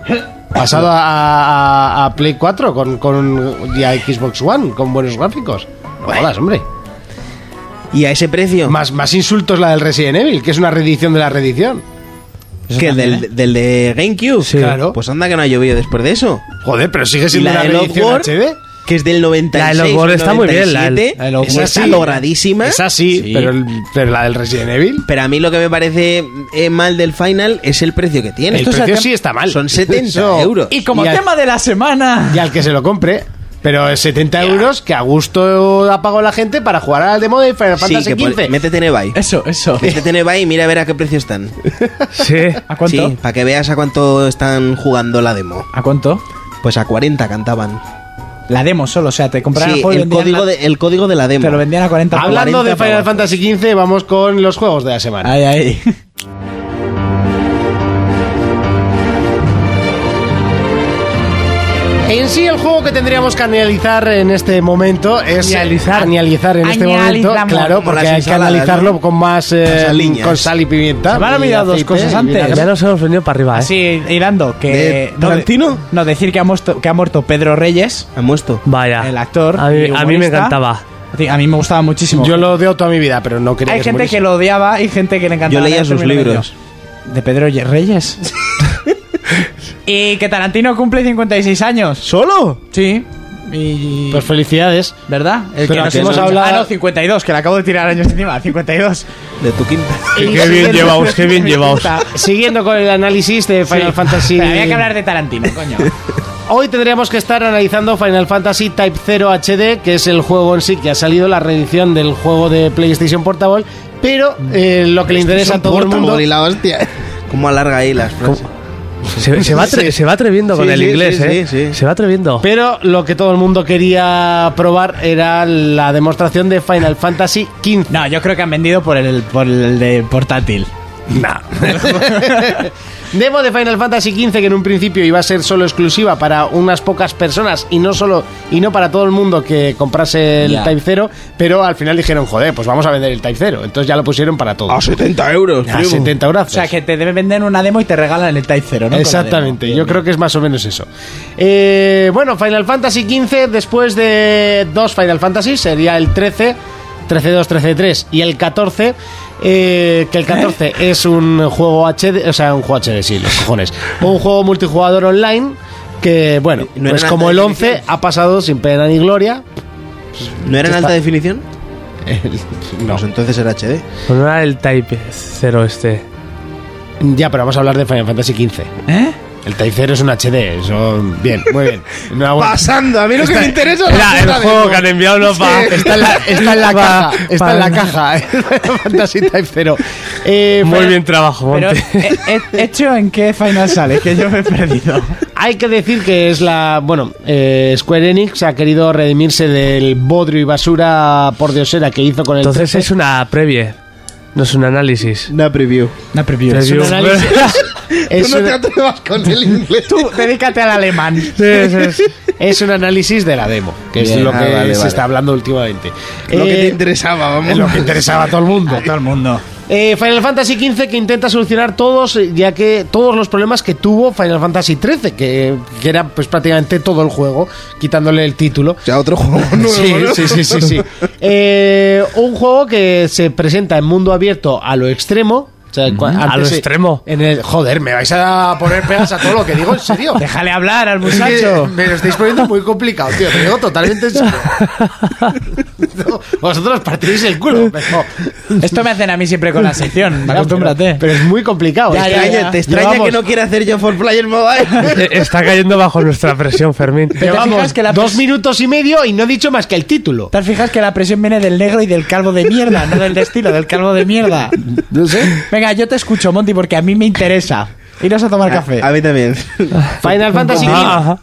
Speaker 2: Pasado a, a- a Play 4 con, con y a Xbox One con buenos gráficos. No
Speaker 5: Bueno.
Speaker 2: jodas, hombre.
Speaker 5: Y a ese precio.
Speaker 2: Más, más insultos la del Resident Evil, que es una reedición de la reedición.
Speaker 5: que el del, del de GameCube.
Speaker 6: Sí.
Speaker 2: Claro.
Speaker 5: Pues anda que no ha llovido después de eso.
Speaker 2: Joder, pero sigue
Speaker 5: Y
Speaker 2: siendo
Speaker 5: la
Speaker 2: una
Speaker 5: del Odd
Speaker 2: reedición
Speaker 5: War,
Speaker 2: HD.
Speaker 5: que es del 96.
Speaker 6: La del Odd War está muy bien, la del-
Speaker 5: 97,
Speaker 4: la del Odd
Speaker 5: esa
Speaker 4: War
Speaker 5: está
Speaker 4: sí.
Speaker 5: logradísima.
Speaker 2: Es así,
Speaker 4: Sí.
Speaker 2: pero, el- pero la del Resident Evil.
Speaker 5: Pero a mí lo que me parece eh, mal del final es el precio que tiene.
Speaker 2: El
Speaker 5: Esto es
Speaker 2: precio
Speaker 5: al-
Speaker 2: sí está mal.
Speaker 5: Son 70
Speaker 2: Eso-
Speaker 5: euros.
Speaker 4: Y como
Speaker 2: Y al-
Speaker 4: tema de la semana.
Speaker 2: Y al que se lo compre. Pero 70 euros que a gusto ha pagado la gente para jugar al demo de Final
Speaker 5: sí,
Speaker 2: Fantasy
Speaker 5: que por-
Speaker 2: XV.
Speaker 5: métete en eBay.
Speaker 4: Eso, eso.
Speaker 5: Métete en eBay y mira a ver a qué precio están.
Speaker 6: Sí.
Speaker 4: ¿A cuánto?
Speaker 5: Sí, para que veas a cuánto están jugando la demo.
Speaker 4: ¿A cuánto?
Speaker 5: Pues a 40 cantaban.
Speaker 4: La demo solo, o sea, te compraron
Speaker 5: Sí,
Speaker 4: el juego y
Speaker 5: el
Speaker 4: vendían
Speaker 5: código,
Speaker 4: la-
Speaker 5: de, el código de la demo.
Speaker 4: te lo vendían a 40 por
Speaker 2: Hablando
Speaker 4: 40
Speaker 2: de Final
Speaker 4: pavos.
Speaker 2: Fantasy XV, vamos con los juegos de la semana.
Speaker 4: Ay,
Speaker 5: *laughs*
Speaker 4: ay.
Speaker 2: En sí, el juego que tendríamos que analizar en este momento es.
Speaker 6: Analizar.
Speaker 2: Analizar en este momento.
Speaker 4: Analizamos.
Speaker 2: Claro,
Speaker 5: Con
Speaker 2: porque
Speaker 5: las
Speaker 2: hay que
Speaker 5: ensaladas,
Speaker 2: analizarlo
Speaker 5: ¿no?
Speaker 2: con más. eh,
Speaker 5: Con saliñas.
Speaker 2: con sal y pimienta.
Speaker 4: Se me han
Speaker 2: y
Speaker 4: olvidado dos
Speaker 2: aceite
Speaker 4: cosas
Speaker 2: y vinagre.
Speaker 4: antes.
Speaker 6: Ya nos hemos venido para arriba, ¿eh?
Speaker 4: Así, y dando que.
Speaker 5: ¿De Tarantino?
Speaker 4: No, decir que ha, muerto, que ha muerto Pedro Reyes,
Speaker 5: ¿Han muerto?
Speaker 6: Vaya.
Speaker 4: el actor.
Speaker 6: A mí,
Speaker 4: y
Speaker 6: a mí me
Speaker 4: humorista.
Speaker 6: encantaba.
Speaker 4: Sí, A mí me gustaba muchísimo.
Speaker 2: Yo lo deo toda mi vida, pero no creo
Speaker 4: Hay gente que lo odiaba y gente que le encantaba.
Speaker 5: Yo leía
Speaker 4: Era el
Speaker 5: sus
Speaker 4: término
Speaker 5: libros.
Speaker 4: medio. ¿De Pedro Ye- Reyes?
Speaker 5: *laughs*
Speaker 4: y que Tarantino cumple 56 años.
Speaker 5: ¿Solo?
Speaker 4: Sí. Y...
Speaker 2: Pues felicidades.
Speaker 4: ¿Verdad? El
Speaker 2: Pero
Speaker 4: nos
Speaker 2: que
Speaker 4: hemos
Speaker 2: no-
Speaker 4: hablado... Ah,
Speaker 2: Ah,
Speaker 4: no, *laughs*
Speaker 2: no,
Speaker 4: 52, que le acabo de tirar años encima. 52.
Speaker 5: De tu quinta.
Speaker 6: Qué bien llevaos, qué bien llevaos.
Speaker 2: Siguiendo con el análisis de Final Fantasy.
Speaker 4: Pero había que hablar de Tarantino, coño.
Speaker 2: Hoy tendríamos que estar analizando Final Fantasy Type 0 HD, que es el juego en sí que ha salido, la reedición del juego de PlayStation Portable, pero eh, lo que le interesa a todo el mundo...
Speaker 5: Y la hostia. ¿Cómo alarga ahí las frases?
Speaker 6: Se, se va, atre- se va atreviendo con
Speaker 5: Sí,
Speaker 6: el
Speaker 5: sí,
Speaker 6: inglés,
Speaker 5: sí,
Speaker 6: ¿eh?
Speaker 5: sí, sí.
Speaker 6: Se va atreviendo.
Speaker 2: Pero lo que todo el mundo quería probar era la demostración de Final Fantasy XV.
Speaker 4: No, yo creo que han vendido por el, por el de portátil.
Speaker 2: Demo de Final Fantasy XV que en un principio iba a ser solo exclusiva para unas pocas personas y no solo y no para todo el mundo que comprase el
Speaker 4: Ya.
Speaker 2: Type 0, pero al final dijeron, joder, pues vamos a vender el Type 0. Entonces ya lo pusieron para todos.
Speaker 5: A 70 euros.
Speaker 2: A 70 euros.
Speaker 4: O sea, que te deben vender una demo y te regalan el Type 0, ¿no?
Speaker 2: Exactamente, yo creo que es más o menos eso. Eh, bueno, Final Fantasy XV, después de dos Final Fantasy, sería el 13, 13-2, 13-3 y el 14. eh, que el
Speaker 5: *laughs*
Speaker 2: 14 es un juego HD, o sea, un juego HD, sí, los cojones. Un juego multijugador online que, bueno,
Speaker 5: ¿No era
Speaker 2: pues
Speaker 5: en
Speaker 2: como
Speaker 5: alta
Speaker 2: el
Speaker 5: definición?
Speaker 2: 11 ha pasado sin pena ni gloria.
Speaker 5: ¿No era en
Speaker 2: Ya
Speaker 5: alta
Speaker 2: está.
Speaker 5: definición?
Speaker 2: No.
Speaker 5: Pues entonces era HD.
Speaker 6: Pues no era el Type 0 este.
Speaker 2: Ya, pero vamos a hablar de Final Fantasy XV.
Speaker 4: ¿Eh?
Speaker 2: El Type 0 es un HD, eso. Bien, muy
Speaker 5: *laughs*
Speaker 2: bien. Enhorabuena.
Speaker 5: Pasando, a mí lo que me interesa
Speaker 6: Era el juego que han enviado no pa-
Speaker 2: *laughs* Está en la, está
Speaker 6: *laughs*
Speaker 2: en la
Speaker 6: pa-
Speaker 2: caja. Está en
Speaker 6: pa-
Speaker 2: la caja. ¿eh? *laughs* Fantasy Type 0. Eh,
Speaker 6: Muy
Speaker 2: Final-
Speaker 6: bien trabajo,
Speaker 4: Pero,
Speaker 5: *laughs*
Speaker 6: Monte.
Speaker 4: ¿he- he- ¿Eh? ¿hecho en qué final sale? Que yo me he perdido.
Speaker 2: Hay que decir que es la. Bueno, eh, Square Enix ha querido redimirse del bodrio y basura por diosera que hizo con el.
Speaker 6: Entonces
Speaker 2: 13.
Speaker 6: es una previa, no es un análisis.
Speaker 5: Una preview.
Speaker 4: Una preview.
Speaker 2: Es un
Speaker 6: preview. *laughs*
Speaker 2: análisis. es un-
Speaker 5: atrevas
Speaker 2: *laughs*
Speaker 5: con el inglés.
Speaker 4: Tú, dedícate al alemán. *laughs*
Speaker 2: es un análisis de la demo, que es
Speaker 5: Bien,
Speaker 2: lo que
Speaker 5: ah, vale,
Speaker 2: se
Speaker 5: vale.
Speaker 2: está hablando últimamente.
Speaker 5: Lo que te
Speaker 2: Eh,
Speaker 5: interesaba, vamos.
Speaker 2: es lo que interesaba a todo el mundo.
Speaker 4: A todo el mundo.
Speaker 2: Eh, Final Fantasy XV que intenta solucionar todos, eh, ya que todos los problemas que tuvo Final Fantasy XIII, que, que era pues prácticamente todo el juego, quitándole el título.
Speaker 5: O sea, otro juego *laughs*
Speaker 2: *laughs*
Speaker 5: nuevo.
Speaker 2: Sí,
Speaker 5: ¿no?
Speaker 2: sí, sí, sí, sí. Eh, un juego que se presenta en mundo abierto a lo extremo, O sea, cua-
Speaker 6: A
Speaker 2: antes
Speaker 6: lo
Speaker 2: sí,
Speaker 6: extremo.
Speaker 2: En el, joder, me vais a poner pegas a todo lo que digo, en serio.
Speaker 4: Déjale hablar al
Speaker 2: Es que
Speaker 4: muchacho.
Speaker 2: Me lo estáis poniendo muy complicado, tío. Te digo totalmente en serio. No, vosotros partidéis el culo. pero-
Speaker 4: Esto me hacen a mí siempre con
Speaker 2: *laughs*
Speaker 4: la sección.
Speaker 2: Ya,
Speaker 4: Acostúmbrate.
Speaker 2: Pero es muy complicado.
Speaker 4: Ya,
Speaker 2: es que-
Speaker 4: ya,
Speaker 5: Extraña-
Speaker 4: ya.
Speaker 5: Te extraña
Speaker 2: Llevamos-
Speaker 5: que no quiera hacer yo for player mobile.
Speaker 6: Eh, Está cayendo bajo nuestra presión, Fermín.
Speaker 4: ¿Te
Speaker 2: Llevamos
Speaker 4: fijas que la
Speaker 2: dos
Speaker 4: pres-
Speaker 2: minutos y medio y no he dicho más que el título.
Speaker 4: ¿Te has fijado que la presión viene del negro y del calvo de mierda? No del destino, del calvo de mierda.
Speaker 2: No sé.
Speaker 4: Venga, yo te escucho, Monty, porque a mí me interesa. Iros a tomar café.
Speaker 5: A, a
Speaker 2: *laughs*
Speaker 5: mí también.
Speaker 2: Final Fantasy XV.
Speaker 6: Ah,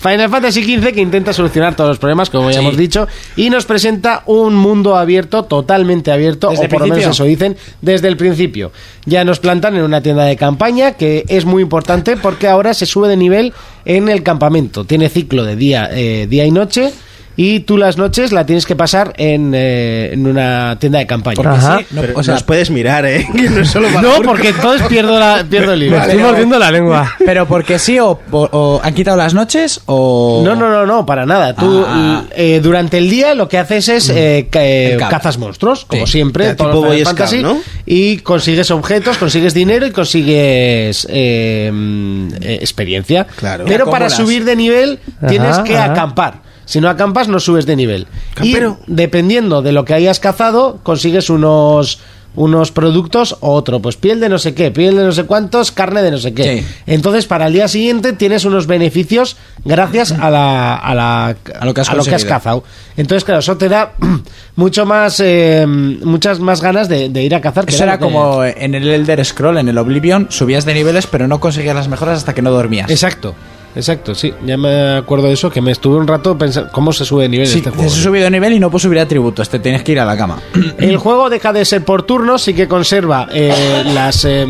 Speaker 2: Final Fantasy XV que intenta solucionar todos los problemas, como ya
Speaker 4: Sí.
Speaker 2: hemos dicho, y nos presenta un mundo abierto, totalmente abierto,
Speaker 4: Desde
Speaker 2: o por lo
Speaker 4: el
Speaker 2: menos eso
Speaker 4: principio.
Speaker 2: dicen, desde el principio. Ya nos plantan en una tienda de campaña, que es muy importante porque ahora se sube de nivel en el campamento. Tiene ciclo de día, eh, día y noche. Y tú las noches la tienes que pasar en, eh, en una tienda de campaña.
Speaker 6: Ajá.
Speaker 4: No,
Speaker 5: Pero
Speaker 4: o sea,
Speaker 5: nos puedes mirar, ¿eh? *laughs* Que no es solo
Speaker 2: *laughs*
Speaker 5: para
Speaker 2: No,
Speaker 5: turcos.
Speaker 2: porque entonces pierdo, la, pierdo el
Speaker 6: Me
Speaker 2: libro.
Speaker 6: estoy mordiendo la lengua.
Speaker 4: pero porque sí o, o- o han quitado las noches o...
Speaker 2: No, no, no, no, para nada. Tú
Speaker 4: Ah.
Speaker 2: l- eh, durante el día lo que haces es
Speaker 5: Mm.
Speaker 2: eh, ca- eh,
Speaker 4: El cabo.
Speaker 2: cazas monstruos, como
Speaker 4: Sí.
Speaker 2: siempre,
Speaker 5: Ya,
Speaker 2: todos
Speaker 5: tipo
Speaker 2: los Final
Speaker 5: Boy Scout,
Speaker 2: Fantasy,
Speaker 5: ¿no?
Speaker 2: y consigues objetos, consigues dinero y consigues eh, mm, eh, experiencia.
Speaker 5: Claro.
Speaker 2: Pero
Speaker 4: Te
Speaker 2: para
Speaker 4: acumulas.
Speaker 2: subir de nivel tienes que
Speaker 6: ajá.
Speaker 2: acampar. Si no acampas no subes de nivel.
Speaker 5: Campero.
Speaker 2: Y dependiendo de lo que hayas cazado, consigues unos unos productos o otro, pues piel de no sé qué, piel de no sé cuántos, carne de no sé qué.
Speaker 4: Sí.
Speaker 2: Entonces, para el día siguiente tienes unos beneficios gracias a, la, a, la-
Speaker 4: A lo que has conseguido.
Speaker 2: cazado. Entonces, claro, eso te da *clears throat* mucho más, eh, muchas más ganas de, de ir a cazar. que
Speaker 4: Eso
Speaker 2: era
Speaker 4: era
Speaker 2: lo que-
Speaker 4: como en el Elder Scroll, en el Oblivion, subías de niveles pero no conseguías las mejoras hasta que no dormías.
Speaker 2: Exacto, exacto, sí. Ya me acuerdo de eso, que me estuve un rato pensando cómo se sube de nivel
Speaker 4: Sí,
Speaker 2: este
Speaker 4: te
Speaker 2: juego.
Speaker 4: has subido de nivel y no puedes subir atributos, te tienes que ir a la cama. *clears throat*
Speaker 2: El juego deja de ser por turnos, sí que conserva
Speaker 5: *laughs*
Speaker 2: eh, las eh,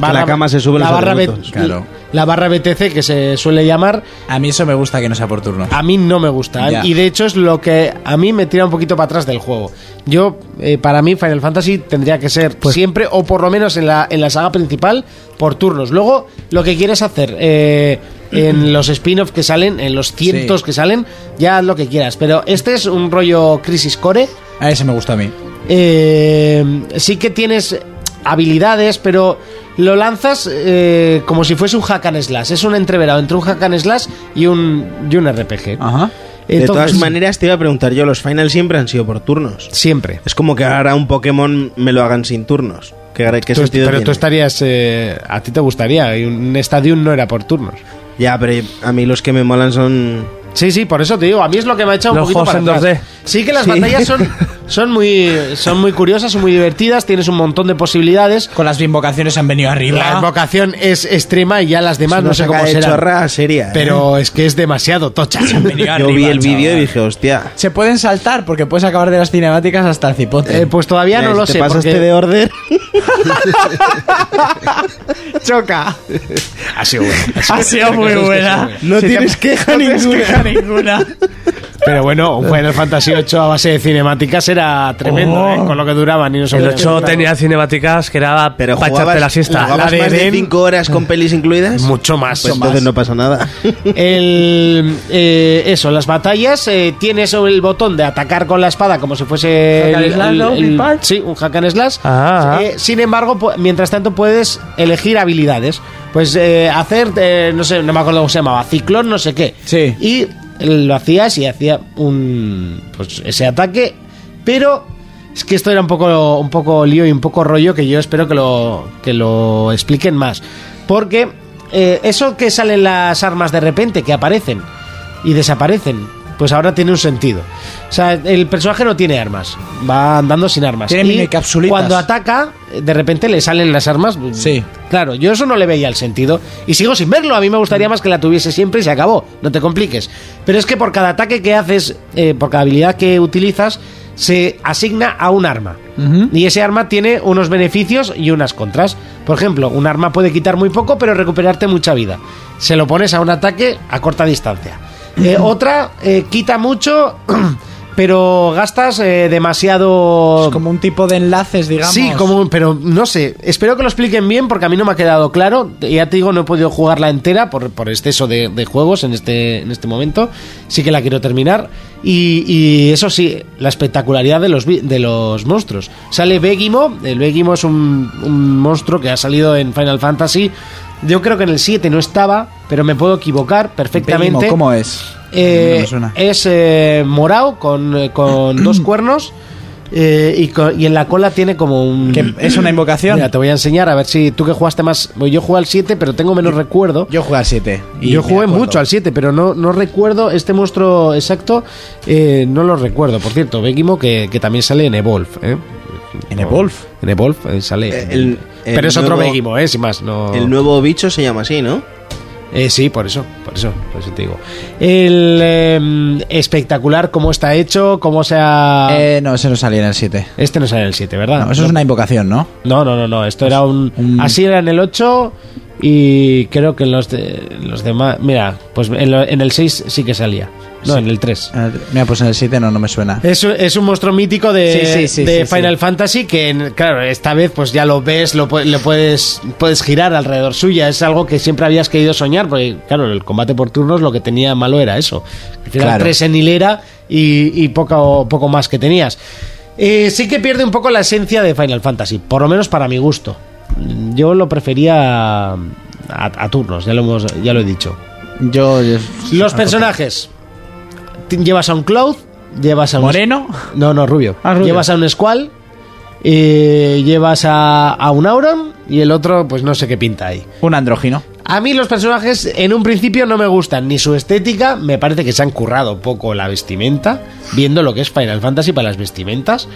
Speaker 5: la cama se sube
Speaker 2: la
Speaker 5: los
Speaker 2: barra B-
Speaker 5: atributos,
Speaker 4: claro.
Speaker 2: la barra BTC que se suele llamar.
Speaker 4: A mí eso me gusta que no sea por turno.
Speaker 2: A mí no me gusta. ¿eh?
Speaker 4: Ya.
Speaker 2: Y de hecho es lo que a mí me tira un poquito para atrás del juego. Yo, eh, para mí, Final Fantasy tendría que ser
Speaker 5: Pues
Speaker 2: siempre, o por lo menos en la, en la saga principal, por turnos. Luego, lo que quieres hacer eh,
Speaker 5: *clears throat*
Speaker 2: en los spin-off que salen, en los cientos
Speaker 4: Sí.
Speaker 2: que salen, ya haz lo que quieras. Pero este es un rollo Crisis Core.
Speaker 4: A ese me gusta a mí.
Speaker 2: Eh, sí que tienes habilidades, pero lo lanzas eh, como si fuese un hack and slash. Es un entreverado entre un hack and slash y un, y un RPG.
Speaker 4: Ajá.
Speaker 5: Ah, De todas
Speaker 2: Entonces,
Speaker 5: maneras, te iba a preguntar yo, los finals siempre han sido por turnos.
Speaker 2: Siempre.
Speaker 5: Es como que ahora un Pokémon me lo hagan sin turnos. ¿Qué, qué
Speaker 2: Tú-
Speaker 5: sentido
Speaker 2: pero tú
Speaker 5: tiene?
Speaker 2: estarías. eh, a ti te gustaría. y Un Stadium no era por turnos.
Speaker 5: Ya, pero a mí los que me molan son...
Speaker 2: Sí, sí, por eso te digo. A mí es lo que me ha echado un
Speaker 6: Los
Speaker 2: poquito
Speaker 6: juegos
Speaker 2: para
Speaker 6: en
Speaker 2: atrás.
Speaker 6: 2D.
Speaker 2: Sí que las batallas
Speaker 5: *laughs*
Speaker 2: son, son, muy, son muy curiosas, son muy divertidas. Tienes un montón de posibilidades.
Speaker 4: Con las invocaciones han venido
Speaker 2: La
Speaker 4: arriba.
Speaker 2: invocación es extrema y ya las demás
Speaker 5: Más
Speaker 2: Ah, no sé cómo serán.
Speaker 5: chorra seria. ¿eh?
Speaker 2: Pero es que es demasiado
Speaker 5: *laughs*
Speaker 2: tocha.
Speaker 4: Venido
Speaker 5: yo vi
Speaker 4: arriba,
Speaker 5: el vídeo y
Speaker 4: chaval.
Speaker 5: dije, hostia.
Speaker 4: Se pueden saltar porque puedes acabar de las cinemáticas hasta el cipote.
Speaker 2: Eh, pues todavía no
Speaker 5: eh,
Speaker 2: lo
Speaker 5: te
Speaker 2: sé.
Speaker 5: pasaste
Speaker 2: porque- *laughs*
Speaker 5: de order.
Speaker 4: choca.
Speaker 2: Ha sido bueno.
Speaker 4: Ha sido muy buena.
Speaker 5: *laughs* No tienes queja ninguna.
Speaker 4: ninguna.
Speaker 2: Pero bueno, un Final Fantasy 8 a base de cinemáticas era tremendo,
Speaker 6: Oh.
Speaker 2: ¿eh? Con lo que duraban y no
Speaker 6: El 8 tenía cinemáticas que era
Speaker 5: Pero
Speaker 6: para
Speaker 5: jugabas,
Speaker 6: echarte la siesta.
Speaker 5: ¿jugabas
Speaker 2: La de
Speaker 5: más de
Speaker 2: Eden.
Speaker 5: 5 horas con pelis incluidas.
Speaker 2: Mucho más.
Speaker 5: Pues
Speaker 2: mucho más.
Speaker 5: entonces no
Speaker 2: *laughs*
Speaker 5: pasa nada.
Speaker 2: *laughs* El, eh, eso, las batallas, eh, tienes el botón de atacar con la espada como si fuese
Speaker 6: Hack and slash, ¿no? Free part.
Speaker 2: sí, un hack and slash.
Speaker 6: Ah, ah.
Speaker 2: Eh, sin embargo, pu- mientras tanto puedes elegir habilidades. Pues eh, hacer, eh, no sé, no me acuerdo cómo se llamaba, ciclón, no sé qué.
Speaker 4: Sí.
Speaker 2: Y lo hacías y hacía un, pues ese ataque, pero... Es que esto era un poco, un poco lío y un poco rollo que yo espero que lo, que lo expliquen más. Porque eh, eso que salen las armas de repente, que aparecen y desaparecen, pues ahora tiene un sentido. O sea, el personaje no tiene armas, va andando sin armas.
Speaker 4: Tiene
Speaker 2: Y
Speaker 4: minicapsulitas.
Speaker 2: Cuando ataca, eh, de repente le salen las armas.
Speaker 4: Sí.
Speaker 2: Claro, yo eso no le veía el sentido. Y sigo sin verlo. A mí me gustaría más que la tuviese siempre y se acabó. No te compliques. Pero es que por cada ataque que haces, eh, por cada habilidad que utilizas, se asigna a un arma. Y ese arma tiene unos beneficios y unas contras. Por ejemplo, un arma puede quitar muy poco, pero recuperarte mucha vida. Se lo pones a un ataque a corta distancia. Eh, otra eh, quita mucho, *clears throat* pero gastas eh, demasiado.
Speaker 4: Es como un tipo de enlaces, digamos.
Speaker 2: Sí, como, pero no sé. Espero que lo expliquen bien porque a mí no me ha quedado claro. Ya te digo, no he podido jugarla entera por, por exceso de, de juegos en este, en este momento. Sí que la quiero terminar. Y, y eso sí, la espectacularidad de los, vi- de los monstruos. Sale Begimo, el Begimo es un, un monstruo que ha salido en Final Fantasy. Yo creo que en el 7 no estaba, pero me puedo equivocar perfectamente.
Speaker 4: Beguimo, ¿Cómo es?
Speaker 2: Eh,
Speaker 4: No me suena.
Speaker 2: es eh, morado con, eh, con *clears throat* dos cuernos eh, y, co- y en la cola tiene como un...
Speaker 4: ¿Es una invocación?
Speaker 2: Mira, te voy a enseñar a ver si tú que jugaste más... Bueno, Yo jugué al 7, pero tengo menos recuerdo.
Speaker 4: Yo jugué al 7. y
Speaker 2: Yo
Speaker 4: me
Speaker 2: jugué
Speaker 4: acuerdo.
Speaker 2: mucho al 7, pero no, no recuerdo este monstruo exacto. eh, no lo recuerdo. Por cierto, Bekimo que, que también sale en Evolve. ¿eh?
Speaker 4: ¿En Evolve?
Speaker 2: En Evolve eh, sale.
Speaker 5: el- el
Speaker 2: pero es otro
Speaker 5: nuevo-
Speaker 2: Bekimo, ¿eh? Sin más. No...
Speaker 5: El nuevo bicho se llama así, ¿no?
Speaker 2: Eh, sí, por eso, por eso, por eso te digo. El eh, espectacular cómo está hecho, cómo se ha...
Speaker 4: Eh, no, ese no salía en el 7.
Speaker 2: Este no sale en el 7, ¿verdad?
Speaker 4: No, eso es una invocación, ¿no?
Speaker 2: No, no, no, no, esto era un... Así era en el 8 y creo que en los, de- los demás... Mira, pues en, lo- en el 6 sí que salía. No,
Speaker 4: Sí.
Speaker 2: en el 3.
Speaker 4: Eh, Mira, pues en el 7 no, no me suena.
Speaker 2: Es, un- es un monstruo mítico de,
Speaker 4: Sí, sí, sí,
Speaker 2: de
Speaker 4: sí,
Speaker 2: Final Fantasy que, en- claro, esta vez pues ya lo ves, lo, pu- lo puedes, puedes girar alrededor suya. Es algo que siempre habías querido soñar, porque, claro, el combate por turnos lo que tenía malo era eso. Al final,
Speaker 4: Claro.
Speaker 2: tres en hilera y, y poco, poco más que tenías. Eh, sí que pierde un poco la esencia de Final Fantasy, por lo menos para mi gusto. Yo lo prefería a, a turnos, ya lo, hemos, ya lo he dicho.
Speaker 4: Yo, yo-
Speaker 2: Los personajes. Ti- Llevas a un Cloud, llevas a un...
Speaker 4: ¿Moreno?
Speaker 2: No, no, rubio.
Speaker 4: Ah, rubio.
Speaker 2: Llevas a un Squall, eh, llevas a, a un Auron y el otro, pues no sé qué pinta ahí.
Speaker 4: Un andrógino.
Speaker 2: A mí los personajes en un principio no me gustan, ni su estética, me parece que se han currado poco la vestimenta, viendo lo que es Final Fantasy para las vestimentas.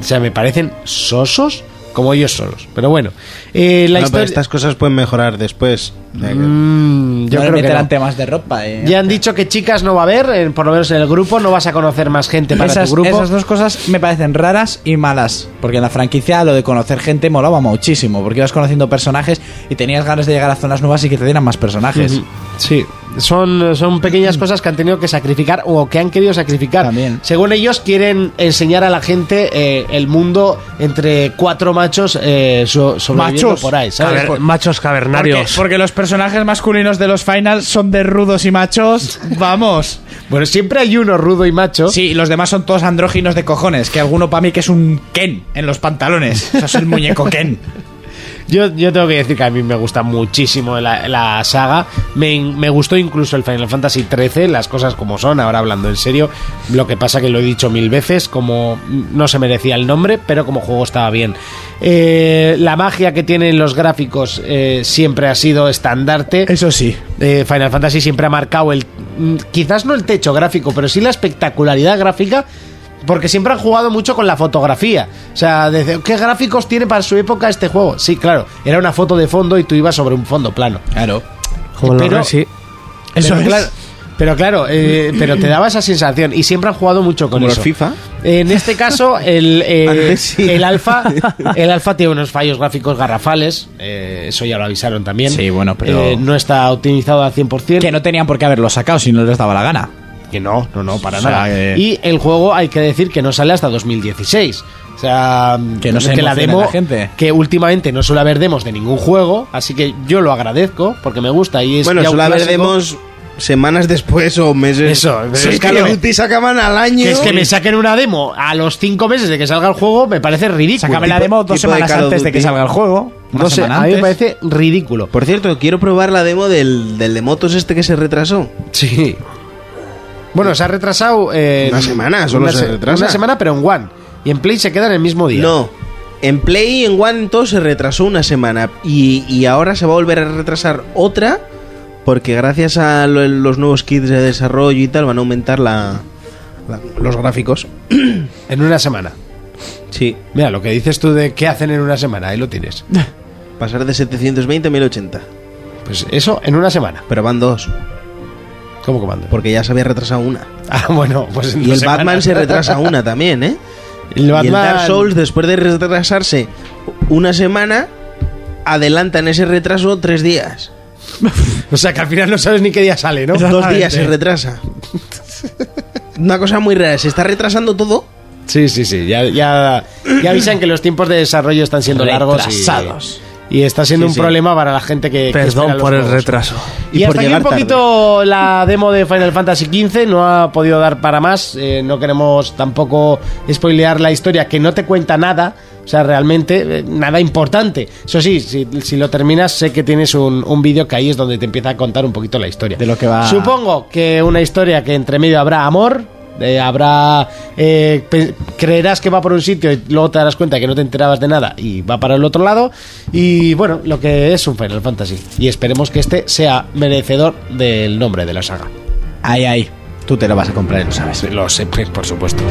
Speaker 2: O sea, me parecen sosos como ellos solos. Pero bueno, eh, la
Speaker 5: No, pero
Speaker 2: historia...
Speaker 5: estas cosas pueden mejorar después.
Speaker 2: Mm, yo
Speaker 4: no le
Speaker 2: creo que
Speaker 4: meterán
Speaker 2: no.
Speaker 4: temas de ropa. eh.
Speaker 2: Ya han dicho que chicas no va a haber, eh, por lo menos en el grupo, no vas a conocer más gente para
Speaker 4: esas,
Speaker 2: tu grupo.
Speaker 4: esas dos cosas me parecen raras y malas. Porque en la franquicia lo de conocer gente molaba muchísimo. Porque ibas conociendo personajes y tenías ganas de llegar a zonas nuevas y que te dieran más personajes.
Speaker 2: Ujú. Sí, son, son pequeñas cosas que han tenido que sacrificar o que han querido sacrificar.
Speaker 4: Mm. También.
Speaker 2: Según ellos, quieren enseñar a la gente eh, el mundo entre cuatro machos eh, so- sobreviviendo
Speaker 4: Machos.
Speaker 2: por ahí, ¿sabes?
Speaker 6: Caver-
Speaker 2: Por-
Speaker 6: machos cavernarios.
Speaker 4: los personajes masculinos de los finals son de rudos y machos.
Speaker 2: *laughs*
Speaker 4: Vamos.
Speaker 2: Bueno, siempre hay uno rudo y macho.
Speaker 4: Sí, y los demás son todos andróginos de cojones. Que alguno para mí que es un Ken en los pantalones. Eso es el
Speaker 2: *laughs*
Speaker 4: muñeco Ken.
Speaker 2: Yo, yo tengo que decir que a mí me gusta muchísimo la, la saga. Me, me gustó incluso el Final Fantasy XIII, las cosas como son, ahora hablando en serio. Lo que pasa que lo he dicho mil veces, como no se merecía el nombre, pero como juego estaba bien. Eh, la magia que tienen los gráficos eh, siempre ha sido estandarte.
Speaker 4: Eso sí.
Speaker 2: Eh, Final Fantasy siempre ha marcado el. mm, Quizás no el techo gráfico, pero sí la espectacularidad gráfica. Porque siempre han jugado mucho con la fotografía. O sea, desde, ¿qué gráficos tiene para su época este juego? Sí, claro. Era una foto de fondo y tú ibas sobre un fondo plano.
Speaker 4: Claro.
Speaker 6: Como los
Speaker 2: pero-
Speaker 6: Resi.
Speaker 2: Eso
Speaker 4: es.
Speaker 2: Claro, pero claro, eh, pero te daba esa sensación. Y siempre han jugado mucho con
Speaker 5: Como los
Speaker 2: eso.
Speaker 5: FIFA.
Speaker 2: En este caso, el, eh,
Speaker 5: Antes sí.
Speaker 2: el alfa el alfa tiene unos fallos gráficos garrafales. eh, eso ya lo avisaron también.
Speaker 4: Sí, bueno, pero-
Speaker 2: Eh, no está optimizado al 100%.
Speaker 4: Que no tenían por qué haberlo sacado si no les daba la gana.
Speaker 2: Que no, no, no, para
Speaker 4: O sea,
Speaker 2: nada.
Speaker 4: que-
Speaker 2: Y el juego hay que decir que no sale hasta 2016. O sea,
Speaker 4: Que no se
Speaker 2: la
Speaker 4: emocione
Speaker 2: demo,
Speaker 4: la gente.
Speaker 2: que últimamente no suele haber demos de ningún juego, así que yo lo agradezco porque me gusta y es
Speaker 5: Bueno,
Speaker 2: ya un
Speaker 5: solo la
Speaker 2: clásico.
Speaker 5: veremos semanas después o meses.
Speaker 2: Eso, pero
Speaker 5: Si
Speaker 2: es
Speaker 5: Call of
Speaker 2: que-
Speaker 5: Duty sacaban al año.
Speaker 2: Que es que me saquen una demo a los 5 meses de que salga el juego me parece ridículo.
Speaker 4: Sácame la
Speaker 5: tipo-
Speaker 4: demo dos
Speaker 5: tipo de
Speaker 4: semanas
Speaker 5: Call of
Speaker 4: antes de que
Speaker 5: Duty.
Speaker 4: salga el juego. Una
Speaker 2: No sé,
Speaker 4: semana
Speaker 2: a mí me
Speaker 4: antes.
Speaker 2: parece ridículo.
Speaker 5: Por cierto, quiero probar la demo del, del de motos este que se retrasó.
Speaker 2: Sí. Bueno, se ha retrasado. eh,
Speaker 5: Una semana, solo
Speaker 2: una
Speaker 5: se
Speaker 2: se-
Speaker 5: retrasa.
Speaker 2: Una semana, pero en One. Y en Play se queda en el mismo día.
Speaker 5: No. En Play y en One todo se retrasó una semana. Y, y ahora se va a volver a retrasar otra. Porque gracias a lo- los nuevos kits de desarrollo y tal van a aumentar la, la- los gráficos.
Speaker 2: En una semana.
Speaker 5: Sí.
Speaker 2: Mira, lo que dices tú de qué hacen en una semana, ahí lo tienes.
Speaker 5: Pasar de 720 a 1080.
Speaker 2: Pues eso en una semana.
Speaker 5: Pero van dos.
Speaker 2: ¿Cómo comando?
Speaker 5: Porque ya se había retrasado una.
Speaker 2: Ah, bueno, pues en
Speaker 5: Y
Speaker 2: dos
Speaker 5: el
Speaker 2: semanas.
Speaker 5: Batman se retrasa una también, ¿eh?
Speaker 2: El Batman.
Speaker 5: Y el Dark Souls, después de retrasarse una semana, adelantan ese retraso tres días.
Speaker 2: *laughs* O sea, que al final no sabes ni qué día sale, ¿no?
Speaker 5: Dos días se retrasa. Una cosa muy rara, se está retrasando todo.
Speaker 2: Sí, sí, sí. Ya, ya, ya avisan que los tiempos de desarrollo están siendo largos. y-
Speaker 4: Retrasados.
Speaker 2: Y, Y está siendo
Speaker 6: Sí,
Speaker 2: un
Speaker 6: sí.
Speaker 2: problema para la gente que. que espera
Speaker 6: Perdón
Speaker 2: los
Speaker 6: por el
Speaker 2: juegos.
Speaker 6: retraso.
Speaker 2: Y, hasta aquí un poquito la demo de Final Fantasy XV, no ha podido dar para más, eh, no queremos tampoco spoilear la historia, que no te cuenta nada, o sea, realmente eh, nada importante. Eso sí, si, si lo terminas, sé que tienes un, un vídeo que ahí es donde te empieza a contar un poquito la historia. De lo que
Speaker 4: va-
Speaker 2: Supongo que una historia que entre medio habrá amor. eh, habrá eh, pe- creerás que va por un sitio y luego te darás cuenta que no te enterabas de nada y va para el otro lado y bueno lo que es un Final Fantasy y esperemos que este sea merecedor del nombre de la saga
Speaker 4: Ay, ay. Tú te lo vas a comprar, lo sabes.
Speaker 2: Lo sé, por supuesto.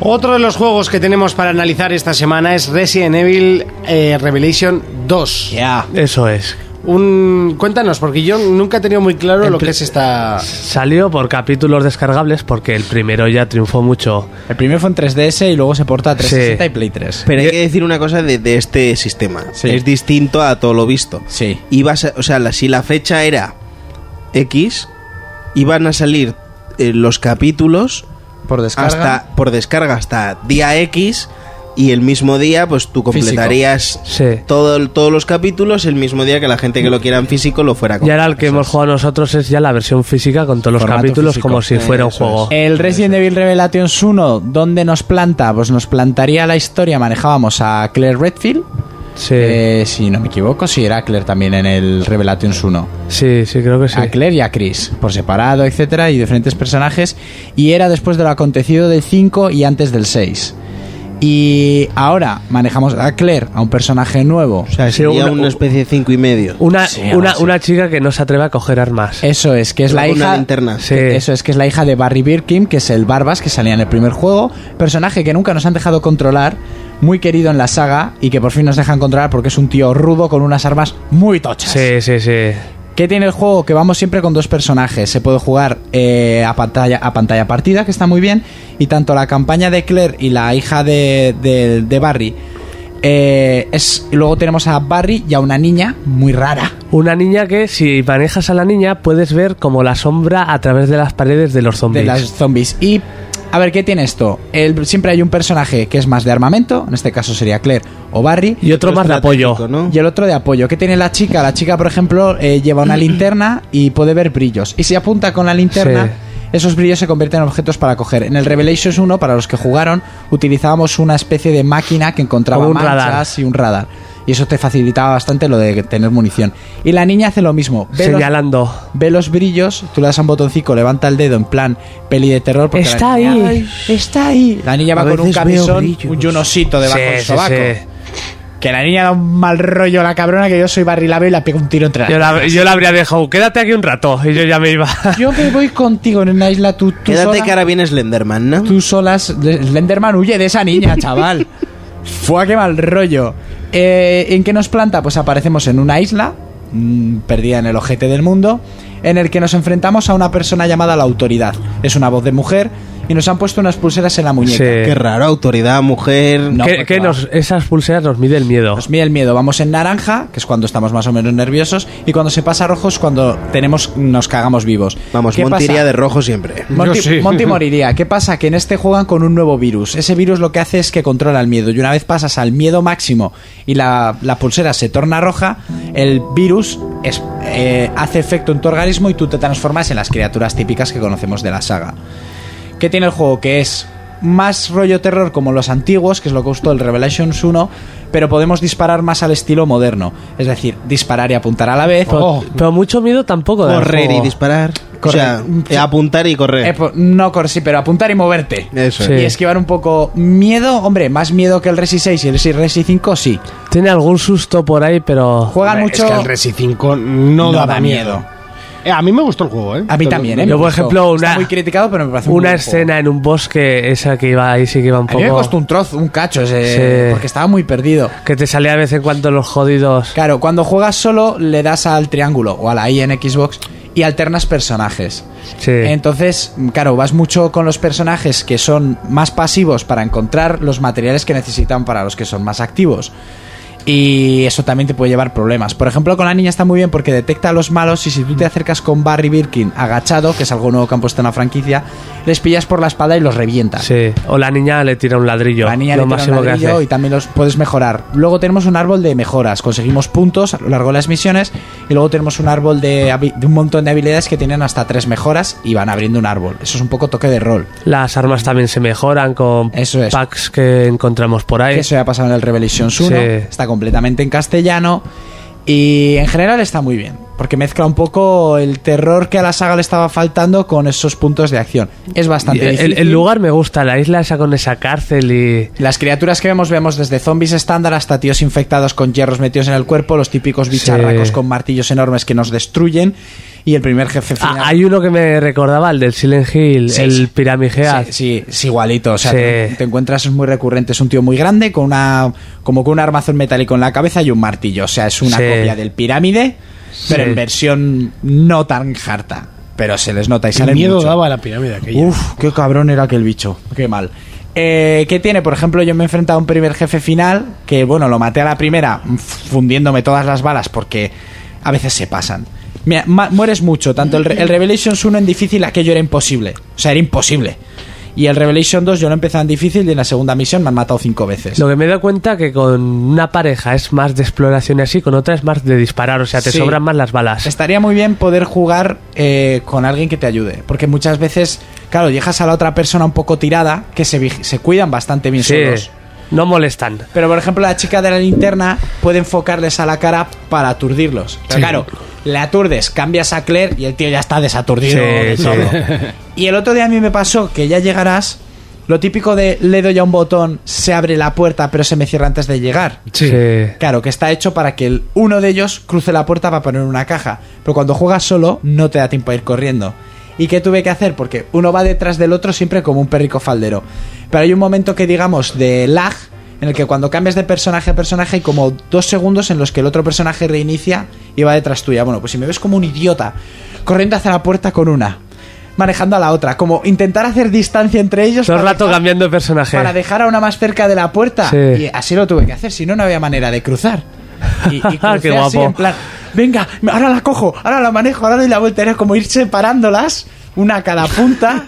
Speaker 2: Otro de los juegos que tenemos para analizar esta semana es Resident Evil eh, Revelation 2.
Speaker 4: Ya.
Speaker 6: Eso es.
Speaker 2: Un, cuéntanos, porque yo nunca he tenido muy claro lo que es esta...
Speaker 6: Salió por capítulos descargables porque el primero ya triunfó mucho.
Speaker 4: El primero fue en 3DS y luego se porta a 360
Speaker 6: Sí.
Speaker 4: y Play 3.
Speaker 5: Pero hay que decir una cosa de, de este sistema. Es distinto a todo lo visto.
Speaker 4: Sí.
Speaker 5: Ibas a- o sea, la- si la fecha era X, iban a salir eh, los capítulos
Speaker 4: por descarga.
Speaker 5: hasta por descarga hasta día X y el mismo día pues tú
Speaker 6: Físico.
Speaker 5: completarías
Speaker 6: Sí.
Speaker 5: todo el- todos los capítulos el mismo día que la gente que lo quiera en físico lo fuera a
Speaker 6: Y ahora el que hemos jugado nosotros es ya la versión física con todos los
Speaker 4: Formato
Speaker 6: capítulos
Speaker 4: físico.
Speaker 6: como si
Speaker 4: Eh,
Speaker 6: fuera un
Speaker 4: eso
Speaker 6: juego.
Speaker 4: El Resident Evil Revelations 1, ¿dónde nos planta? Pues nos plantaría la historia, manejábamos a Claire Redfield. Eh, si no me equivoco, si era Claire también en el Revelations 1.
Speaker 6: Sí, sí, creo que sí.
Speaker 4: A Claire y a Chris, por separado, etcétera, y diferentes personajes. Y era después de lo acontecido del 5 y antes del 6. Y ahora manejamos a Claire, a un personaje nuevo. O
Speaker 5: sea, sería una, especie de cinco y medio
Speaker 6: Una, una, una chica que no se atreve a coger armas.
Speaker 4: Eso es, que es la
Speaker 6: Luego una
Speaker 4: hija.
Speaker 6: linterna. Sí.
Speaker 4: que- Eso es, que es la hija de Barry Birkin, que es el Barbas que salía en el primer juego. Personaje que nunca nos han dejado controlar. Muy querido en la saga y que por fin nos dejan controlar porque es un tío rudo con unas armas muy tochas.
Speaker 6: Sí, sí, sí.
Speaker 4: ¿Qué tiene el juego? Que vamos siempre con dos personajes. Se puede jugar eh, a, pantalla, a pantalla partida, que está muy bien. Y tanto la campaña de Claire y la hija de, de- de Barry. eh, es, luego tenemos a Barry y a una niña muy rara.
Speaker 6: Una niña que si manejas a la niña puedes ver como la sombra a través de las paredes de los zombies.
Speaker 4: de las zombies. Y a ver, ¿qué tiene esto? El- siempre hay un personaje que es más de armamento, en este caso sería Claire o Barry.
Speaker 6: Y otro más de apoyo.
Speaker 4: Y el otro de apoyo. ¿Qué tiene la chica? La chica, por ejemplo, eh, lleva una linterna y puede ver brillos. Y si apunta con la linterna,
Speaker 6: Sí.
Speaker 4: esos brillos se convierten en objetos para coger. En el Revelations 1, para los que jugaron, utilizábamos una especie de máquina que encontraba
Speaker 6: Como un radar.
Speaker 4: manchas y un radar. Y eso te facilitaba bastante lo de tener munición. Y la niña hace lo mismo. Ve los-
Speaker 6: Señalando.
Speaker 4: ve los brillos, tú le das a un botoncito, levanta el dedo en plan peli de terror. Porque
Speaker 6: Está
Speaker 4: la niña,
Speaker 6: ahí,
Speaker 4: está ahí. La niña va
Speaker 6: A
Speaker 4: con un
Speaker 6: veces veo
Speaker 4: camisón
Speaker 6: brillos.
Speaker 4: un y un osito debajo
Speaker 6: Sí,
Speaker 4: del
Speaker 6: sí,
Speaker 4: sobaco.
Speaker 6: sí.
Speaker 4: Que la niña da un mal rollo a la cabrona que yo soy Barry Lave y la pego un tiro entre las
Speaker 6: Yo la,
Speaker 4: piernas.
Speaker 6: yo la habría dejado, quédate aquí un rato y yo ya me iba.
Speaker 4: Yo me voy contigo en una isla tú, tú
Speaker 5: quédate
Speaker 4: sola.
Speaker 5: que ahora viene Slenderman ¿no?
Speaker 4: Tú solas. Slenderman huye de esa niña, chaval. Fue qué mal rollo. Eh, ¿En qué nos planta? Pues aparecemos en una isla, mm, perdida en el ojete del mundo, en el que nos enfrentamos a una persona llamada la autoridad. Es una voz de mujer y nos han puesto unas pulseras en la muñeca.
Speaker 5: qué raro autoridad mujer
Speaker 6: que que nos, esas pulseras nos mide el miedo.
Speaker 4: pues Nos mide el miedo. Vamos en naranja, que es cuando estamos más o menos nerviosos, y cuando se pasa a rojo es cuando tenemos, nos cagamos vivos.
Speaker 5: vamos
Speaker 4: ¿Qué
Speaker 5: Monty
Speaker 4: pasa?
Speaker 5: iría de rojo siempre
Speaker 4: Monty, Monty moriría. ¿Qué pasa? Que en este juegan con un nuevo virus. Ese virus lo que hace es que controla el miedo. Y una vez pasas al miedo máximo y la, la pulsera se torna roja, el virus es- eh, hace efecto en tu organismo y tú te transformas en las criaturas típicas que conocemos de la saga. ¿Qué tiene el juego? Que es más rollo terror como los antiguos, que es lo que gustó el Revelations 1, pero podemos disparar más al estilo moderno. Es decir, disparar y apuntar a la vez.
Speaker 6: Pero, pero mucho miedo tampoco ¿eh? da el
Speaker 5: correr y
Speaker 6: juego.
Speaker 5: disparar
Speaker 4: Correr.
Speaker 5: o sea eh, apuntar y
Speaker 4: Eh,
Speaker 5: correr
Speaker 4: po- no, cor- sí, pero apuntar y moverte.
Speaker 5: eso
Speaker 6: Sí.
Speaker 4: Y esquivar un poco miedo, hombre, más miedo que el Resi 6 y el Resi, Resi 5, sí.
Speaker 6: Tiene algún susto por ahí, pero.
Speaker 4: Juegan
Speaker 2: Hombre,
Speaker 4: mucho.
Speaker 2: Es que el Resi 5 no,
Speaker 4: No
Speaker 2: daba
Speaker 4: da miedo.
Speaker 2: miedo. Eh, a mí me gustó el juego, ¿eh?
Speaker 4: A mí también, ¿eh?
Speaker 6: Yo,
Speaker 4: Me
Speaker 6: por
Speaker 4: gustó.
Speaker 6: ejemplo,
Speaker 4: Está
Speaker 6: una-
Speaker 4: muy criticado, pero me parece un
Speaker 6: Una
Speaker 4: buen juego.
Speaker 6: escena en un bosque, esa que iba ahí, sí que iba un
Speaker 4: A
Speaker 6: poco.
Speaker 4: mí me costó un trozo, un cacho, ese,
Speaker 6: Sí.
Speaker 4: porque estaba muy perdido.
Speaker 6: Que te salía de vez en cuando los jodidos.
Speaker 4: Claro, cuando juegas solo le das al triángulo o a la I en Xbox y alternas personajes.
Speaker 6: Sí.
Speaker 4: Entonces, claro, vas mucho con los personajes que son más pasivos para encontrar los materiales que necesitan para los que son más activos. Y eso también te puede llevar problemas. Por ejemplo, con la niña está muy bien porque detecta a los malos y si tú te acercas con Barry Birkin agachado, que es algo nuevo que han puesto en la franquicia, les pillas por la espalda y los revientas.
Speaker 6: Sí. O la niña le tira un ladrillo.
Speaker 4: La niña le tira
Speaker 6: lo
Speaker 4: un
Speaker 6: máximo que
Speaker 4: ladrillo
Speaker 6: hace.
Speaker 4: y también los puedes mejorar. Luego tenemos un árbol de mejoras, conseguimos puntos a lo largo de las misiones y luego tenemos un árbol de, habi- de un montón de habilidades que tienen hasta tres mejoras y van abriendo un árbol. Eso es un poco toque de rol.
Speaker 6: Las armas también se mejoran con packs que encontramos por ahí.
Speaker 4: Que eso ya ha pasado en el Revelations 1.
Speaker 6: Sí.
Speaker 4: Está completamente en castellano. Y en general está muy bien. Porque mezcla un poco el terror que a la saga le estaba faltando con esos puntos de acción. Es bastante
Speaker 6: Y el-
Speaker 4: difícil.
Speaker 6: el lugar me gusta, la isla esa con esa cárcel y...
Speaker 4: Las criaturas que vemos, vemos desde zombies estándar hasta tíos infectados con hierros metidos en el cuerpo, los típicos bicharracos
Speaker 6: Sí.
Speaker 4: con martillos enormes que nos destruyen. Y el primer jefe
Speaker 6: Ah,
Speaker 4: final.
Speaker 6: hay uno que me recordaba, el del Silent Hill,
Speaker 4: Sí,
Speaker 6: el
Speaker 4: sí.
Speaker 6: Pyramid Head.
Speaker 4: Sí, sí, es igualito. O sea, te, te encuentras, es muy recurrente. Es un tío muy grande, con una. como con un armazón metálico en la cabeza y un martillo. O sea, es una
Speaker 6: Sí.
Speaker 4: copia del pirámide, pero
Speaker 6: Sí.
Speaker 4: en versión no tan harta. Pero se les nota y
Speaker 12: Qué
Speaker 4: sale
Speaker 12: miedo
Speaker 4: mucho.
Speaker 12: daba a la pirámide aquella.
Speaker 4: Uf, qué cabrón era aquel bicho. Qué mal. Eh, ¿Qué tiene? Por ejemplo, yo me he enfrentado a un primer jefe final que, bueno, lo maté a la primera fundiéndome todas las balas porque a veces se pasan. Mira, ma- mueres mucho. Tanto el, Re- el Revelations 1 en difícil, aquello era imposible. O sea, era imposible. Y el Revelation 2 yo lo he empezado en difícil y en la segunda misión me han matado cinco veces.
Speaker 6: Lo que me he dado cuenta que con una pareja es más de exploración y así, con otra es más de disparar, o sea, te
Speaker 4: Sí.
Speaker 6: sobran más las balas.
Speaker 4: Estaría muy bien poder jugar eh, con alguien que te ayude. Porque muchas veces, claro, dejas a la otra persona un poco tirada, que se, vigi- se cuidan bastante bien
Speaker 6: Sí,
Speaker 4: solos.
Speaker 6: no molestan.
Speaker 4: Pero por ejemplo, la chica de la linterna puede enfocarles a la cara para aturdirlos. Pero
Speaker 6: Sí.
Speaker 4: claro, le aturdes, cambias a Claire y el tío ya está desaturdido. de
Speaker 6: Sí,
Speaker 4: todo.
Speaker 6: sí.
Speaker 4: Y el otro día a mí me pasó que ya llegarás. Lo típico de le doy a un botón, se abre la puerta, pero se me cierra antes de llegar.
Speaker 6: Sí.
Speaker 4: Claro, que está hecho para que el- uno de ellos cruce la puerta para poner una caja. Pero cuando juegas solo, no te da tiempo a ir corriendo. ¿Y qué tuve que hacer? Porque uno va detrás del otro siempre como un perrico faldero. Pero hay un momento que digamos de lag, en el que cuando cambias de personaje a personaje hay como dos segundos en los que el otro personaje reinicia y va detrás tuya. Bueno, pues si me ves como un idiota, corriendo hacia la puerta con una, manejando a la otra, como intentar hacer distancia entre ellos.
Speaker 6: Todo el
Speaker 4: para
Speaker 6: rato
Speaker 4: dejar-
Speaker 6: cambiando de personaje.
Speaker 4: para dejar a una más cerca de la puerta.
Speaker 6: Sí.
Speaker 4: Y así lo tuve que hacer, si no, no había manera de cruzar. Y, y
Speaker 6: *laughs*
Speaker 4: crucé
Speaker 6: Qué
Speaker 4: así,
Speaker 6: guapo.
Speaker 4: en plan, venga, ahora la cojo, ahora la manejo, ahora doy la vuelta. Era como ir separándolas, una a cada
Speaker 6: *laughs*
Speaker 4: punta,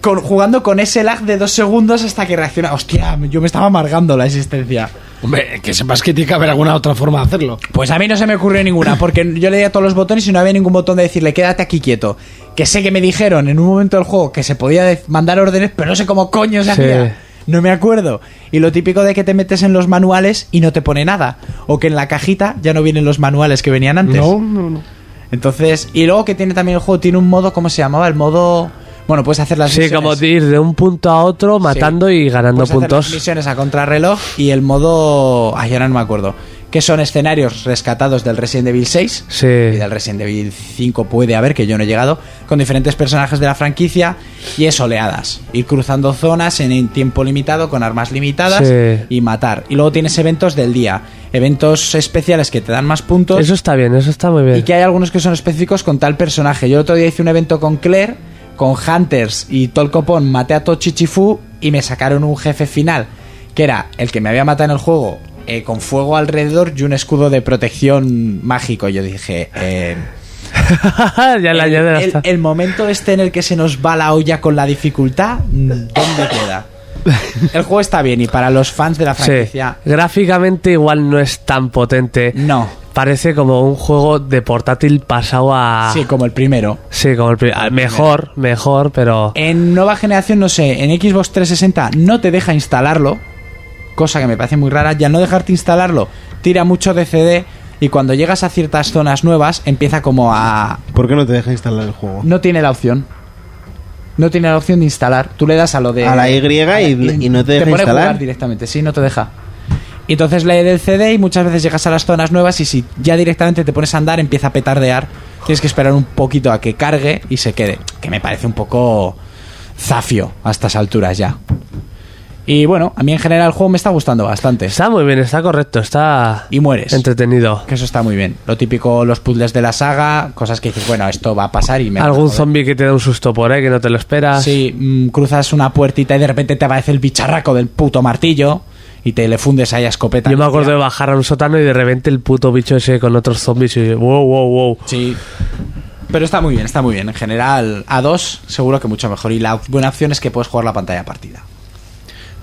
Speaker 4: con- jugando con ese lag de dos segundos hasta que reacciona. Hostia, yo me estaba amargando la existencia.
Speaker 12: Hombre, que sepas que tiene que haber alguna otra forma de hacerlo.
Speaker 4: Pues a mí no se me ocurrió ninguna, porque yo le di a todos los botones y no había ningún botón de decirle quédate aquí quieto. Que sé que me dijeron en un momento del juego que se podía de- mandar órdenes, pero no sé cómo coño se
Speaker 6: Sí.
Speaker 4: hacía. No me acuerdo. Y lo típico de que te metes en los manuales y no te pone nada. O que en la cajita ya no vienen los manuales que venían antes.
Speaker 12: No, no, no.
Speaker 4: Entonces, y luego que tiene también el juego, tiene un modo, ¿cómo se llamaba? El modo... Bueno, puedes hacer las
Speaker 6: Sí,
Speaker 4: misiones.
Speaker 6: como de ir de un punto a otro, matando y ganando
Speaker 4: Puedes hacer Pues las
Speaker 6: puntos.
Speaker 4: misiones a contrarreloj y el modo. Ay, ahora no me acuerdo. Que son escenarios rescatados del Resident Evil 6
Speaker 6: Sí.
Speaker 4: y del Resident Evil 5 puede haber, que yo no he llegado, con diferentes personajes de la franquicia y es oleadas. Ir cruzando zonas en el tiempo limitado, con armas limitadas
Speaker 6: Sí.
Speaker 4: y matar. Y luego tienes eventos del día, eventos especiales que te dan más puntos.
Speaker 6: Eso está bien, eso está muy bien.
Speaker 4: Y que hay algunos que son específicos con tal personaje. Yo el otro día hice un evento con Claire, con Hunters y Tolcopón, maté a Tochichifu y me sacaron un jefe final, que era el que me había matado en el juego, eh, con fuego alrededor y un escudo de protección mágico. Yo dije, eh,
Speaker 6: *laughs* ya la añaden
Speaker 4: el,
Speaker 6: hasta-
Speaker 4: el momento este en el que se nos va la olla con la dificultad, mm, ¿dónde
Speaker 6: *laughs*
Speaker 4: queda? El juego está bien y para los fans de la
Speaker 6: Sí.
Speaker 4: franquicia...
Speaker 6: Gráficamente igual no es tan potente.
Speaker 4: No.
Speaker 6: Parece como un juego de portátil pasado a...
Speaker 4: Sí, como el primero.
Speaker 6: Sí, como el pri- ah, Mejor, mejor, pero...
Speaker 4: En nueva generación, no sé, en Xbox 360 no te deja instalarlo, cosa que me parece muy rara, y al no dejarte instalarlo, tira mucho de CD y cuando llegas a ciertas zonas nuevas empieza como a...
Speaker 5: ¿Por qué no te deja instalar el juego?
Speaker 4: No tiene la opción. No tiene la opción de instalar. Tú le das a lo de...
Speaker 5: A la Y y-
Speaker 4: a la
Speaker 5: y no te deja
Speaker 4: eh, pone
Speaker 5: instalar.
Speaker 4: jugar directamente, sí, no te deja. Y entonces lee del CD y muchas veces llegas a las zonas nuevas y si ya directamente te pones a andar empieza a petardear. Tienes que esperar un poquito a que cargue y se quede. Que me parece un poco zafio a estas alturas ya. Y bueno, a mí en general el juego me está gustando bastante.
Speaker 6: Está muy bien, está correcto, está...
Speaker 4: Y mueres.
Speaker 6: Entretenido.
Speaker 4: Que eso está muy bien. Lo típico, los puzzles de la saga, cosas que dices, bueno, esto va a pasar y me... van a
Speaker 6: Algún
Speaker 4: joder.
Speaker 6: zombie que te da un susto por ahí, que no te lo esperas.
Speaker 4: Sí, mm, cruzas una puertita y de repente te aparece el bicharraco del puto martillo. y te le fundes ahí a escopeta.
Speaker 6: Yo me acuerdo de bajar a un sótano y de repente el puto bicho ese con otros zombies y wow, wow, wow.
Speaker 4: Sí. Pero está muy bien, está muy bien. En general, a dos seguro que mucho mejor. Y la buena opción es que puedes jugar la pantalla partida.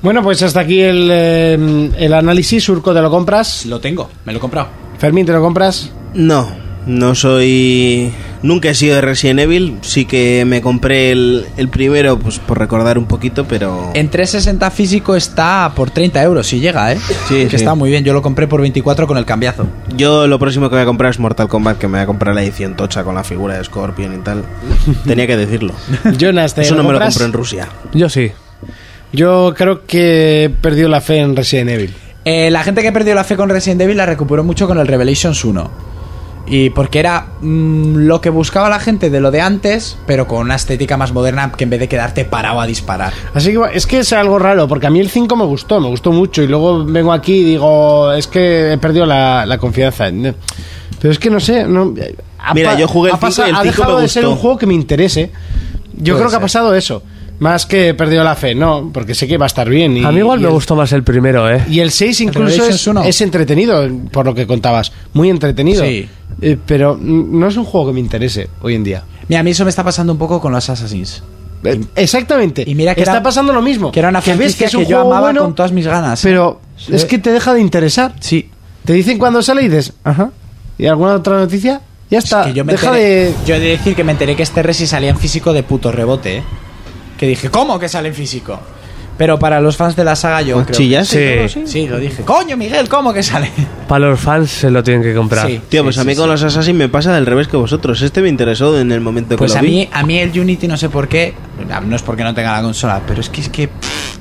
Speaker 2: Bueno, pues hasta aquí el, eh, el análisis. Surco, ¿te lo compras?
Speaker 4: Lo tengo, me lo he comprado.
Speaker 2: Fermín, ¿te
Speaker 12: *laughs*
Speaker 2: lo compras?
Speaker 5: No, no soy. Nunca he sido de Resident Evil. Sí que me compré el, el primero, pues por recordar un poquito, pero.
Speaker 4: En 360 físico está por 30 euros si llega, ¿eh?
Speaker 5: Sí,
Speaker 4: que
Speaker 5: sí.
Speaker 4: está muy bien. Yo lo compré por 24 con el cambiazo.
Speaker 5: Yo lo próximo que voy a comprar es Mortal Kombat, que me voy a comprar la edición tocha con la figura de Scorpion
Speaker 4: *laughs*
Speaker 5: y tal. Tenía que decirlo.
Speaker 2: Jonas, ¿te
Speaker 5: Eso no me lo
Speaker 2: compras?
Speaker 5: compro en Rusia.
Speaker 6: Yo sí.
Speaker 2: Yo creo que he perdido la fe en Resident Evil.
Speaker 4: Eh, la gente que perdió la fe con Resident Evil la recuperó mucho con el Revelations 1. Y porque era mm, lo que buscaba la gente de lo de antes, pero con una estética más moderna que en vez de quedarte parado a disparar.
Speaker 2: Así que bueno, es que es algo raro, porque a mí el 5 me gustó, me gustó mucho. Y luego vengo aquí y digo, es que he perdido la, la confianza. No. Pero es que no sé. No, ha
Speaker 5: Mira,
Speaker 2: pa-
Speaker 5: yo jugué el
Speaker 2: ha
Speaker 5: 5 y
Speaker 2: pasa-
Speaker 5: el
Speaker 2: Ha
Speaker 5: 5
Speaker 2: dejado
Speaker 5: me
Speaker 2: de ser
Speaker 5: gustó.
Speaker 2: un juego que me interese. Yo
Speaker 5: Puede
Speaker 2: creo que ha
Speaker 5: ser.
Speaker 2: pasado eso. Más que he perdido la fe, no, porque sé que va a estar bien. Y,
Speaker 6: a mí igual
Speaker 2: y
Speaker 6: me
Speaker 2: el-
Speaker 6: gustó más el primero, ¿eh?
Speaker 2: Y el 6 incluso
Speaker 4: Revelations
Speaker 2: es,
Speaker 4: 1.
Speaker 2: es entretenido, por lo que contabas. Muy entretenido.
Speaker 4: Sí.
Speaker 2: Eh, pero mm, no es un juego que me interese hoy en día.
Speaker 4: Mira, a mí eso me está pasando un poco con los Assassins.
Speaker 2: Eh, Exactamente.
Speaker 4: Y mira que
Speaker 2: está
Speaker 4: era-
Speaker 2: pasando lo mismo.
Speaker 4: Que era una
Speaker 2: Que ves que
Speaker 4: franquicia
Speaker 2: es
Speaker 4: que,
Speaker 2: un
Speaker 4: yo
Speaker 2: juego
Speaker 4: amaba
Speaker 2: bueno,
Speaker 4: con todas mis ganas.
Speaker 2: Pero
Speaker 4: Ah, Sí.
Speaker 2: es que te deja de interesar.
Speaker 4: Sí.
Speaker 2: Te dicen cuando sale y dices, ajá. ¿Y alguna otra noticia? Ya está.
Speaker 4: Que yo me
Speaker 2: Ah, deja
Speaker 4: enteré-
Speaker 2: de.
Speaker 4: Yo he de decir que me enteré que este Resi salía en físico de puto rebote. ¿eh? Que dije, ¿cómo que sale en físico? Pero para los fans de la saga yo creo que-
Speaker 5: ¿Chillas?
Speaker 6: Sí.
Speaker 4: Sí, lo dije. Coño, Miguel, ¿cómo que sale?
Speaker 6: Para los fans se lo tienen que comprar.
Speaker 4: Sí.
Speaker 5: Tío, pues a mí con los Assassin me pasa del revés que vosotros. Este me interesó en el momento
Speaker 4: Pues
Speaker 5: que lo
Speaker 4: a
Speaker 5: vi.
Speaker 4: mí, a mí el Unity no sé por qué, no es porque no tenga la consola, pero es que es que pff,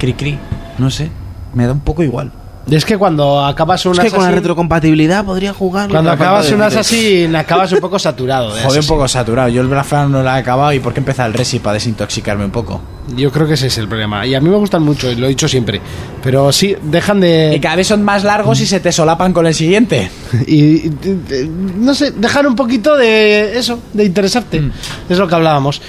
Speaker 4: cri cri, no sé, me da un poco igual.
Speaker 2: Es que cuando acabas un
Speaker 5: Es que con la
Speaker 2: Assassin-
Speaker 5: retrocompatibilidad podría jugar.
Speaker 2: Cuando
Speaker 5: Me falta
Speaker 2: acabas un
Speaker 5: decir eso.
Speaker 2: Assassin, acabas un poco saturado.
Speaker 4: *laughs*
Speaker 2: ¿eh? de
Speaker 4: Joder, un
Speaker 2: Assassin.
Speaker 4: poco saturado. Yo el Blafran no lo he acabado y por qué empezar el Resi para desintoxicarme un poco.
Speaker 2: Yo creo que ese es el problema. Y a mí me gustan mucho, y lo he dicho siempre. Pero sí, dejan
Speaker 4: Y
Speaker 5: Eh.
Speaker 2: de.
Speaker 4: cada vez son más largos y se te solapan con el siguiente.
Speaker 2: *laughs* y- y- y- no sé, dejar un poquito de eso, de interesarte.
Speaker 4: Mm.
Speaker 2: Es lo que hablábamos.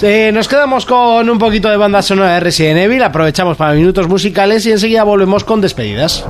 Speaker 2: Eh, nos quedamos con un poquito de banda sonora de Resident Evil, aprovechamos para minutos musicales y enseguida volvemos con despedidas.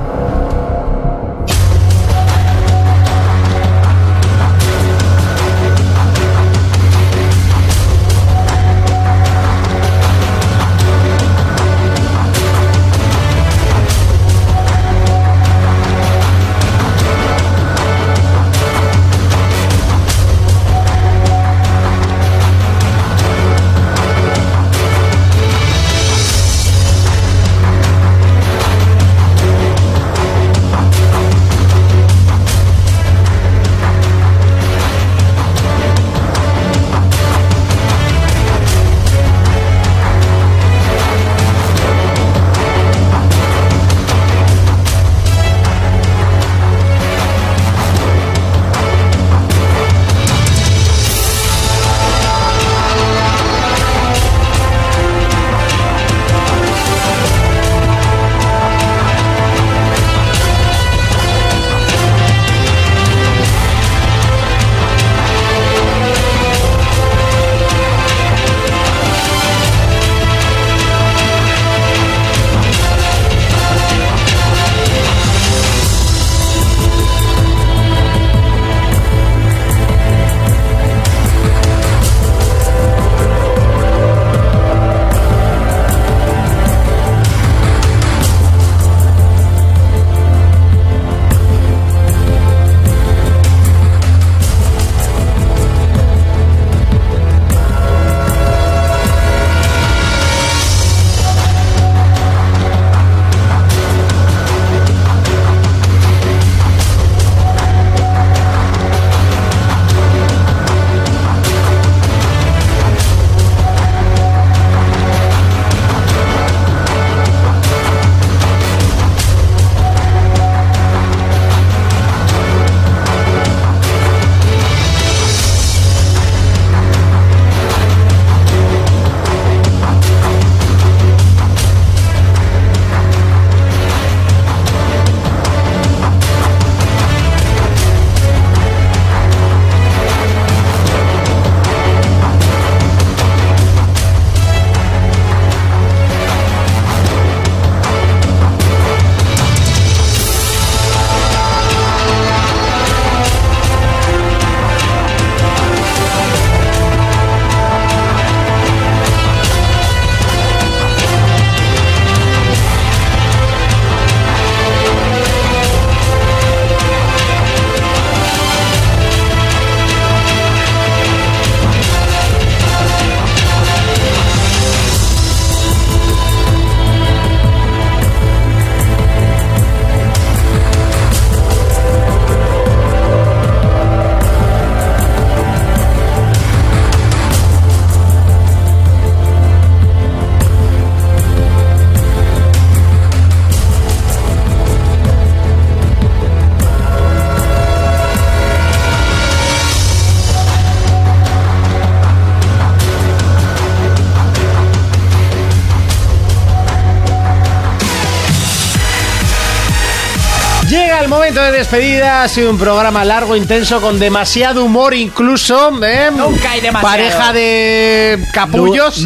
Speaker 2: momento de despedida. Ha sido un programa largo, intenso, con demasiado humor incluso. ¿eh?
Speaker 4: Nunca hay demasiado.
Speaker 2: Pareja de capullos.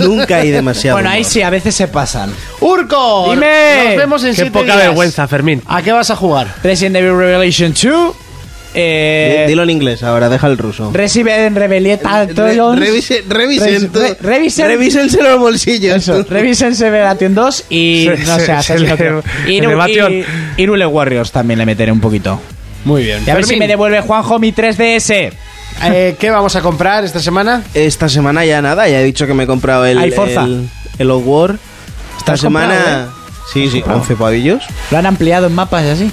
Speaker 4: Bueno, ahí sí, a veces se pasan.
Speaker 2: *laughs* ¡Urco!
Speaker 4: Dime.
Speaker 2: Nos vemos en
Speaker 4: Qué
Speaker 2: siete
Speaker 4: poca
Speaker 2: días.
Speaker 4: vergüenza,
Speaker 6: Fermín.
Speaker 2: ¿A qué vas a jugar?
Speaker 4: Resident Evil Revelation 2. Eh,
Speaker 5: Di- Dilo en inglés ahora, deja el ruso.
Speaker 4: Resident Rebelieta
Speaker 5: revise- revisen tú.
Speaker 4: revisen,
Speaker 5: Revísense los
Speaker 4: *laughs*
Speaker 5: bolsillos.
Speaker 4: Eso, revísense Veratión 2 y
Speaker 5: Se-
Speaker 4: no
Speaker 5: se-
Speaker 4: sé,
Speaker 5: se
Speaker 4: Assassin's
Speaker 5: le-
Speaker 4: Creed.
Speaker 5: se
Speaker 4: Y
Speaker 5: le
Speaker 4: Ru-
Speaker 5: batió.
Speaker 4: y- y Rule Warriors también le meteré un poquito.
Speaker 2: Muy bien.
Speaker 4: Y a ver si me devuelve Juanjo mi 3DS.
Speaker 2: Eh, ¿Qué vamos a comprar esta semana?
Speaker 5: Esta semana ya nada, ya he dicho que me he comprado el.
Speaker 4: Hay Forza.
Speaker 5: El, el Outward. Esta
Speaker 4: has
Speaker 5: semana.
Speaker 4: comprado, eh?
Speaker 5: Sí, sí, 11 pavillos.
Speaker 4: ¿Lo han ampliado en mapas y así?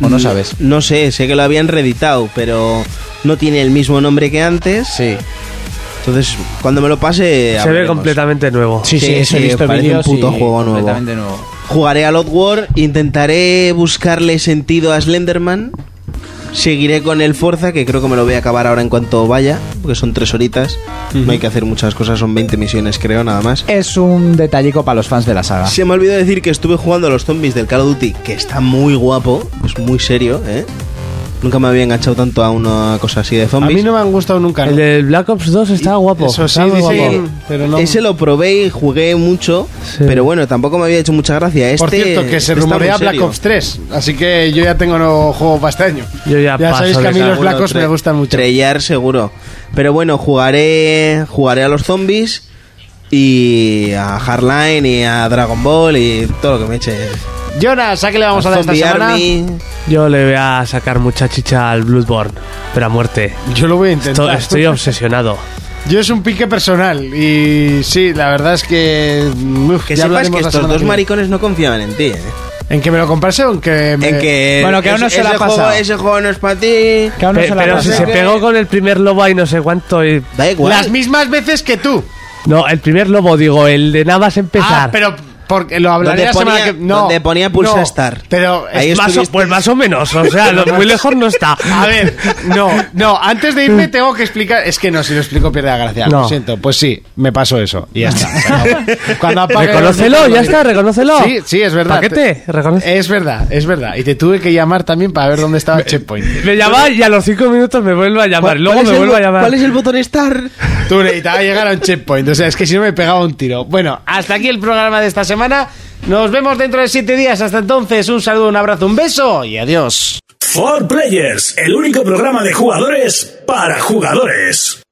Speaker 4: ¿O
Speaker 5: Mm,
Speaker 4: no sabes?
Speaker 5: No sé, sé que lo habían reeditado, pero no tiene el mismo nombre que antes.
Speaker 4: Sí.
Speaker 5: Entonces, cuando me lo pase.
Speaker 6: Se ve
Speaker 5: hablaremos.
Speaker 6: completamente nuevo.
Speaker 5: Sí, sí, eso he visto
Speaker 6: parece
Speaker 5: vídeos
Speaker 6: un puto
Speaker 5: y
Speaker 6: juego nuevo.
Speaker 5: completamente Jugaré al Outward, intentaré buscarle sentido a Slenderman. Seguiré con el Forza, que creo que me lo voy a acabar ahora en cuanto vaya, porque son tres horitas. No hay que hacer muchas cosas, son 20 misiones, creo, nada más.
Speaker 4: Es un detallico para los fans de la
Speaker 2: Ah.
Speaker 4: saga.
Speaker 5: Se me olvidó decir que estuve jugando a los zombies del Call of Duty, que está muy guapo, es muy serio, ¿eh? Nunca me había enganchado tanto a una cosa así de
Speaker 2: A
Speaker 5: zombies.
Speaker 2: mí no me han gustado nunca. ¿no?
Speaker 6: El del Black Ops 2 estaba guapo.
Speaker 2: Eso sí,
Speaker 6: estaba muy
Speaker 2: dicen,
Speaker 6: guapo.
Speaker 2: pero no.
Speaker 5: Ese lo probé y jugué mucho, pero bueno, tampoco me había hecho mucha gracia. Este
Speaker 2: Por cierto, que se
Speaker 5: está muy
Speaker 2: rumorea Black
Speaker 5: serio.
Speaker 2: Ops 3, así que yo ya tengo nuevo juego para este año.
Speaker 6: Yo ya,
Speaker 2: Ya sabéis que a mí los Black Ops me
Speaker 5: gustan mucho. Trellar seguro. Pero bueno, jugaré, jugaré a los zombies y a Hardline y a Dragon Ball y todo lo que me eche.
Speaker 2: Jonas, ¿a qué le vamos a, dar esta
Speaker 5: Zombie
Speaker 2: semana?
Speaker 5: Army.
Speaker 6: Yo le voy a sacar mucha chicha al Bloodborne, pero a muerte.
Speaker 2: Yo lo voy a
Speaker 6: intentar. Estoy, estoy obsesionado.
Speaker 2: Yo es un pique personal y sí, la verdad es que... uf,
Speaker 5: Que
Speaker 2: ya
Speaker 5: sepas
Speaker 2: hablaremos
Speaker 5: que
Speaker 2: la
Speaker 5: estos
Speaker 2: semana
Speaker 5: dos
Speaker 2: que viene.
Speaker 5: maricones no confiaban en ti. ¿eh?
Speaker 2: ¿En que me lo comprase o en que me...
Speaker 5: En que
Speaker 2: a
Speaker 5: ese- ese juego- Ese juego no es para ti.
Speaker 2: Ah,
Speaker 6: Pe- pero si se pegó con el primer lobo y no sé cuánto. y-
Speaker 5: Da igual.
Speaker 2: Las mismas veces que tú.
Speaker 6: No, el primer lobo, digo, el de nada más empezar.
Speaker 2: Ah, pero porque lo hablaré
Speaker 6: Donde
Speaker 2: la semana
Speaker 6: ponía-
Speaker 2: que... No,
Speaker 6: donde ponía pulsa
Speaker 2: no,
Speaker 6: start.
Speaker 2: Pero es-
Speaker 6: Ahí más o, pues más o menos, o sea, lo- muy lejos no está.
Speaker 2: A ver, no, no, antes de irme tengo que explicar. Es que no, si lo explico pierde la gracia.
Speaker 6: No.
Speaker 2: Lo siento, pues sí, me pasó eso. Y ya está.
Speaker 6: *laughs*
Speaker 2: Pero Cuando apague-
Speaker 6: Reconócelo, ya está, reconócelo.
Speaker 2: Sí, sí, es verdad.
Speaker 6: Paquete,
Speaker 2: Es verdad, es verdad. Y te tuve que llamar también para ver dónde estaba el checkpoint.
Speaker 6: Me llama y a los cinco minutos me vuelve a llamar. Luego me vuelve a llamar.
Speaker 5: el botón Star?
Speaker 2: Tú necesitabas llegar a un checkpoint. O sea, es que si no me pegaba un tiro. Bueno, hasta aquí el programa de esta semana. Nos vemos dentro de siete días. Hasta entonces, un saludo, un abrazo, un beso y adiós.
Speaker 11: For Players, el único programa de jugadores para jugadores.